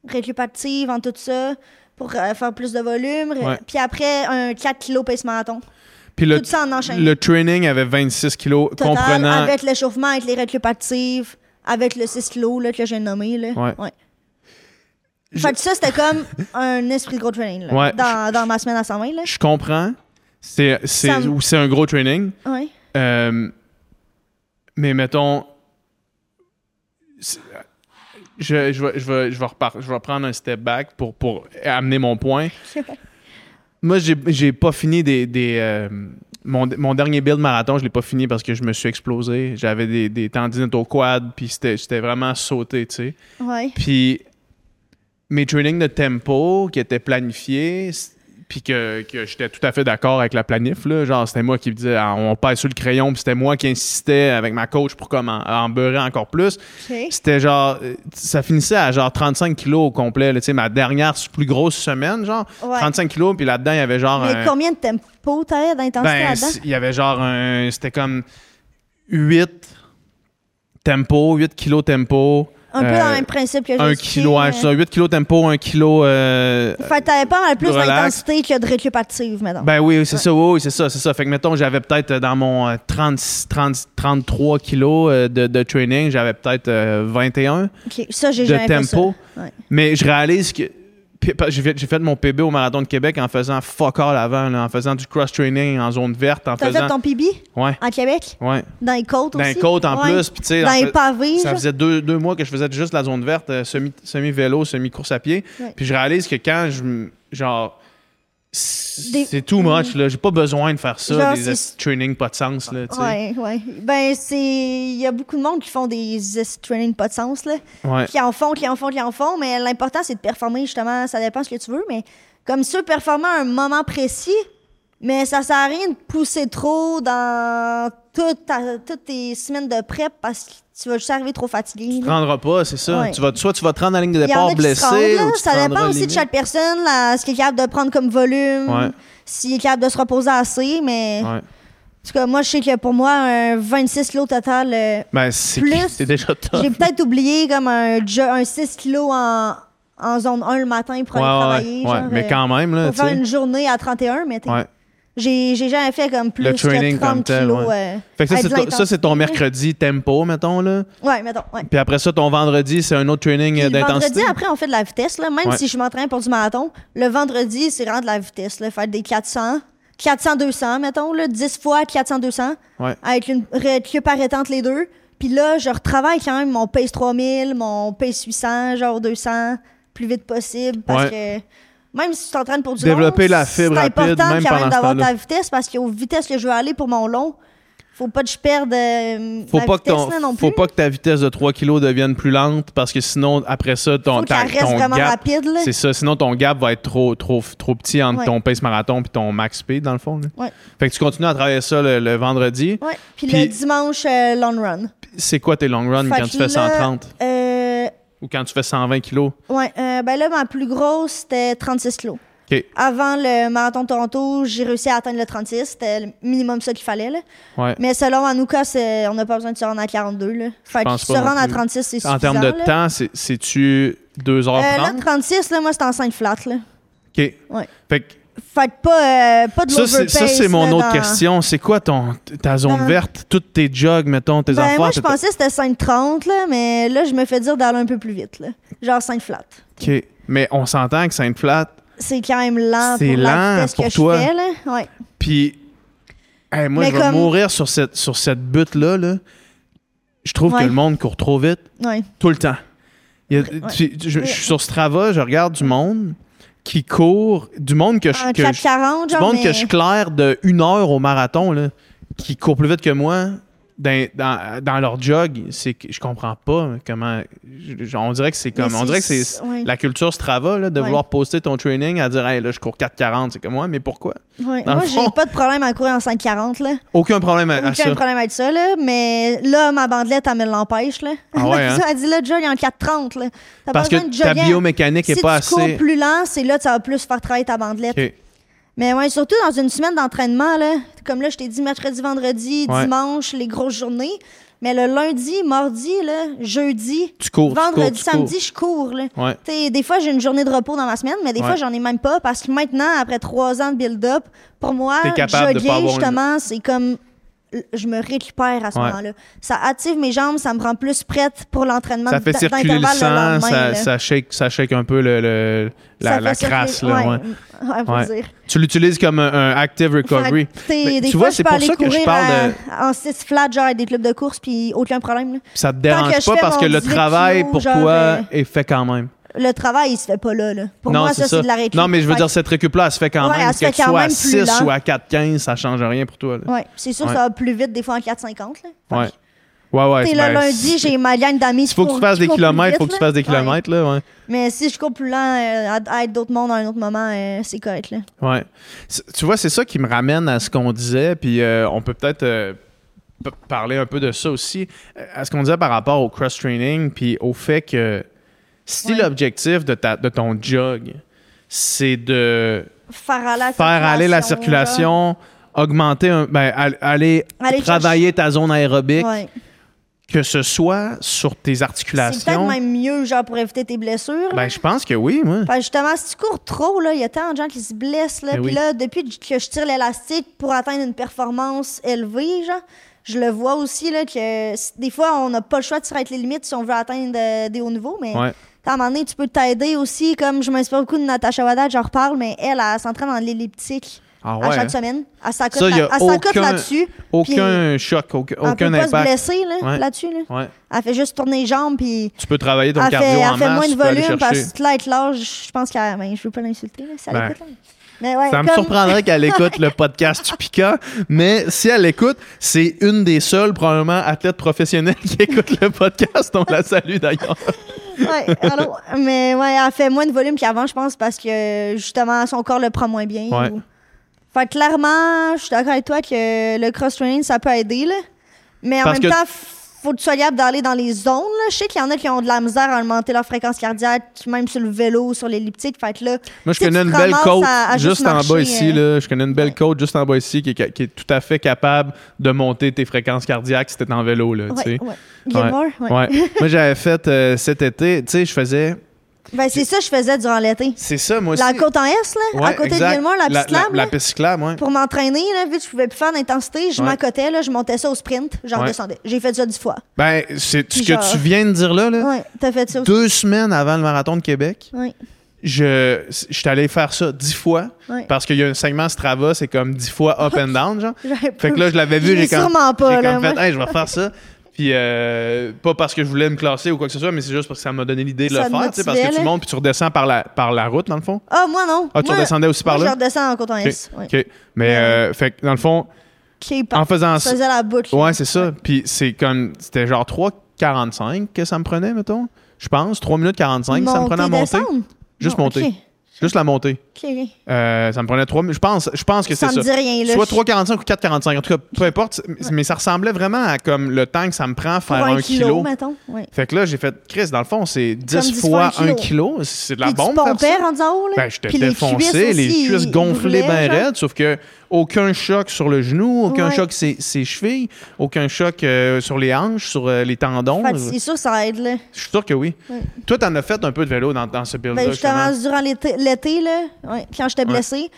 Speaker 2: récup active en tout ça, pour euh, faire plus de volume.
Speaker 1: Ouais.
Speaker 2: Puis après, un 4 kilos pace marathon.
Speaker 1: Puis le,
Speaker 2: tout ça en enchaînement.
Speaker 1: le training avait 26 kilos,
Speaker 2: Total,
Speaker 1: comprenant.
Speaker 2: avec l'échauffement, avec les récup actives, avec le 6 kg là, que j'ai nommé. Là.
Speaker 1: Ouais. Je-
Speaker 2: Fait que ça, c'était comme un esprit de gros training là,
Speaker 1: Ouais.
Speaker 2: dans, dans ma semaine à 120. Là.
Speaker 1: Je comprends. C'est c'est-
Speaker 2: Ça me-
Speaker 1: c'est un gros training.
Speaker 2: Ouais.
Speaker 1: Euh, mais mettons. c'est- Je, je, vais, je, vais, je, vais repart- je vais prendre un step back pour, pour amener mon point. Moi, j'ai- j'ai pas fini des. des, euh, mon, mon dernier build marathon, je l'ai pas fini parce que je me suis explosé. J'avais des, des tendinites au quad, puis c'était j'étais vraiment sauté, tu sais.
Speaker 2: ouais.
Speaker 1: Puis mes trainings de tempo qui étaient planifiés, c- puis que, que j'étais tout à fait d'accord avec la planif, là. genre c'était moi qui me disais Ah, on passe sur le crayon, puis c'était moi qui insistais avec ma coach pour comme en, en beurrer encore plus.
Speaker 2: OK.
Speaker 1: C'était genre, euh, ça finissait à genre 35 kilos au complet, là, tu sais, ma dernière plus grosse semaine, genre
Speaker 2: Ouais.
Speaker 1: 35 kilos, puis là-dedans il y avait genre.
Speaker 2: Mais
Speaker 1: un-
Speaker 2: combien de tempo t'avais d'intensité
Speaker 1: ben,
Speaker 2: là-dedans?
Speaker 1: c- il y avait genre un. C'était comme 8 tempo, 8 kilos tempo.
Speaker 2: Un peu
Speaker 1: euh,
Speaker 2: dans le même principe que j'ai
Speaker 1: 1
Speaker 2: expliqué,
Speaker 1: kilo, ouais,
Speaker 2: mais-
Speaker 1: c'est ça, 8 kilos tempo, 1 kilo. euh,
Speaker 2: Fait que t'avais pas mal plus
Speaker 1: relax.
Speaker 2: d'intensité que de récup active, mettons.
Speaker 1: ben oui, c'est ça, oui, oui, c'est ça, c'est ça. Fait que mettons, j'avais peut-être euh, dans mon euh, 30, 30, 33 kilos euh, de, de training, j'avais peut-être euh, 21
Speaker 2: OK. Ça, j'ai
Speaker 1: de
Speaker 2: jamais fait ça.
Speaker 1: tempo.
Speaker 2: Ouais.
Speaker 1: Mais je réalise que P- pa- J'ai fait, j'ai fait mon PB au Marathon de Québec en faisant fuck all avant, là, en faisant du cross-training en zone verte, en
Speaker 2: T'as fait
Speaker 1: faisant.
Speaker 2: ton PB
Speaker 1: Ouais,
Speaker 2: en Québec?
Speaker 1: ouais.
Speaker 2: Dans les côtes
Speaker 1: Dans les
Speaker 2: aussi?
Speaker 1: côtes en
Speaker 2: Ouais.
Speaker 1: plus, puis tu sais. en
Speaker 2: Dans les
Speaker 1: fait-
Speaker 2: pavés,
Speaker 1: Ça
Speaker 2: genre.
Speaker 1: faisait deux, deux mois que je faisais juste la zone verte, euh, semi- semi-vélo, semi-course à pied.
Speaker 2: Ouais.
Speaker 1: Puis je réalise que quand je. m- Genre. c-
Speaker 2: Des-
Speaker 1: C'est too much, là. J'ai pas besoin de faire ça,
Speaker 2: Genre,
Speaker 1: des
Speaker 2: c'est-
Speaker 1: esti de training pas de sens, là, tu sais.
Speaker 2: Ouais, ouais. Ben, c'est. Il y a beaucoup de monde qui font des esti de training pas de sens, là.
Speaker 1: Ouais.
Speaker 2: Qui en font, qui en font, qui en font. Mais l'important, c'est de performer, justement. Ça dépend ce que tu veux. Mais comme ça, performer à un moment précis, mais ça sert à rien de pousser trop dans toute ta- toutes tes semaines de prep parce que tu vas juste arriver trop fatigué.
Speaker 1: Tu te
Speaker 2: là.
Speaker 1: rendras pas, c'est ça.
Speaker 2: Ouais.
Speaker 1: Tu vas, soit tu vas te rendre à la ligne de
Speaker 2: Il y en
Speaker 1: départ
Speaker 2: a qui se
Speaker 1: blessé.
Speaker 2: rendent, là.
Speaker 1: ou tu te
Speaker 2: ça dépend
Speaker 1: rendras
Speaker 2: aussi de
Speaker 1: limite.
Speaker 2: chaque personne, là, ce qu'il est capable de prendre comme volume,
Speaker 1: Ouais.
Speaker 2: s'il est capable de se reposer assez, mais...
Speaker 1: Ouais.
Speaker 2: En tout cas, moi, je sais que pour moi, un 26 kilos total, euh,
Speaker 1: Ben, c'est
Speaker 2: Plus-
Speaker 1: c'est déjà top.
Speaker 2: j'ai peut-être oublié comme un, jo- un 6 kilos en, en zone 1 le matin pour
Speaker 1: Ouais, ouais,
Speaker 2: aller travailler.
Speaker 1: ouais.
Speaker 2: genre,
Speaker 1: mais
Speaker 2: euh,
Speaker 1: quand même, là,
Speaker 2: pour
Speaker 1: tu
Speaker 2: faire
Speaker 1: sais.
Speaker 2: une journée à 31, mais t'es-
Speaker 1: Ouais.
Speaker 2: j'ai j'ai jamais fait comme plus
Speaker 1: Le training
Speaker 2: que 30
Speaker 1: comme tel,
Speaker 2: kilos. euh,
Speaker 1: Fait que ça,
Speaker 2: Avec
Speaker 1: c'est ton-
Speaker 2: de
Speaker 1: ça, c'est ton mercredi tempo, mettons, là.
Speaker 2: euh, ouais, mettons, ouais.
Speaker 1: Puis après ça, ton vendredi, c'est un autre training
Speaker 2: Puis
Speaker 1: euh,
Speaker 2: le
Speaker 1: d'intensité.
Speaker 2: vendredi, après, on fait de la vitesse. Là. Même
Speaker 1: Ouais.
Speaker 2: si je m'entraîne pour du marathon, le vendredi, c'est vraiment de la vitesse. Là. Faire des 400, 400-200, mettons, là, 10 fois 400-200,
Speaker 1: Ouais.
Speaker 2: avec une récup arrêtante entre les deux. Puis là, je retravaille quand même mon pace 3000, mon pace 800, genre 200, plus vite possible. Parce que même si tu t'entraînes pour du
Speaker 1: Développer
Speaker 2: long,
Speaker 1: la
Speaker 2: c'est
Speaker 1: fibre
Speaker 2: important
Speaker 1: rapide, même
Speaker 2: quand
Speaker 1: pendant ce
Speaker 2: même d'avoir de
Speaker 1: temps-là.
Speaker 2: la vitesse parce qu'aux vitesses que je veux aller pour mon long, faut pas que je perde euh,
Speaker 1: faut
Speaker 2: ma
Speaker 1: pas, que
Speaker 2: vitesse
Speaker 1: ton-
Speaker 2: là, non
Speaker 1: faut
Speaker 2: plus.
Speaker 1: pas que ta vitesse de 3 kg devienne plus lente parce que sinon, après ça, ton,
Speaker 2: faut
Speaker 1: ta-
Speaker 2: qu'elle reste
Speaker 1: ton
Speaker 2: vraiment
Speaker 1: gap.
Speaker 2: rapide. là.
Speaker 1: C'est ça, sinon ton gap va être trop, trop, trop petit entre
Speaker 2: Ouais.
Speaker 1: ton pace marathon et ton max speed, dans le fond. là.
Speaker 2: Ouais.
Speaker 1: Fait que tu continues à travailler ça le, le vendredi.
Speaker 2: Ouais. Puis,
Speaker 1: Puis-
Speaker 2: le dimanche, euh, long run.
Speaker 1: C'est quoi tes long runs
Speaker 2: Fait
Speaker 1: quand
Speaker 2: que
Speaker 1: tu fais
Speaker 2: là,
Speaker 1: 130
Speaker 2: Euh,
Speaker 1: ou quand tu fais 120 kg?
Speaker 2: ouais, euh, ben là, ma plus grosse, c'était 36 kilos.
Speaker 1: OK.
Speaker 2: Avant le marathon de Toronto, j'ai réussi à atteindre le 36. C'était le minimum ça qu'il fallait. Là.
Speaker 1: Ouais.
Speaker 2: Mais selon Anouka, c'est- on n'a pas besoin de se rendre à 42. Là. Fait que
Speaker 1: pense
Speaker 2: se
Speaker 1: pas non
Speaker 2: rendre à
Speaker 1: plus.
Speaker 2: 36, c'est suffisant.
Speaker 1: En termes de
Speaker 2: là.
Speaker 1: temps, c'est- c'est-tu 2h30?
Speaker 2: Euh, là, 36, là, moi, c'était en 5 flat. Là.
Speaker 1: OK.
Speaker 2: Ouais.
Speaker 1: Fait que
Speaker 2: Fait que pas, euh, pas de
Speaker 1: ça, c'est- ça,
Speaker 2: l'overpace,
Speaker 1: c'est mon
Speaker 2: là,
Speaker 1: autre
Speaker 2: dans-
Speaker 1: question. C'est quoi ton, ta zone
Speaker 2: Dans-
Speaker 1: verte, toutes tes jogs, mettons, tes
Speaker 2: Ben,
Speaker 1: affaires?
Speaker 2: moi, je
Speaker 1: t'as-
Speaker 2: pensais que c'était 5,30, là, mais là, je me fais dire d'aller un peu plus vite. Là. Genre 5 flat.
Speaker 1: OK. Mais on s'entend que Sainte Flat,
Speaker 2: C'est quand même lent
Speaker 1: C'est
Speaker 2: pour la
Speaker 1: lent
Speaker 2: vitesse
Speaker 1: pour
Speaker 2: que
Speaker 1: toi.
Speaker 2: je fais. Là. Ouais.
Speaker 1: puis hey, moi,
Speaker 2: Mais
Speaker 1: je vais
Speaker 2: comme-
Speaker 1: mourir sur cette, sur cette butte-là. là. Je trouve que
Speaker 2: Ouais.
Speaker 1: le monde court trop vite
Speaker 2: Ouais.
Speaker 1: tout le temps. Il y a- tu- je, je suis sur Strava, je regarde du monde qui court, du monde que je,
Speaker 2: Un
Speaker 1: que
Speaker 2: 440,
Speaker 1: je, du
Speaker 2: genre.
Speaker 1: monde
Speaker 2: mais...
Speaker 1: que je claire de une heure au marathon, là, qui court plus vite que moi dans, dans, dans leur jog. C'est que je comprends pas comment. je- je- on dirait que c'est
Speaker 2: mais
Speaker 1: comme. On dirait que c'est
Speaker 2: ouais,
Speaker 1: la culture Strava, là, de
Speaker 2: Ouais.
Speaker 1: vouloir poster ton training à dire, hey, là, je cours 4,40, c'est comme moi, mais pourquoi?
Speaker 2: ouais.
Speaker 1: dans
Speaker 2: Moi,
Speaker 1: le
Speaker 2: j'ai
Speaker 1: fond-
Speaker 2: pas de problème à courir en 540, là.
Speaker 1: Aucun problème à, à
Speaker 2: Aucun
Speaker 1: ça.
Speaker 2: problème avec ça, là. Mais là, ma bandelette, elle me l'empêche, là.
Speaker 1: Ah ouais, hein?
Speaker 2: Elle dit, là, jog en 430, là. T'as
Speaker 1: Parce
Speaker 2: pas besoin
Speaker 1: que
Speaker 2: de
Speaker 1: ta
Speaker 2: jogger. hein.
Speaker 1: biomécanique
Speaker 2: si
Speaker 1: est pas
Speaker 2: tu cours
Speaker 1: assez.
Speaker 2: plus lent, c'est là que ça va plus faire travailler ta bandelette.
Speaker 1: Ok.
Speaker 2: Mais ouais, surtout dans une semaine d'entraînement, là. Comme là, je t'ai dit, mercredi, vendredi,
Speaker 1: Ouais.
Speaker 2: dimanche, les grosses journées. Mais le lundi, mardi, là, jeudi,
Speaker 1: Tu cours. tu cours,
Speaker 2: vendredi,
Speaker 1: tu cours.
Speaker 2: samedi, je cours, là.
Speaker 1: Ouais.
Speaker 2: T'sais, des fois, j'ai une journée de repos dans ma semaine, mais des
Speaker 1: Ouais.
Speaker 2: fois, j'en ai même pas parce que maintenant, après trois ans de build-up, pour moi,
Speaker 1: T'es capable de
Speaker 2: jogger,
Speaker 1: pas avoir une-
Speaker 2: justement, c'est comme l- je me récupère à ce
Speaker 1: Ouais.
Speaker 2: moment-là. Ça active mes jambes, ça me rend plus prête pour l'entraînement
Speaker 1: Ça fait
Speaker 2: d-
Speaker 1: circuler le
Speaker 2: d'intervalle
Speaker 1: sang,
Speaker 2: lendemain,
Speaker 1: ça,
Speaker 2: là.
Speaker 1: ça, shake, ça shake un peu le, le- la,
Speaker 2: Ça
Speaker 1: la
Speaker 2: fait circuler-
Speaker 1: crasse. Là, ouais.
Speaker 2: ouais. Ouais, faut
Speaker 1: Ouais.
Speaker 2: dire.
Speaker 1: Tu l'utilises comme un, un active recovery.
Speaker 2: Fait que, t'sais,
Speaker 1: Mais
Speaker 2: des
Speaker 1: tu
Speaker 2: fois,
Speaker 1: vois,
Speaker 2: je
Speaker 1: c'est
Speaker 2: peux
Speaker 1: pour
Speaker 2: aller
Speaker 1: ça que je
Speaker 2: courir
Speaker 1: parle
Speaker 2: à- en 6 flat, genre, avec des clubs de course, puis aucun problème. là.
Speaker 1: Ça te
Speaker 2: que
Speaker 1: dérange
Speaker 2: je
Speaker 1: pas
Speaker 2: fais
Speaker 1: parce que
Speaker 2: mon
Speaker 1: le
Speaker 2: 18
Speaker 1: travail
Speaker 2: kilos,
Speaker 1: pour
Speaker 2: genre,
Speaker 1: toi
Speaker 2: euh,
Speaker 1: est fait quand même.
Speaker 2: Le travail, il se fait pas là. là. Pour moi, ça, c'est de la récup.
Speaker 1: Non, mais je veux
Speaker 2: Fait
Speaker 1: dire, cette récup-là, elle se fait quand
Speaker 2: Ouais,
Speaker 1: même.
Speaker 2: elle se fait
Speaker 1: que tu
Speaker 2: quand
Speaker 1: sois à
Speaker 2: même plus
Speaker 1: 6
Speaker 2: lent.
Speaker 1: ou à 4,15, ça change rien pour toi. là.
Speaker 2: Ouais, c'est sûr,
Speaker 1: Ouais.
Speaker 2: ça va plus vite, des fois en 4,50. Là. Fait
Speaker 1: Ouais. Ouais, ouais.
Speaker 2: T'sais,
Speaker 1: ben,
Speaker 2: le lundi,
Speaker 1: si-
Speaker 2: j'ai ma ligne d'amis.
Speaker 1: Il faut que tu fasses des kilomètres, il faut que tu fasses des
Speaker 2: kilomètres.
Speaker 1: kilomètres, là, ouais.
Speaker 2: Mais si je cours plus lent euh, à, à être d'autres mondes à un autre moment, euh, c'est correct. Là.
Speaker 1: Ouais. C- Tu vois, c'est ça qui me ramène à ce qu'on disait, puis euh, on peut peut-être euh, p- parler un peu de ça aussi, euh, à ce qu'on disait par rapport au cross-training, puis au fait que si
Speaker 2: Ouais.
Speaker 1: l'objectif de, ta- de ton jog, c'est de
Speaker 2: Faire aller la
Speaker 1: faire aller la
Speaker 2: genre.
Speaker 1: circulation, augmenter, un- ben, al- aller,
Speaker 2: Aller
Speaker 1: travailler ta zone aérobique,
Speaker 2: Ouais.
Speaker 1: que ce soit sur tes
Speaker 2: C'est peut-être
Speaker 1: articulations,
Speaker 2: même mieux genre, pour éviter tes blessures. là.
Speaker 1: ben, je pense que oui, moi.
Speaker 2: Parce que justement, si tu cours trop, là, il y a tant de gens qui se blessent. Là,
Speaker 1: Ben
Speaker 2: puis
Speaker 1: oui.
Speaker 2: là, depuis que je tire l'élastique pour atteindre une performance élevée, genre, je le vois aussi là, que s- des fois, on n'a pas le choix de tirer avec les limites si on veut atteindre euh, des hauts niveaux. Mais
Speaker 1: Ouais.
Speaker 2: à un moment donné, tu peux t'aider aussi. Comme je m'inspire beaucoup de Natasha Wada, j'en reparle, mais elle, elle, elle s'entraîne en elliptique
Speaker 1: Ah
Speaker 2: à
Speaker 1: ouais.
Speaker 2: chaque
Speaker 1: hein?
Speaker 2: semaine. Elle s'accote
Speaker 1: Ça, y a
Speaker 2: là- elle s'accote
Speaker 1: aucun-
Speaker 2: là-dessus.
Speaker 1: Aucun choc, aucun,
Speaker 2: Elle
Speaker 1: aucun
Speaker 2: peut pas se
Speaker 1: impact.
Speaker 2: blesser là,
Speaker 1: Ouais.
Speaker 2: là-dessus. là.
Speaker 1: Ouais.
Speaker 2: Elle fait juste tourner les jambes, puis
Speaker 1: Tu peux travailler ton
Speaker 2: elle fait,
Speaker 1: cardio en
Speaker 2: elle fait
Speaker 1: masse,
Speaker 2: moins de
Speaker 1: tu peux aller
Speaker 2: volume
Speaker 1: chercher.
Speaker 2: parce que là, être large, je pense qu'elle. Ben, je veux pas l'insulter, là, si elle
Speaker 1: Ben.
Speaker 2: écoute, là. Mais ouais,
Speaker 1: Ça me
Speaker 2: comme-
Speaker 1: surprendrait qu'elle écoute le podcast du Piquant, mais si elle écoute, c'est une des seules, probablement, athlètes professionnelles qui écoute le podcast. On la salue d'ailleurs.
Speaker 2: ouais, allô? Mais ouais, elle fait moins de volume qu'avant, je pense, parce que justement, son corps le prend moins bien.
Speaker 1: Ouais.
Speaker 2: ou- Fait que clairement, je suis d'accord avec toi que le cross-training, ça peut aider, là. Mais en
Speaker 1: Parce
Speaker 2: même
Speaker 1: que-
Speaker 2: temps, faut que tu sois capable d'aller dans les zones, là. Je sais qu'il y en a qui ont de la misère à augmenter leur fréquence cardiaque, même sur le vélo, sur l'elliptique. Fait que là,
Speaker 1: Moi, je
Speaker 2: Tu sais,
Speaker 1: connais
Speaker 2: tu
Speaker 1: une
Speaker 2: te
Speaker 1: belle
Speaker 2: ramasses
Speaker 1: côte
Speaker 2: à- à juste
Speaker 1: juste, en bas
Speaker 2: marcher,
Speaker 1: ici.
Speaker 2: euh.
Speaker 1: Là. Je connais une belle côte juste en bas ici qui est, ca- qui est tout à fait capable de monter tes fréquences cardiaques si t'es en vélo. Là, tu
Speaker 2: ouais,
Speaker 1: sais.
Speaker 2: ouais. Gilmore, ouais.
Speaker 1: Ouais. Moi, j'avais fait euh, cet été, tu sais, je faisais.
Speaker 2: Ben, c'est ça que je faisais durant l'été.
Speaker 1: C'est ça, moi aussi.
Speaker 2: La côte en S, là, à
Speaker 1: Ouais,
Speaker 2: côté
Speaker 1: exact.
Speaker 2: de Gilmore, la petite lame,
Speaker 1: La
Speaker 2: là,
Speaker 1: piste cyclable, ouais.
Speaker 2: pour m'entraîner, là, vu que je pouvais plus faire d'intensité, je
Speaker 1: Ouais.
Speaker 2: m'accotais, là, je montais ça au sprint, j'en
Speaker 1: Ouais.
Speaker 2: redescendais. J'ai fait ça dix fois.
Speaker 1: Ben, c'est ce
Speaker 2: Genre.
Speaker 1: que tu viens de dire là. là
Speaker 2: Ouais, t'as fait ça aussi.
Speaker 1: Deux semaines avant le marathon de Québec,
Speaker 2: Ouais,
Speaker 1: je, je suis allé faire ça dix fois
Speaker 2: ouais.
Speaker 1: parce qu'il y a un segment Strava, c'est comme dix fois up and down, genre.
Speaker 2: J'avais
Speaker 1: Fait
Speaker 2: pas-
Speaker 1: que là, je l'avais vu,
Speaker 2: Je l'ai
Speaker 1: j'ai comme,
Speaker 2: sûrement Ah, pas,
Speaker 1: j'ai
Speaker 2: là,
Speaker 1: comme fait,
Speaker 2: moi.
Speaker 1: hey, je vais faire ça. Puis, euh, pas parce que je voulais me classer ou quoi que ce soit, mais c'est juste parce que ça m'a donné l'idée de
Speaker 2: Ça
Speaker 1: le
Speaker 2: te
Speaker 1: faire, tu sais, parce
Speaker 2: motivait,
Speaker 1: que tu
Speaker 2: là.
Speaker 1: montes puis tu redescends par la, par la route, dans le fond.
Speaker 2: Ah, moi, non.
Speaker 1: Ah, tu
Speaker 2: Moi-
Speaker 1: redescendais aussi par
Speaker 2: moi,
Speaker 1: là?
Speaker 2: Je redescends en côte en
Speaker 1: Ok.
Speaker 2: S. ouais.
Speaker 1: OK. Mais, euh, fait que, dans le fond,
Speaker 2: Clé par-
Speaker 1: en faisant
Speaker 2: Je
Speaker 1: ça.
Speaker 2: faisais la boucle.
Speaker 1: Ouais, c'est ça. Puis, c'est comme, c'était genre 3,45 que ça me prenait, mettons. Je pense, 3 minutes 45, ça me prenait à monter.
Speaker 2: descendre?
Speaker 1: Juste
Speaker 2: Non,
Speaker 1: monter.
Speaker 2: ok,
Speaker 1: Juste la montée.
Speaker 2: ok, ok.
Speaker 1: Euh, ça me prenait 3 minutes. Je pense, je pense que c'est
Speaker 2: Ça
Speaker 1: ça.
Speaker 2: me dit rien, là.
Speaker 1: Soit
Speaker 2: je-
Speaker 1: 3,45 ou 4,45. En tout cas, peu importe. c'est- Mais ça ressemblait vraiment à comme le temps que ça me prend
Speaker 2: pour
Speaker 1: faire un kilo.
Speaker 2: mettons. Ouais.
Speaker 1: Fait que là, j'ai fait, Chris, dans le fond, c'est 10
Speaker 2: 10
Speaker 1: fois
Speaker 2: fois un
Speaker 1: 1 kilo. C'est de la
Speaker 2: Puis
Speaker 1: bombe,
Speaker 2: tu
Speaker 1: faire ça.
Speaker 2: pompais rendu en haut, là.
Speaker 1: Ben, j'étais
Speaker 2: Puis les cuisses
Speaker 1: défoncé,
Speaker 2: aussi,
Speaker 1: les cuisses,
Speaker 2: ils
Speaker 1: gonflées
Speaker 2: brûlaient,
Speaker 1: bien
Speaker 2: genre.
Speaker 1: raides, sauf que aucun choc sur le genou, aucun
Speaker 2: Ouais.
Speaker 1: choc ses, ses chevilles, aucun choc euh, sur les hanches, sur euh, les tendons.
Speaker 2: Fait que
Speaker 1: Je
Speaker 2: c'est sûr, ça aide, là.
Speaker 1: suis sûr que oui.
Speaker 2: Ouais.
Speaker 1: Toi, t'en as fait un peu de vélo dans, dans ce build-là,
Speaker 2: Ben,
Speaker 1: justement.
Speaker 2: justement, durant l'été, l'été, là, ouais, quand j'étais
Speaker 1: Ouais.
Speaker 2: blessée,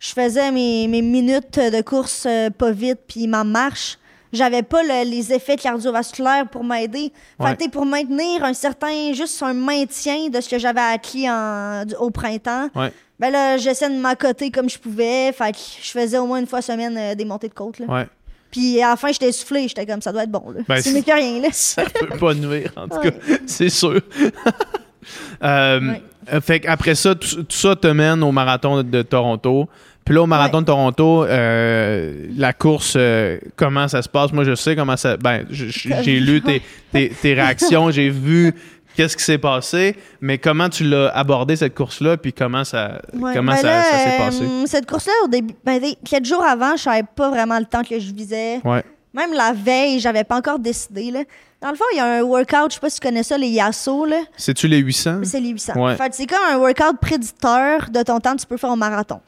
Speaker 2: je faisais mes, mes minutes de course euh, pas vite, puis ma marche. J'avais pas le- les effets cardiovasculaires pour m'aider. Fait que,
Speaker 1: Ouais.
Speaker 2: tu sais, pour maintenir un certain, juste un maintien de ce que j'avais acquis en- du- au printemps,
Speaker 1: Ouais.
Speaker 2: ben là, j'essayais de m'accoter comme je pouvais. Fait que je faisais au moins une fois semaine euh, des montées de côte. là.
Speaker 1: Ouais.
Speaker 2: Puis à la fin, j'étais soufflée. J'étais comme, ça doit être bon. là.
Speaker 1: Ben,
Speaker 2: c'est mieux que rien. Là.
Speaker 1: Ça peut pas nuire, en tout
Speaker 2: Ouais.
Speaker 1: cas, c'est sûr. Euh,
Speaker 2: Ouais.
Speaker 1: euh, Fait après ça, tout, tout ça te mène au marathon de, de Toronto. Puis là, au marathon
Speaker 2: Ouais.
Speaker 1: de Toronto, euh, la course, euh, comment ça se passe? Moi, je sais comment ça. Ben, je- je- j'ai lu tes, tes- tes réactions, j'ai vu qu'est-ce qui s'est passé, mais comment tu l'as abordé cette course-là, puis comment ça,
Speaker 2: Ouais,
Speaker 1: comment
Speaker 2: ben
Speaker 1: ça,
Speaker 2: là,
Speaker 1: ça s'est
Speaker 2: euh,
Speaker 1: passé?
Speaker 2: Cette course-là, au début, ben, des- quatre jours avant, je savais pas vraiment le temps que je visais.
Speaker 1: Ouais.
Speaker 2: Même la veille, j'avais pas encore décidé. Là. Dans le fond, il y a un workout, je sais pas si tu connais ça, les YASO, là.
Speaker 1: C'est-tu les 800?
Speaker 2: mais c'est les 800.
Speaker 1: Ouais.
Speaker 2: Fait que c'est comme un workout prédicteur de ton temps que tu peux faire au marathon.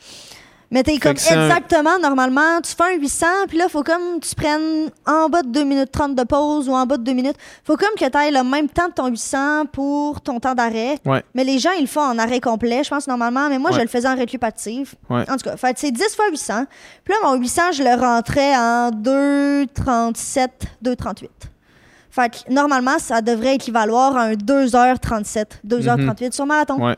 Speaker 2: Mais t'es comme
Speaker 1: que c'est un-
Speaker 2: exactement, normalement, tu fais un 800, puis là, faut comme tu prennes en bas de 2 minutes 30 de pause ou en bas de 2 minutes. Faut comme que tu ailles le même temps de ton 800 pour ton temps d'arrêt.
Speaker 1: Ouais.
Speaker 2: Mais les gens, ils le font en arrêt complet, je pense, normalement. Mais moi,
Speaker 1: Ouais.
Speaker 2: je le faisais en récup active.
Speaker 1: Ouais.
Speaker 2: En tout cas, fait, que c'est 10 fois 800. Puis là, mon 800, je le rentrais en 2,37, 2,38. Fait que normalement, ça devrait équivaloir à un 2h37, 2h38 sur marathon.
Speaker 1: Mhm. Ouais.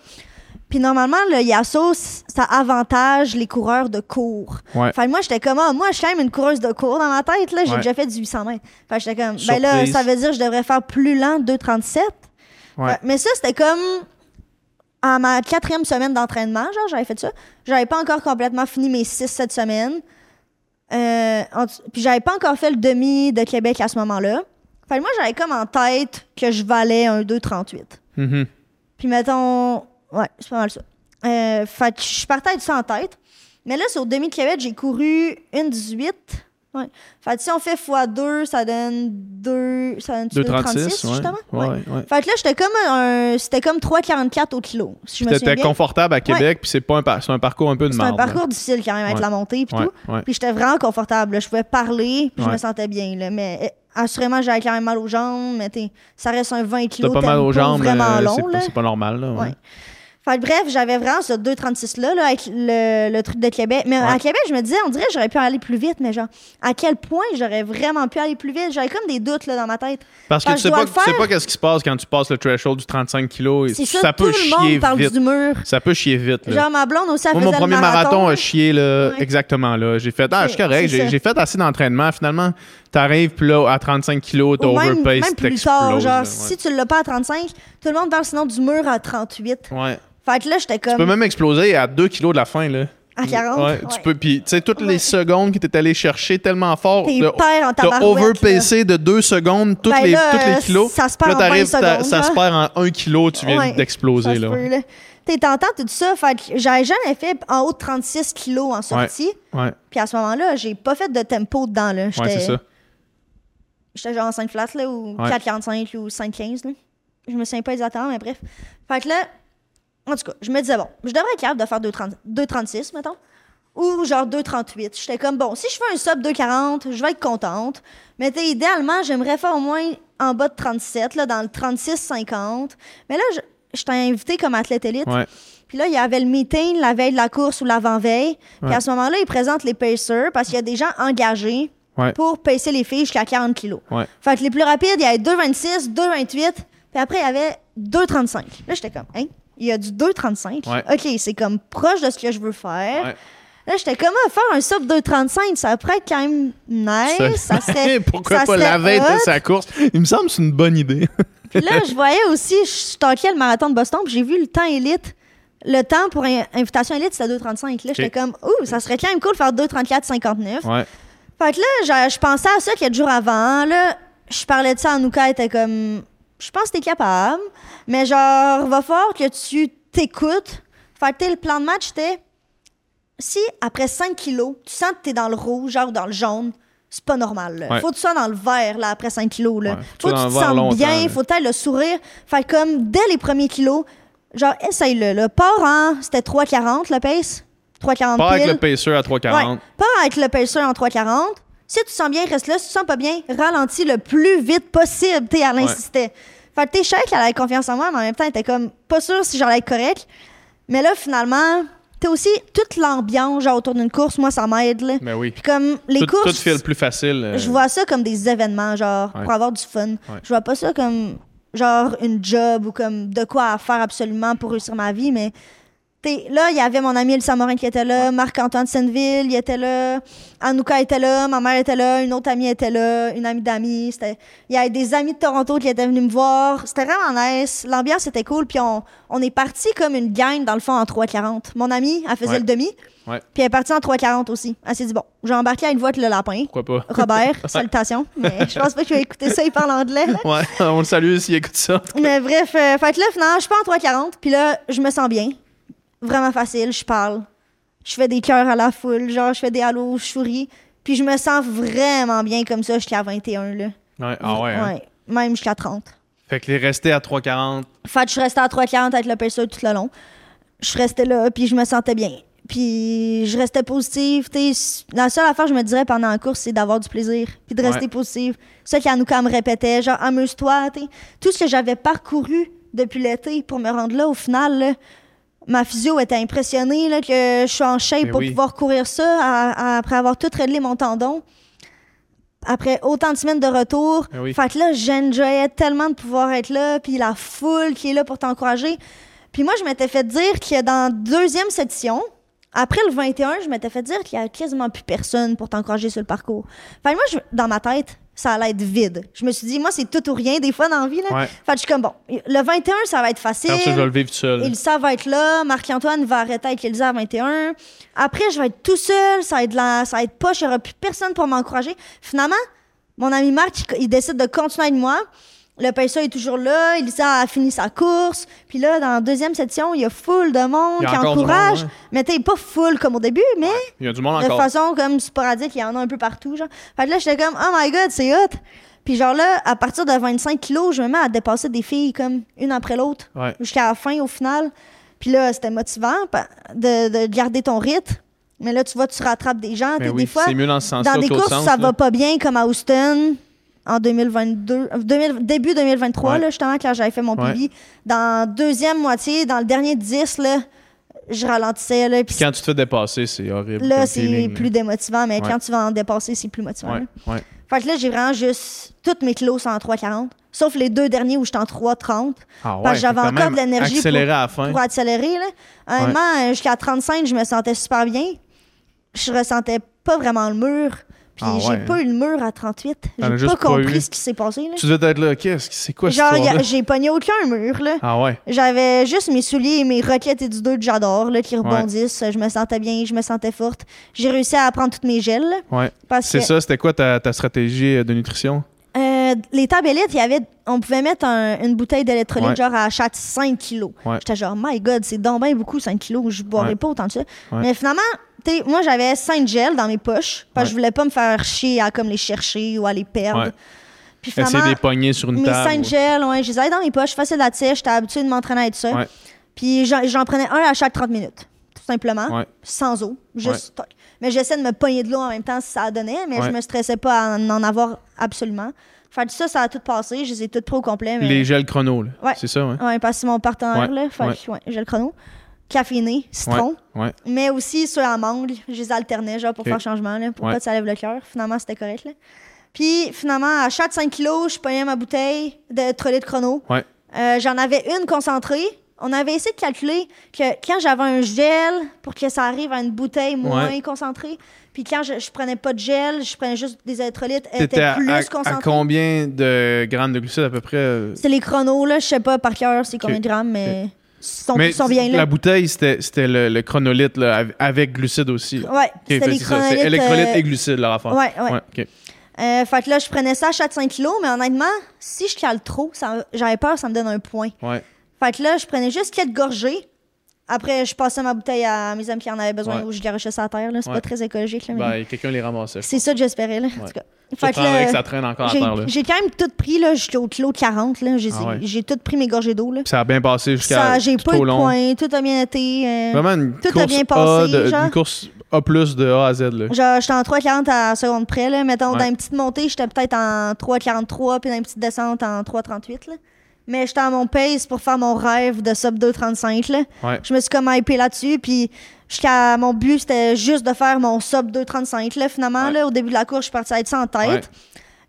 Speaker 2: Puis normalement, le Yasso, c- ça avantage les coureurs de cours.
Speaker 1: Ouais.
Speaker 2: Fait que moi, j'étais comme, Ah, moi, je suis quand même une coureuse de cours dans ma tête. là J'ai
Speaker 1: Ouais.
Speaker 2: déjà fait du 800 mètres. Fait que j'étais comme, ben là,
Speaker 1: Surprise.
Speaker 2: ça veut dire que je devrais faire plus lent, 2,37.
Speaker 1: Ouais.
Speaker 2: Fait- Euh, Mais ça, c'était comme à ma quatrième semaine d'entraînement, genre, j'avais fait ça. J'avais pas encore complètement fini mes six cette semaine. Euh, en dessous- puis j'avais pas encore fait le demi de Québec à ce moment-là. Fait que moi, j'avais comme en tête que je valais un 2,38.
Speaker 1: Mhm.
Speaker 2: Puis mettons, ouais, c'est pas mal ça. Euh, fait que je partais avec ça en tête. Mais là, sur le demi de Québec, j'ai couru une 18. Ouais. Fait que si on fait x2, ça donne 2, ça donne
Speaker 1: 2,36,
Speaker 2: 2,36
Speaker 1: ouais.
Speaker 2: justement.
Speaker 1: Ouais,
Speaker 2: Ouais.
Speaker 1: ouais, ouais.
Speaker 2: Fait que là, j'étais comme un. C'était comme 3,44 au kilo. Si je me souviens
Speaker 1: T'étais
Speaker 2: bien.
Speaker 1: confortable à Québec, puis c'est pas un, par- c'est un parcours un peu de
Speaker 2: C'était un
Speaker 1: marde, là.
Speaker 2: parcours difficile quand même, avec
Speaker 1: Ouais.
Speaker 2: la montée puis
Speaker 1: Ouais,
Speaker 2: tout.
Speaker 1: ouais.
Speaker 2: Puis j'étais vraiment confortable. là. Je pouvais parler, puis je
Speaker 1: Ouais.
Speaker 2: me sentais bien. Là. Mais euh, assurément, j'avais quand même mal aux jambes, mais t'es- ça reste un 20
Speaker 1: T'as
Speaker 2: kilos.
Speaker 1: pas mal aux
Speaker 2: tempo
Speaker 1: jambes,
Speaker 2: Vraiment
Speaker 1: euh,
Speaker 2: long,
Speaker 1: c'est pas-
Speaker 2: là.
Speaker 1: c'est pas normal. Là, ouais.
Speaker 2: Ouais. Fait que bref, j'avais vraiment ce 2,36 là, là avec le, le truc de Québec. Mais à Québec, je me disais, on dirait que j'aurais pu aller plus vite, mais genre, à quel point j'aurais vraiment pu aller plus vite? J'avais comme des doutes là, dans ma tête.
Speaker 1: Parce que
Speaker 2: Ah,
Speaker 1: tu
Speaker 2: je
Speaker 1: sais
Speaker 2: dois
Speaker 1: pas,
Speaker 2: le
Speaker 1: tu sais
Speaker 2: faire.
Speaker 1: pas qu'est-ce qui se passe quand tu passes le threshold du 35 kilos. Et
Speaker 2: C'est
Speaker 1: ça,
Speaker 2: ça,
Speaker 1: peut
Speaker 2: tout le
Speaker 1: chier
Speaker 2: monde parle
Speaker 1: vite.
Speaker 2: du mur.
Speaker 1: Ça peut chier vite. là.
Speaker 2: Genre, ma blonde aussi, elle
Speaker 1: Moi,
Speaker 2: faisait
Speaker 1: mon premier
Speaker 2: le
Speaker 1: marathon, euh,
Speaker 2: marathon.
Speaker 1: a chié là,
Speaker 2: Ouais.
Speaker 1: exactement là. J'ai fait, ah, je suis
Speaker 2: C'est-
Speaker 1: correct,
Speaker 2: c'est
Speaker 1: j'ai
Speaker 2: ça.
Speaker 1: j'ai fait assez d'entraînement. Finalement, t'arrives, puis là, à 35 kilos,
Speaker 2: Ou même,
Speaker 1: t'overpace,
Speaker 2: même plus tard,
Speaker 1: t'exploses,
Speaker 2: genre,
Speaker 1: là,
Speaker 2: si tu l'as pas à 35, tout le monde parle sinon du mur à 38.
Speaker 1: ouais. Ouais.
Speaker 2: Fait que là, j'étais
Speaker 1: Tu peux
Speaker 2: comme
Speaker 1: même exploser à 2 kilos de la fin, là.
Speaker 2: à 40.
Speaker 1: Ouais, tu peux. Puis, tu sais, toutes les
Speaker 2: Ouais.
Speaker 1: secondes que t'es allé chercher tellement fort,
Speaker 2: T'es
Speaker 1: de-
Speaker 2: hyper en
Speaker 1: t'as
Speaker 2: tabarouette. là.
Speaker 1: overpacé de 2 secondes toutes,
Speaker 2: Ben
Speaker 1: les,
Speaker 2: là,
Speaker 1: toutes les
Speaker 2: euh,
Speaker 1: kilos.
Speaker 2: ça se
Speaker 1: Puis
Speaker 2: perd en
Speaker 1: là, t'arrives,
Speaker 2: 20
Speaker 1: t'as-
Speaker 2: secondes,
Speaker 1: ça se
Speaker 2: hein.
Speaker 1: perd en 1 kilo, tu viens
Speaker 2: Ouais,
Speaker 1: d'exploser,
Speaker 2: Ça se
Speaker 1: là.
Speaker 2: peut, là. T'es tentant tout ça. Fait que j'avais jamais fait en haut de 36 kilos en sortie.
Speaker 1: Ouais,
Speaker 2: Puis à ce moment-là, j'ai pas fait de tempo dedans, là.
Speaker 1: ouais, c'est
Speaker 2: J'étais
Speaker 1: ça.
Speaker 2: j'étais genre en 5 flats, là, ou
Speaker 1: Ouais.
Speaker 2: 4,45 ou 5,15, là. Je me souviens pas exactement, mais bref. Fait que là, en tout cas, je me disais, bon, je devrais être capable de faire 2,30 2,36, mettons. Ou genre 2,38. J'étais comme, bon, si je fais un sub 2,40, je vais être contente. Mais tu sais, idéalement, j'aimerais faire au moins en bas de 37, là, dans le 36,50. Mais là, je, j'étais invité comme athlète élite.
Speaker 1: Ouais.
Speaker 2: Puis là, il y avait le meeting la veille de la course ou l'avant-veille. Puis à ce moment-là, ils présentent les pacers parce qu'il y a des gens engagés
Speaker 1: Ouais.
Speaker 2: pour pacer les filles jusqu'à 40 kilos.
Speaker 1: Ouais.
Speaker 2: Fait que les plus rapides, il y avait 2,26, 2,28. Puis après, il y avait 2,35. Là, j'étais comme, hein? Il y a du 2,35.
Speaker 1: Ouais.
Speaker 2: OK, c'est comme proche de ce que je veux faire.
Speaker 1: Ouais.
Speaker 2: Là, j'étais comme, ah, faire un sub 2,35, ça pourrait être quand même nice. Ça serait.
Speaker 1: Pourquoi
Speaker 2: ça
Speaker 1: pas
Speaker 2: serait
Speaker 1: la veille
Speaker 2: hot.
Speaker 1: de sa course? Il me semble que c'est une bonne idée.
Speaker 2: Puis là, je voyais aussi, je stockais le marathon de Boston, puis j'ai vu le temps élite. Le temps pour in- invitation élite, c'était 2,35. Là, j'étais comme, ouh, ça serait quand même cool de faire 2,34,59.
Speaker 1: ouais.
Speaker 2: Fait que là, je, je pensais à ça quelques jours avant. Là, je parlais de ça à Nouka, elle était comme, je pense que t'es capable, mais genre, va fort que tu t'écoutes. Fait que tu sais, le plan de match, c'était, si après 5 kilos, tu sens que t'es dans le rouge, genre dans le jaune, c'est pas normal. là.
Speaker 1: Ouais.
Speaker 2: Faut que tu sois dans le vert, là, après 5 kilos. Là.
Speaker 1: Ouais, faut
Speaker 2: Faut
Speaker 1: que tu sois dans
Speaker 2: que tu te
Speaker 1: le vert
Speaker 2: sentes
Speaker 1: longtemps, là.
Speaker 2: bien, faut que tu le sourire. Fait que comme, dès les premiers kilos, genre, essaye-le. Là. Pars en, c'était 3,40 le pace. 3,40
Speaker 1: Pas avec
Speaker 2: pile.
Speaker 1: le pacer à 3,40.
Speaker 2: Ouais. Pas avec le pacer en 3,40. Si tu sens bien, reste là. Si tu sens pas bien, ralentis le plus vite possible. T'es, elle
Speaker 1: Ouais.
Speaker 2: insistait. Fait que t'es chèque, elle avait confiance en moi, mais en même temps, elle était comme pas sûre si j'allais être correct. Mais là, finalement, t'es aussi toute l'ambiance, genre autour d'une course, moi, ça m'aide. là.
Speaker 1: Ben oui.
Speaker 2: Puis comme les
Speaker 1: tout,
Speaker 2: courses.
Speaker 1: tout file plus facile. euh,
Speaker 2: Je vois ça comme des événements, genre,
Speaker 1: Ouais.
Speaker 2: pour avoir du fun. Je vois pas ça comme, genre, une job ou comme de quoi à faire absolument pour réussir ma vie, mais. t'sais, là, il y avait mon ami Elsa Morin qui était là, Marc-Antoine Senneville, il était là, Anouka était là, ma mère était là, une autre amie était là, une amie d'amis. c'était- Il y avait des amis de Toronto qui étaient venus me voir. C'était vraiment nice. L'ambiance était cool. Puis on, on est parti comme une gang, dans le fond, en 3,40. Mon amie, elle faisait
Speaker 1: Ouais.
Speaker 2: le demi.
Speaker 1: Ouais.
Speaker 2: Puis elle est partie en 3,40 aussi. Elle s'est dit, bon, je vais embarquer à une voie avec le lapin.
Speaker 1: Pourquoi pas?
Speaker 2: Robert, salutations. Mais je pense pas qu'il va écouter ça, il parle anglais. là.
Speaker 1: Ouais, on le salue s'il écoute ça.
Speaker 2: Mais bref, euh, fait que là, finalement, je pars en 3,40, puis là, je me sens bien. Vraiment facile, je parle. Je fais des cœurs à la foule, genre, je fais des halos, je souris. Puis je me sens vraiment bien comme ça jusqu'à 21, là.
Speaker 1: Ouais, ah ouais. hein.
Speaker 2: Même jusqu'à 30.
Speaker 1: Fait que les restés à 3,40.
Speaker 2: Fait que je restais à 3,40 avec le pacer tout le long. Je restais là, puis je me sentais bien. Puis je restais positive. tu sais. la seule affaire, je me dirais pendant la course, c'est d'avoir du plaisir, puis de rester
Speaker 1: Ouais.
Speaker 2: positive. Ça qu'Anouka me répétait, genre amuse-toi. tu sais. Tout ce que j'avais parcouru depuis l'été pour me rendre là, au final, là, ma physio était impressionnée là, que je suis en shape
Speaker 1: Mais
Speaker 2: pour
Speaker 1: oui.
Speaker 2: pouvoir courir ça à- à- après avoir tout réglé mon tendon. Après autant de semaines de retour,
Speaker 1: Mais Ben oui.
Speaker 2: fait que là, j'enjoyais tellement de pouvoir être là, puis la foule qui est là pour t'encourager. Puis moi, je m'étais fait dire que dans deuxième section, après le 21, je m'étais fait dire qu'il y a quasiment plus personne pour t'encourager sur le parcours. Fait que moi, je- dans ma tête, ça allait être vide. Je me suis dit, moi, c'est tout ou rien des fois dans la vie. Là.
Speaker 1: Ouais.
Speaker 2: Fait que je suis comme, bon, le 21, ça va être facile.
Speaker 1: Comme ça, je vais le vivre tout seul.
Speaker 2: Elsa va être là, Marc-Antoine va arrêter avec Elsa à 21. Après, je vais être tout seul, ça va être, la, ça va être poche, il n'y aura plus personne pour m'encourager. Finalement, mon ami Marc, il, il décide de continuer avec moi. Le pacer est toujours là, Elsa a fini sa course. Puis là, dans la deuxième section, il y a full de monde
Speaker 1: Il y a
Speaker 2: qui
Speaker 1: encore du
Speaker 2: encourage.
Speaker 1: monde, ouais.
Speaker 2: Mais t'es pas full comme au début, mais
Speaker 1: Il y a du monde
Speaker 2: de
Speaker 1: encore.
Speaker 2: façon comme sporadique, il y en a un peu partout. Genre. Fait que là, j'étais comme, oh my god, c'est hot. Puis genre là, à partir de 25 kilos, je me mets à dépasser des filles comme une après l'autre
Speaker 1: Ouais.
Speaker 2: jusqu'à la fin au final. Puis là, c'était motivant pa- de, de garder ton rythme. Mais là, tu vois, tu rattrapes des gens.
Speaker 1: Ben
Speaker 2: T'sais,
Speaker 1: oui,
Speaker 2: Des fois,
Speaker 1: c'est mieux dans ce sens-là.
Speaker 2: dans des
Speaker 1: que l'autre
Speaker 2: courses,
Speaker 1: sens,
Speaker 2: ça
Speaker 1: là.
Speaker 2: va pas bien, comme à Houston. en 2022, euh, 2000 début 2023,
Speaker 1: Ouais.
Speaker 2: là, justement, quand j'avais fait mon
Speaker 1: Ouais.
Speaker 2: PB. Dans deuxième moitié, dans le dernier 10, là, je ralentissais. Là, puis
Speaker 1: Quand tu te fais dépasser, c'est horrible.
Speaker 2: là,
Speaker 1: comme
Speaker 2: c'est
Speaker 1: feeling, là.
Speaker 2: plus démotivant, mais
Speaker 1: Ouais.
Speaker 2: quand tu vas en dépasser, c'est plus motivant.
Speaker 1: Ouais,
Speaker 2: là.
Speaker 1: ouais.
Speaker 2: Fait que là, j'ai vraiment juste. Toutes mes kilos sont en 3,40. Sauf les deux derniers où j'étais en 3,30
Speaker 1: Ah ouais,
Speaker 2: Parce que j'avais
Speaker 1: faut quand
Speaker 2: encore de
Speaker 1: même
Speaker 2: l'énergie pour-
Speaker 1: Accélérer à la fin.
Speaker 2: pour accélérer. Là. Honnêtement, euh, jusqu'à 35, je me sentais super bien. Je ressentais pas vraiment le mur. Puis
Speaker 1: Ah
Speaker 2: j'ai
Speaker 1: ouais.
Speaker 2: pas eu le mur à 38.
Speaker 1: T'en
Speaker 2: J'ai
Speaker 1: as
Speaker 2: pas,
Speaker 1: juste pas
Speaker 2: compris
Speaker 1: eu.
Speaker 2: ce qui s'est passé. là.
Speaker 1: Tu devais être là, qu'est-ce que c'est quoi
Speaker 2: Genre,
Speaker 1: cette
Speaker 2: y a-
Speaker 1: histoire
Speaker 2: j'ai pogné aucun mur. là.
Speaker 1: Ah ouais.
Speaker 2: J'avais juste mes souliers et mes roquettes et du dos que j'adore là, qui rebondissent. Je me sentais bien, je me sentais forte. J'ai réussi à prendre toutes mes gels. là,
Speaker 1: Ouais.
Speaker 2: Parce
Speaker 1: C'est
Speaker 2: que
Speaker 1: ça, c'était quoi ta, ta stratégie euh, de nutrition?
Speaker 2: euh, les tabellettes, il y avait, on pouvait mettre un- une bouteille d'électrolyte
Speaker 1: Ouais.
Speaker 2: genre à chaque 5 kilos.
Speaker 1: Ouais.
Speaker 2: J'étais genre, my god, c'est donc bien beaucoup 5 kilos, je boirais
Speaker 1: Ouais.
Speaker 2: pas autant de ça.
Speaker 1: Ouais.
Speaker 2: Mais finalement, tu sais, moi j'avais 5 gels dans mes poches parce que je voulais pas me faire chier à comme les chercher ou à les perdre.
Speaker 1: Ouais.
Speaker 2: Puis finalement,
Speaker 1: Essayer de les pogner sur une
Speaker 2: mes
Speaker 1: table.
Speaker 2: 5
Speaker 1: ou-
Speaker 2: gels, ouais, je les avais dans mes poches, facile d'accès, j'étais habituée de m'entraîner avec ça.
Speaker 1: Ouais.
Speaker 2: Puis j'en j'en prenais un à chaque 30 minutes, tout simplement,
Speaker 1: Ouais.
Speaker 2: sans eau, juste toc. Mais j'essayais de me pogner de l'eau en même temps si ça donnait, mais
Speaker 1: Ouais.
Speaker 2: je me stressais pas à en avoir absolument. Fait que ça, ça a tout passé, je les ai toutes pris au complet. Mais...
Speaker 1: Les gels chrono, là.
Speaker 2: Ouais.
Speaker 1: C'est ça, ouais.
Speaker 2: Ouais, parce que c'est mon partenaire,
Speaker 1: Ouais,
Speaker 2: là. Fait que, ouais, j'ai le chrono. Caféiné, citron.
Speaker 1: Ouais.
Speaker 2: Mais aussi ceux à mangue, je les alternais, genre, pour
Speaker 1: Ok.
Speaker 2: faire changement, là, pour
Speaker 1: Ouais.
Speaker 2: pas que ça lève le cœur. Finalement, c'était correct, là. Puis, finalement, à chaque 5 kilos, je prenais ma bouteille de trolley de chrono.
Speaker 1: Ouais.
Speaker 2: Euh, J'en avais une concentrée. On avait essayé de calculer que quand j'avais un gel, pour que ça arrive à une bouteille moins
Speaker 1: Ouais.
Speaker 2: concentrée, puis quand je, je prenais pas de gel, je prenais juste des électrolytes, elle
Speaker 1: T'étais
Speaker 2: était
Speaker 1: à,
Speaker 2: plus
Speaker 1: à- à
Speaker 2: concentrée.
Speaker 1: combien de grammes de glucides à peu près? euh?
Speaker 2: C'est les chronos, là. Je sais pas par cœur c'est combien de grammes, mais ils sont,
Speaker 1: Mais
Speaker 2: ils sont bien
Speaker 1: la
Speaker 2: là.
Speaker 1: bouteille, c'était c'était le, le chronolithe là, av- avec glucides aussi. là.
Speaker 2: Ouais,
Speaker 1: Ok,
Speaker 2: c'était
Speaker 1: fait,
Speaker 2: les
Speaker 1: c'est ça, c'est
Speaker 2: chronolithes.
Speaker 1: électrolytes
Speaker 2: euh,
Speaker 1: et glucides, leur affaire.
Speaker 2: Ouais, ouais.
Speaker 1: ok.
Speaker 2: Euh, fait que là, je prenais ça à chaque 5 kilos, mais honnêtement, si je cale trop, ça- j'avais peur, ça me donne un point.
Speaker 1: Ouais.
Speaker 2: Fait que là, je prenais juste 4 gorgées. Après, je passais ma bouteille à mes amis qui en avaient besoin
Speaker 1: Ouais.
Speaker 2: ou je garochais ça à terre. là. C'est
Speaker 1: Ouais.
Speaker 2: pas très écologique. là, mais
Speaker 1: Ben, quelqu'un les ramassait.
Speaker 2: c'est ça que j'espérais. Là, en
Speaker 1: Ouais.
Speaker 2: tout cas.
Speaker 1: Ça
Speaker 2: Fait que là,
Speaker 1: que ça traîne encore à
Speaker 2: j'ai
Speaker 1: terre. Là.
Speaker 2: j'ai quand même tout pris là, jusqu'au kilo 40. là. J'ai
Speaker 1: Ah ouais.
Speaker 2: j'ai tout pris mes gorgées d'eau. là.
Speaker 1: Puis Ça a bien passé
Speaker 2: Ça,
Speaker 1: jusqu'à
Speaker 2: J'ai
Speaker 1: tout
Speaker 2: pas eu
Speaker 1: au
Speaker 2: de
Speaker 1: long. Ben,
Speaker 2: point, tout a bien été. euh,
Speaker 1: Vraiment une
Speaker 2: Tout a
Speaker 1: course
Speaker 2: bien passé,
Speaker 1: A de-
Speaker 2: genre.
Speaker 1: une course A plus de A à Z. Là.
Speaker 2: Genre, j'étais en 3,40 à seconde près, là. Mettons,
Speaker 1: Ouais.
Speaker 2: dans une petite montée, j'étais peut-être en 3,43, puis dans une petite descente en 3,38, là. Mais j'étais à mon pace pour faire mon rêve de sub 2,35, là.
Speaker 1: Ouais.
Speaker 2: Je me suis comme hypé là-dessus, puis jusqu'à mon but, c'était juste de faire mon sub 2,35, là. Finalement,
Speaker 1: Ouais.
Speaker 2: là, au début de la course, je suis partie être sans tête.
Speaker 1: Ouais.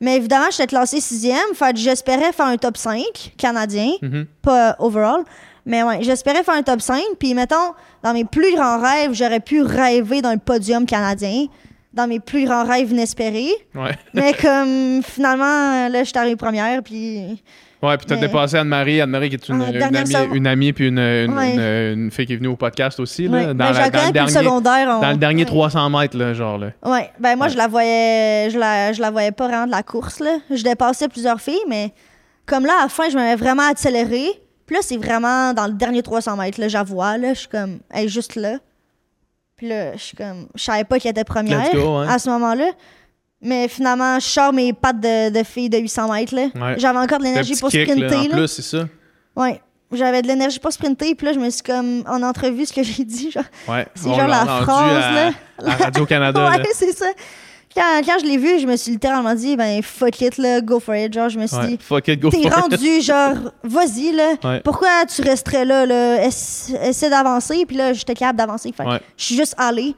Speaker 2: Mais évidemment, j'étais classée sixième, fait que j'espérais faire un top 5 canadien
Speaker 1: Mhm.
Speaker 2: pas euh, overall. Mais ouais, j'espérais faire un top 5. Puis, mettons, dans mes plus grands rêves, j'aurais pu rêver d'un podium canadien. Dans mes plus grands rêves inespérés.
Speaker 1: Ouais.
Speaker 2: Mais comme, finalement, là, je suis arrivée première, puis...
Speaker 1: Ouais, puis t'as
Speaker 2: Mais-
Speaker 1: dépassé Anne-Marie. Anne-Marie qui est une,
Speaker 2: Ah,
Speaker 1: une
Speaker 2: dernière
Speaker 1: amie,
Speaker 2: seconde.
Speaker 1: une amie puis une, une,
Speaker 2: Ouais.
Speaker 1: une- une fille qui est venue au podcast aussi. Là,
Speaker 2: Ouais.
Speaker 1: dans,
Speaker 2: ben,
Speaker 1: la-
Speaker 2: je la
Speaker 1: dans
Speaker 2: connais
Speaker 1: le
Speaker 2: depuis le
Speaker 1: dernier,
Speaker 2: secondaire. on-
Speaker 1: dans le dernier
Speaker 2: Ouais.
Speaker 1: 300 mètres, là, genre. Là.
Speaker 2: Ouais, ben moi,
Speaker 1: Ouais.
Speaker 2: je la voyais... Je la, je la voyais pas vraiment de la course, là. Je dépassais plusieurs filles, mais... Comme là, à la fin, je m'avais vraiment accéléré. Puis là, c'est vraiment dans le dernier 300 mètres, là, j'avoue, là. Je suis comme, elle est juste là. Puis là, je suis comme, je savais pas qu'elle était première
Speaker 1: Let's go, hein.
Speaker 2: à ce moment-là. Mais finalement, je sors mes pattes de, de fille de 800 mètres, là.
Speaker 1: Ouais.
Speaker 2: J'avais encore de
Speaker 1: Le
Speaker 2: l'énergie
Speaker 1: petit
Speaker 2: pour
Speaker 1: kick,
Speaker 2: sprinter,
Speaker 1: là, en
Speaker 2: là.
Speaker 1: plus, c'est ça.
Speaker 2: Ouais. J'avais de l'énergie pour sprinter, puis là, je me suis comme, en entrevue, ce que j'ai dit, genre,
Speaker 1: Ouais.
Speaker 2: C'est
Speaker 1: On
Speaker 2: genre la
Speaker 1: entendu
Speaker 2: phrase,
Speaker 1: à,
Speaker 2: là.
Speaker 1: à Radio-Canada.
Speaker 2: ouais,
Speaker 1: là.
Speaker 2: c'est ça. Quand, quand je l'ai vu, je me suis littéralement dit, ben, fuck it, là, go for it. Genre, je me suis
Speaker 1: Ouais.
Speaker 2: dit,
Speaker 1: Fuck it, go for
Speaker 2: t'es
Speaker 1: it.
Speaker 2: rendu, genre, vas-y, là.
Speaker 1: Ouais.
Speaker 2: Pourquoi tu resterais là, là? Ess- Essaie d'avancer, puis là, j'étais capable d'avancer. Fait que
Speaker 1: Ouais.
Speaker 2: je suis juste allée.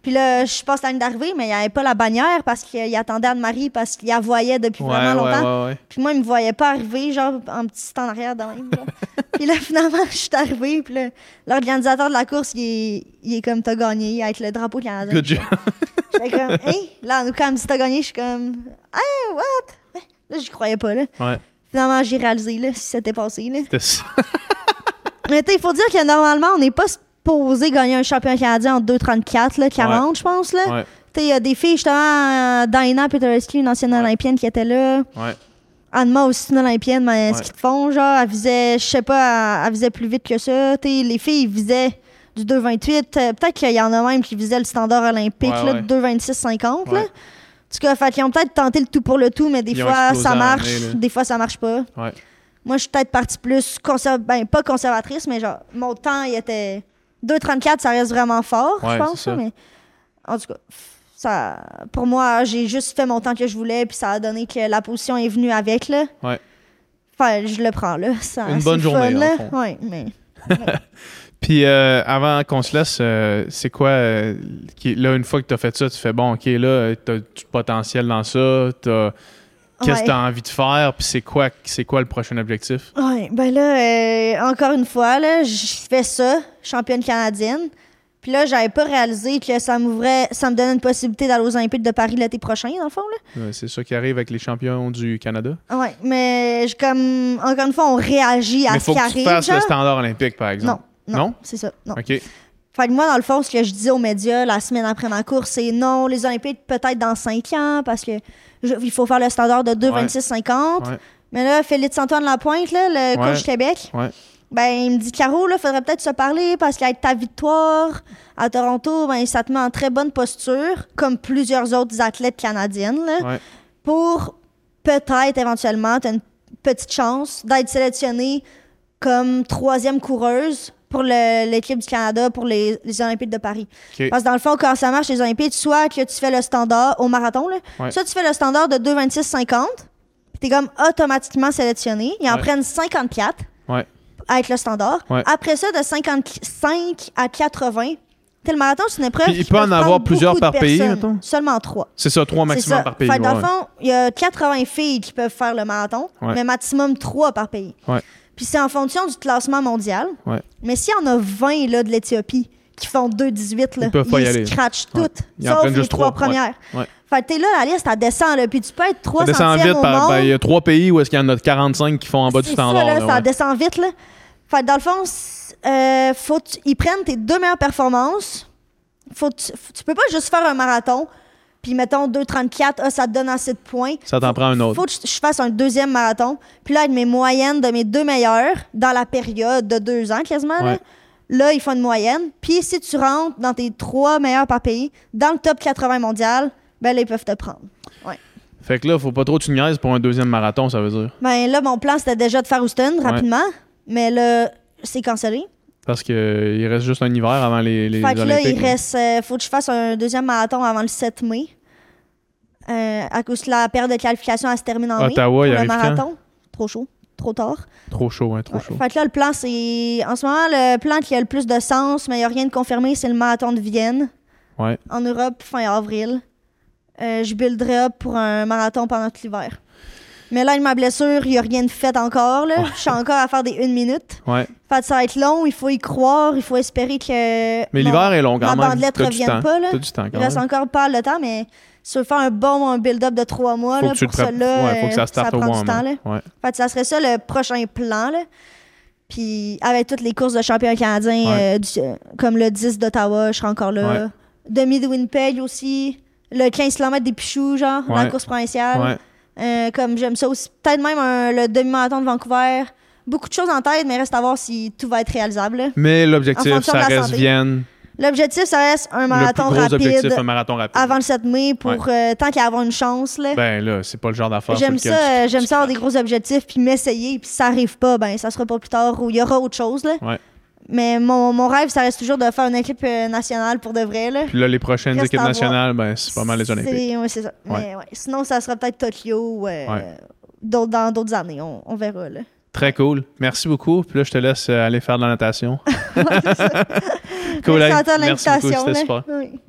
Speaker 2: Puis là, je passe la ligne d'arrivée, mais il n'y avait pas la bannière parce qu'il attendait Anne-Marie parce qu'il la voyait depuis
Speaker 1: Ouais,
Speaker 2: vraiment
Speaker 1: ouais,
Speaker 2: longtemps.
Speaker 1: ouais, ouais.
Speaker 2: Puis moi, il me voyait pas arriver, genre, en petit temps en arrière dans même. genre. puis là, finalement, je suis arrivée. Puis là, l'organisateur de la course, il est, il est comme, t'as gagné avec le drapeau canadien.
Speaker 1: Good job.
Speaker 2: J'étais comme, hey, là, nous, quand elle me dit t'as gagné, je suis comme, hey, what? Ouais, Là, j'y croyais pas, là.
Speaker 1: Ouais.
Speaker 2: Finalement, j'ai réalisé, là, si c'était passé, là.
Speaker 1: C'était ça.
Speaker 2: Mais tu sais, il faut dire que normalement, on n'est pas supposé gagner un champion canadien en 2,34, là, 40, je pense, là.
Speaker 1: Ouais.
Speaker 2: Tu sais, il y a des filles, justement, euh, Diana Peterski, une ancienne
Speaker 1: Ouais.
Speaker 2: olympienne qui était là.
Speaker 1: Ouais.
Speaker 2: Anne-Ma aussi, une olympienne, mais ce
Speaker 1: Ouais.
Speaker 2: qu'ils te font, genre, elle visait, je sais pas, elle, elle visait plus vite que ça. Tu sais, les filles, ils visaient du 2,28. Euh, Peut-être qu'il y en a même qui visaient le standard olympique,
Speaker 1: Ouais,
Speaker 2: là,
Speaker 1: ouais.
Speaker 2: de 2,26,50, là.
Speaker 1: Ouais.
Speaker 2: En tout cas, fait qu'ils ont peut-être tenté le tout pour le tout, mais des
Speaker 1: Ils ont
Speaker 2: fois,
Speaker 1: explosé
Speaker 2: ça
Speaker 1: en
Speaker 2: marche,
Speaker 1: année, là.
Speaker 2: des fois, ça marche pas.
Speaker 1: Ouais.
Speaker 2: Moi, je suis peut-être partie plus conserv... ben, pas conservatrice, mais genre, mon temps, il était 2,34, ça reste vraiment fort,
Speaker 1: Ouais,
Speaker 2: je pense.
Speaker 1: c'est ça.
Speaker 2: Mais... En tout cas, f- ça, pour moi, j'ai juste fait mon temps que je voulais, puis ça a donné que la position est venue avec, là.
Speaker 1: Ouais.
Speaker 2: Enfin, je le prends, là. Ça,
Speaker 1: Une
Speaker 2: c'est
Speaker 1: bonne
Speaker 2: le
Speaker 1: journée,
Speaker 2: fun,
Speaker 1: dans le
Speaker 2: là.
Speaker 1: fond.
Speaker 2: Ouais, mais
Speaker 1: Puis euh, avant qu'on se laisse, euh, c'est quoi, euh, qui, là, une fois que tu as fait ça, tu fais bon, OK, là, euh, t'as du potentiel dans ça, t'as- qu'est-ce que
Speaker 2: Ouais.
Speaker 1: tu as envie de faire, puis c'est quoi, c'est quoi le prochain objectif?
Speaker 2: Ouais, ben là, euh, encore une fois, là, je fais ça, championne canadienne. Puis là, j'avais pas réalisé que ça m'ouvrait, ça me donnait une possibilité d'aller aux Olympiques de Paris l'été prochain, dans le fond, là.
Speaker 1: Euh, c'est ça qui arrive avec les champions du Canada.
Speaker 2: Ouais, mais je, comme, encore une fois, on réagit à
Speaker 1: Mais
Speaker 2: ce
Speaker 1: faut
Speaker 2: qui
Speaker 1: que tu
Speaker 2: arrive.
Speaker 1: fasses le
Speaker 2: genre.
Speaker 1: standard olympique, par
Speaker 2: non,
Speaker 1: exemple.
Speaker 2: non,
Speaker 1: Non?
Speaker 2: c'est ça, non.
Speaker 1: OK.
Speaker 2: Fait que moi, dans le fond, ce que je dis aux médias la semaine après ma course, c'est non, les Olympiques, peut-être dans 5 ans, parce que je- il faut faire le standard de 2,
Speaker 1: Ouais.
Speaker 2: 26, 50.
Speaker 1: Ouais.
Speaker 2: Mais là, Félix-Antoine Lapointe, là, le
Speaker 1: Ouais.
Speaker 2: coach Québec,
Speaker 1: Ouais.
Speaker 2: ben, il me dit Caro, là, faudrait peut-être se parler parce qu'avec ta victoire à Toronto, ben, ça te met en très bonne posture, comme plusieurs autres athlètes canadiennes, là,
Speaker 1: Ouais.
Speaker 2: pour peut-être éventuellement, tu une petite chance d'être sélectionnée comme troisième coureuse pour le- l'équipe du Canada pour les, les Olympiques de Paris.
Speaker 1: OK.
Speaker 2: Parce que dans le fond, quand ça marche, les Olympiques, soit que tu fais le standard au marathon, là,
Speaker 1: Ouais.
Speaker 2: soit tu fais le standard de 2,26,50, puis t'es comme automatiquement sélectionné. Ils en
Speaker 1: Ouais.
Speaker 2: prennent 54
Speaker 1: Ouais.
Speaker 2: avec le standard.
Speaker 1: Ouais.
Speaker 2: Après ça, de 55 à 80, t'es le marathon, c'est une épreuve.
Speaker 1: Puis il
Speaker 2: qui
Speaker 1: peut en
Speaker 2: prendre
Speaker 1: avoir plusieurs
Speaker 2: beaucoup de
Speaker 1: par pays,
Speaker 2: personnes.
Speaker 1: mettons?
Speaker 2: Seulement trois.
Speaker 1: C'est ça, trois
Speaker 2: C'est
Speaker 1: maximum
Speaker 2: ça.
Speaker 1: par pays.
Speaker 2: Fait que dans
Speaker 1: ouais.
Speaker 2: le fond, il y a 80 filles qui peuvent faire le marathon,
Speaker 1: Ouais.
Speaker 2: mais maximum 3 par pays.
Speaker 1: Ouais.
Speaker 2: Puis c'est en fonction du classement mondial.
Speaker 1: Ouais.
Speaker 2: Mais s'il y en a 20 là, de l'Éthiopie qui font 2,18, là,
Speaker 1: Ils peuvent pas y
Speaker 2: les
Speaker 1: aller.
Speaker 2: scratchent
Speaker 1: Ouais.
Speaker 2: toutes,
Speaker 1: Ils en
Speaker 2: sauf
Speaker 1: prennent
Speaker 2: les
Speaker 1: juste
Speaker 2: trois
Speaker 1: trois, ouais.
Speaker 2: premières.
Speaker 1: Ouais.
Speaker 2: Fait que t'es là, la liste, elle descend. Là, puis tu peux être
Speaker 1: Ça
Speaker 2: 300
Speaker 1: descend vite.
Speaker 2: au
Speaker 1: par-
Speaker 2: monde.
Speaker 1: ben, Il y a trois pays où est-ce qu'il y en a 45 qui font en bas du
Speaker 2: C'est ça,
Speaker 1: standard.
Speaker 2: là,
Speaker 1: là,
Speaker 2: ça
Speaker 1: ouais.
Speaker 2: descend vite. Là. Fait que dans le fond, c'est- euh, faut que tu- ils prennent tes deux meilleures performances. Faut que tu, faut- tu peux pas juste faire un marathon, puis mettons 2,34, ah, ça te donne assez de points.
Speaker 1: Ça t'en prend un autre.
Speaker 2: Faut que je, je fasse un deuxième marathon. Puis là, avec mes moyennes de mes deux meilleurs, dans la période de deux ans quasiment, là,
Speaker 1: Ouais.
Speaker 2: là, ils font une moyenne. Puis si tu rentres dans tes trois meilleurs par pays, dans le top 80 mondial, ben là, ils peuvent te prendre.
Speaker 1: Fait que là, faut pas trop que tu niaises pour un deuxième marathon, ça veut dire.
Speaker 2: Ben là, mon plan, c'était déjà de faire Houston rapidement, mais là, c'est cancellé.
Speaker 1: Parce qu'il reste juste un hiver avant les, les
Speaker 2: Fait que là,
Speaker 1: Olympiques.
Speaker 2: il reste. euh, faut que je fasse un deuxième marathon avant le 7 mai. Euh, à cause que la période de qualification, elle se termine en
Speaker 1: Ottawa, il
Speaker 2: mai. Pour
Speaker 1: arrive
Speaker 2: le
Speaker 1: quand?
Speaker 2: marathon. Trop chaud. Trop tard.
Speaker 1: Trop chaud, hein, trop
Speaker 2: Ouais.
Speaker 1: chaud.
Speaker 2: Fait que là, le plan, c'est. En ce moment, le plan qui a le plus de sens, mais il n'y a rien de confirmé, c'est le marathon de Vienne.
Speaker 1: Ouais.
Speaker 2: En Europe, fin avril. Euh, je builderai up pour un marathon pendant tout l'hiver. Mais là, avec ma blessure, il n'y a rien de fait encore. là. Je suis encore à faire des une minute.
Speaker 1: Ouais.
Speaker 2: Fait que ça va être long, il faut y croire, il faut espérer que.
Speaker 1: Mais
Speaker 2: mon-
Speaker 1: l'hiver est long
Speaker 2: ma
Speaker 1: quand même.
Speaker 2: bandelette
Speaker 1: T'as du
Speaker 2: revienne
Speaker 1: temps.
Speaker 2: pas, là.
Speaker 1: T'as du temps
Speaker 2: Il
Speaker 1: quand
Speaker 2: reste
Speaker 1: même.
Speaker 2: encore pas le temps, mais si tu veux faire un bon un build-up de trois mois,
Speaker 1: Faut
Speaker 2: là,
Speaker 1: que tu
Speaker 2: pour
Speaker 1: te prép-
Speaker 2: cela,
Speaker 1: ouais, faut que ça
Speaker 2: euh,
Speaker 1: starte au
Speaker 2: prend
Speaker 1: bon
Speaker 2: du temps. Là.
Speaker 1: moment. Ouais.
Speaker 2: Fait que ça serait ça le prochain plan. Là. Puis avec toutes les courses de champion canadien,
Speaker 1: Ouais.
Speaker 2: euh, du- euh, comme le 10 d'Ottawa, je serai encore là.
Speaker 1: Ouais.
Speaker 2: Demi de Winnipeg aussi. Le 15 km des Pichoux, genre, dans la
Speaker 1: Ouais.
Speaker 2: course provinciale.
Speaker 1: Ouais.
Speaker 2: Euh, comme j'aime ça aussi. Peut-être même un- le demi-marathon de Vancouver. Beaucoup de choses en tête, mais reste à voir si tout va être réalisable. là.
Speaker 1: Mais
Speaker 2: En
Speaker 1: l'objectif,
Speaker 2: fonction
Speaker 1: ça
Speaker 2: de la
Speaker 1: reste
Speaker 2: santé.
Speaker 1: Vienne.
Speaker 2: L'objectif, ça reste un
Speaker 1: Le plus
Speaker 2: marathon
Speaker 1: gros objectif,
Speaker 2: rapide
Speaker 1: un marathon rapide.
Speaker 2: avant le 7 mai pour euh, tant qu'à avoir une chance. Là.
Speaker 1: Ben là, c'est pas le genre d'affaire. sur
Speaker 2: J'aime
Speaker 1: lequel
Speaker 2: ça,
Speaker 1: tu-
Speaker 2: euh, j'aime
Speaker 1: tu
Speaker 2: ça avoir des
Speaker 1: craques.
Speaker 2: gros objectifs, puis m'essayer, puis si ça arrive pas, ben ça sera pour plus tard ou il y aura autre chose. Là.
Speaker 1: Ouais.
Speaker 2: Mais mon, mon rêve, ça reste toujours de faire une équipe euh, nationale pour de vrai. Là.
Speaker 1: Puis là, les prochaines
Speaker 2: Reste
Speaker 1: équipes
Speaker 2: à voir.
Speaker 1: nationales, ben c'est pas mal les Olympiques.
Speaker 2: C'est- ouais, c'est ça.
Speaker 1: Ouais.
Speaker 2: Mais ouais, Sinon, ça sera peut-être Tokyo ou euh,
Speaker 1: Ouais.
Speaker 2: d'autres- dans d'autres années. On, on verra. Là.
Speaker 1: Très cool. Merci beaucoup. Puis là, je te laisse euh, aller faire de la natation. cool.
Speaker 2: Merci
Speaker 1: hey.
Speaker 2: à toi
Speaker 1: Merci beaucoup,
Speaker 2: de l'invitation,
Speaker 1: c'était
Speaker 2: là.
Speaker 1: super.
Speaker 2: Oui.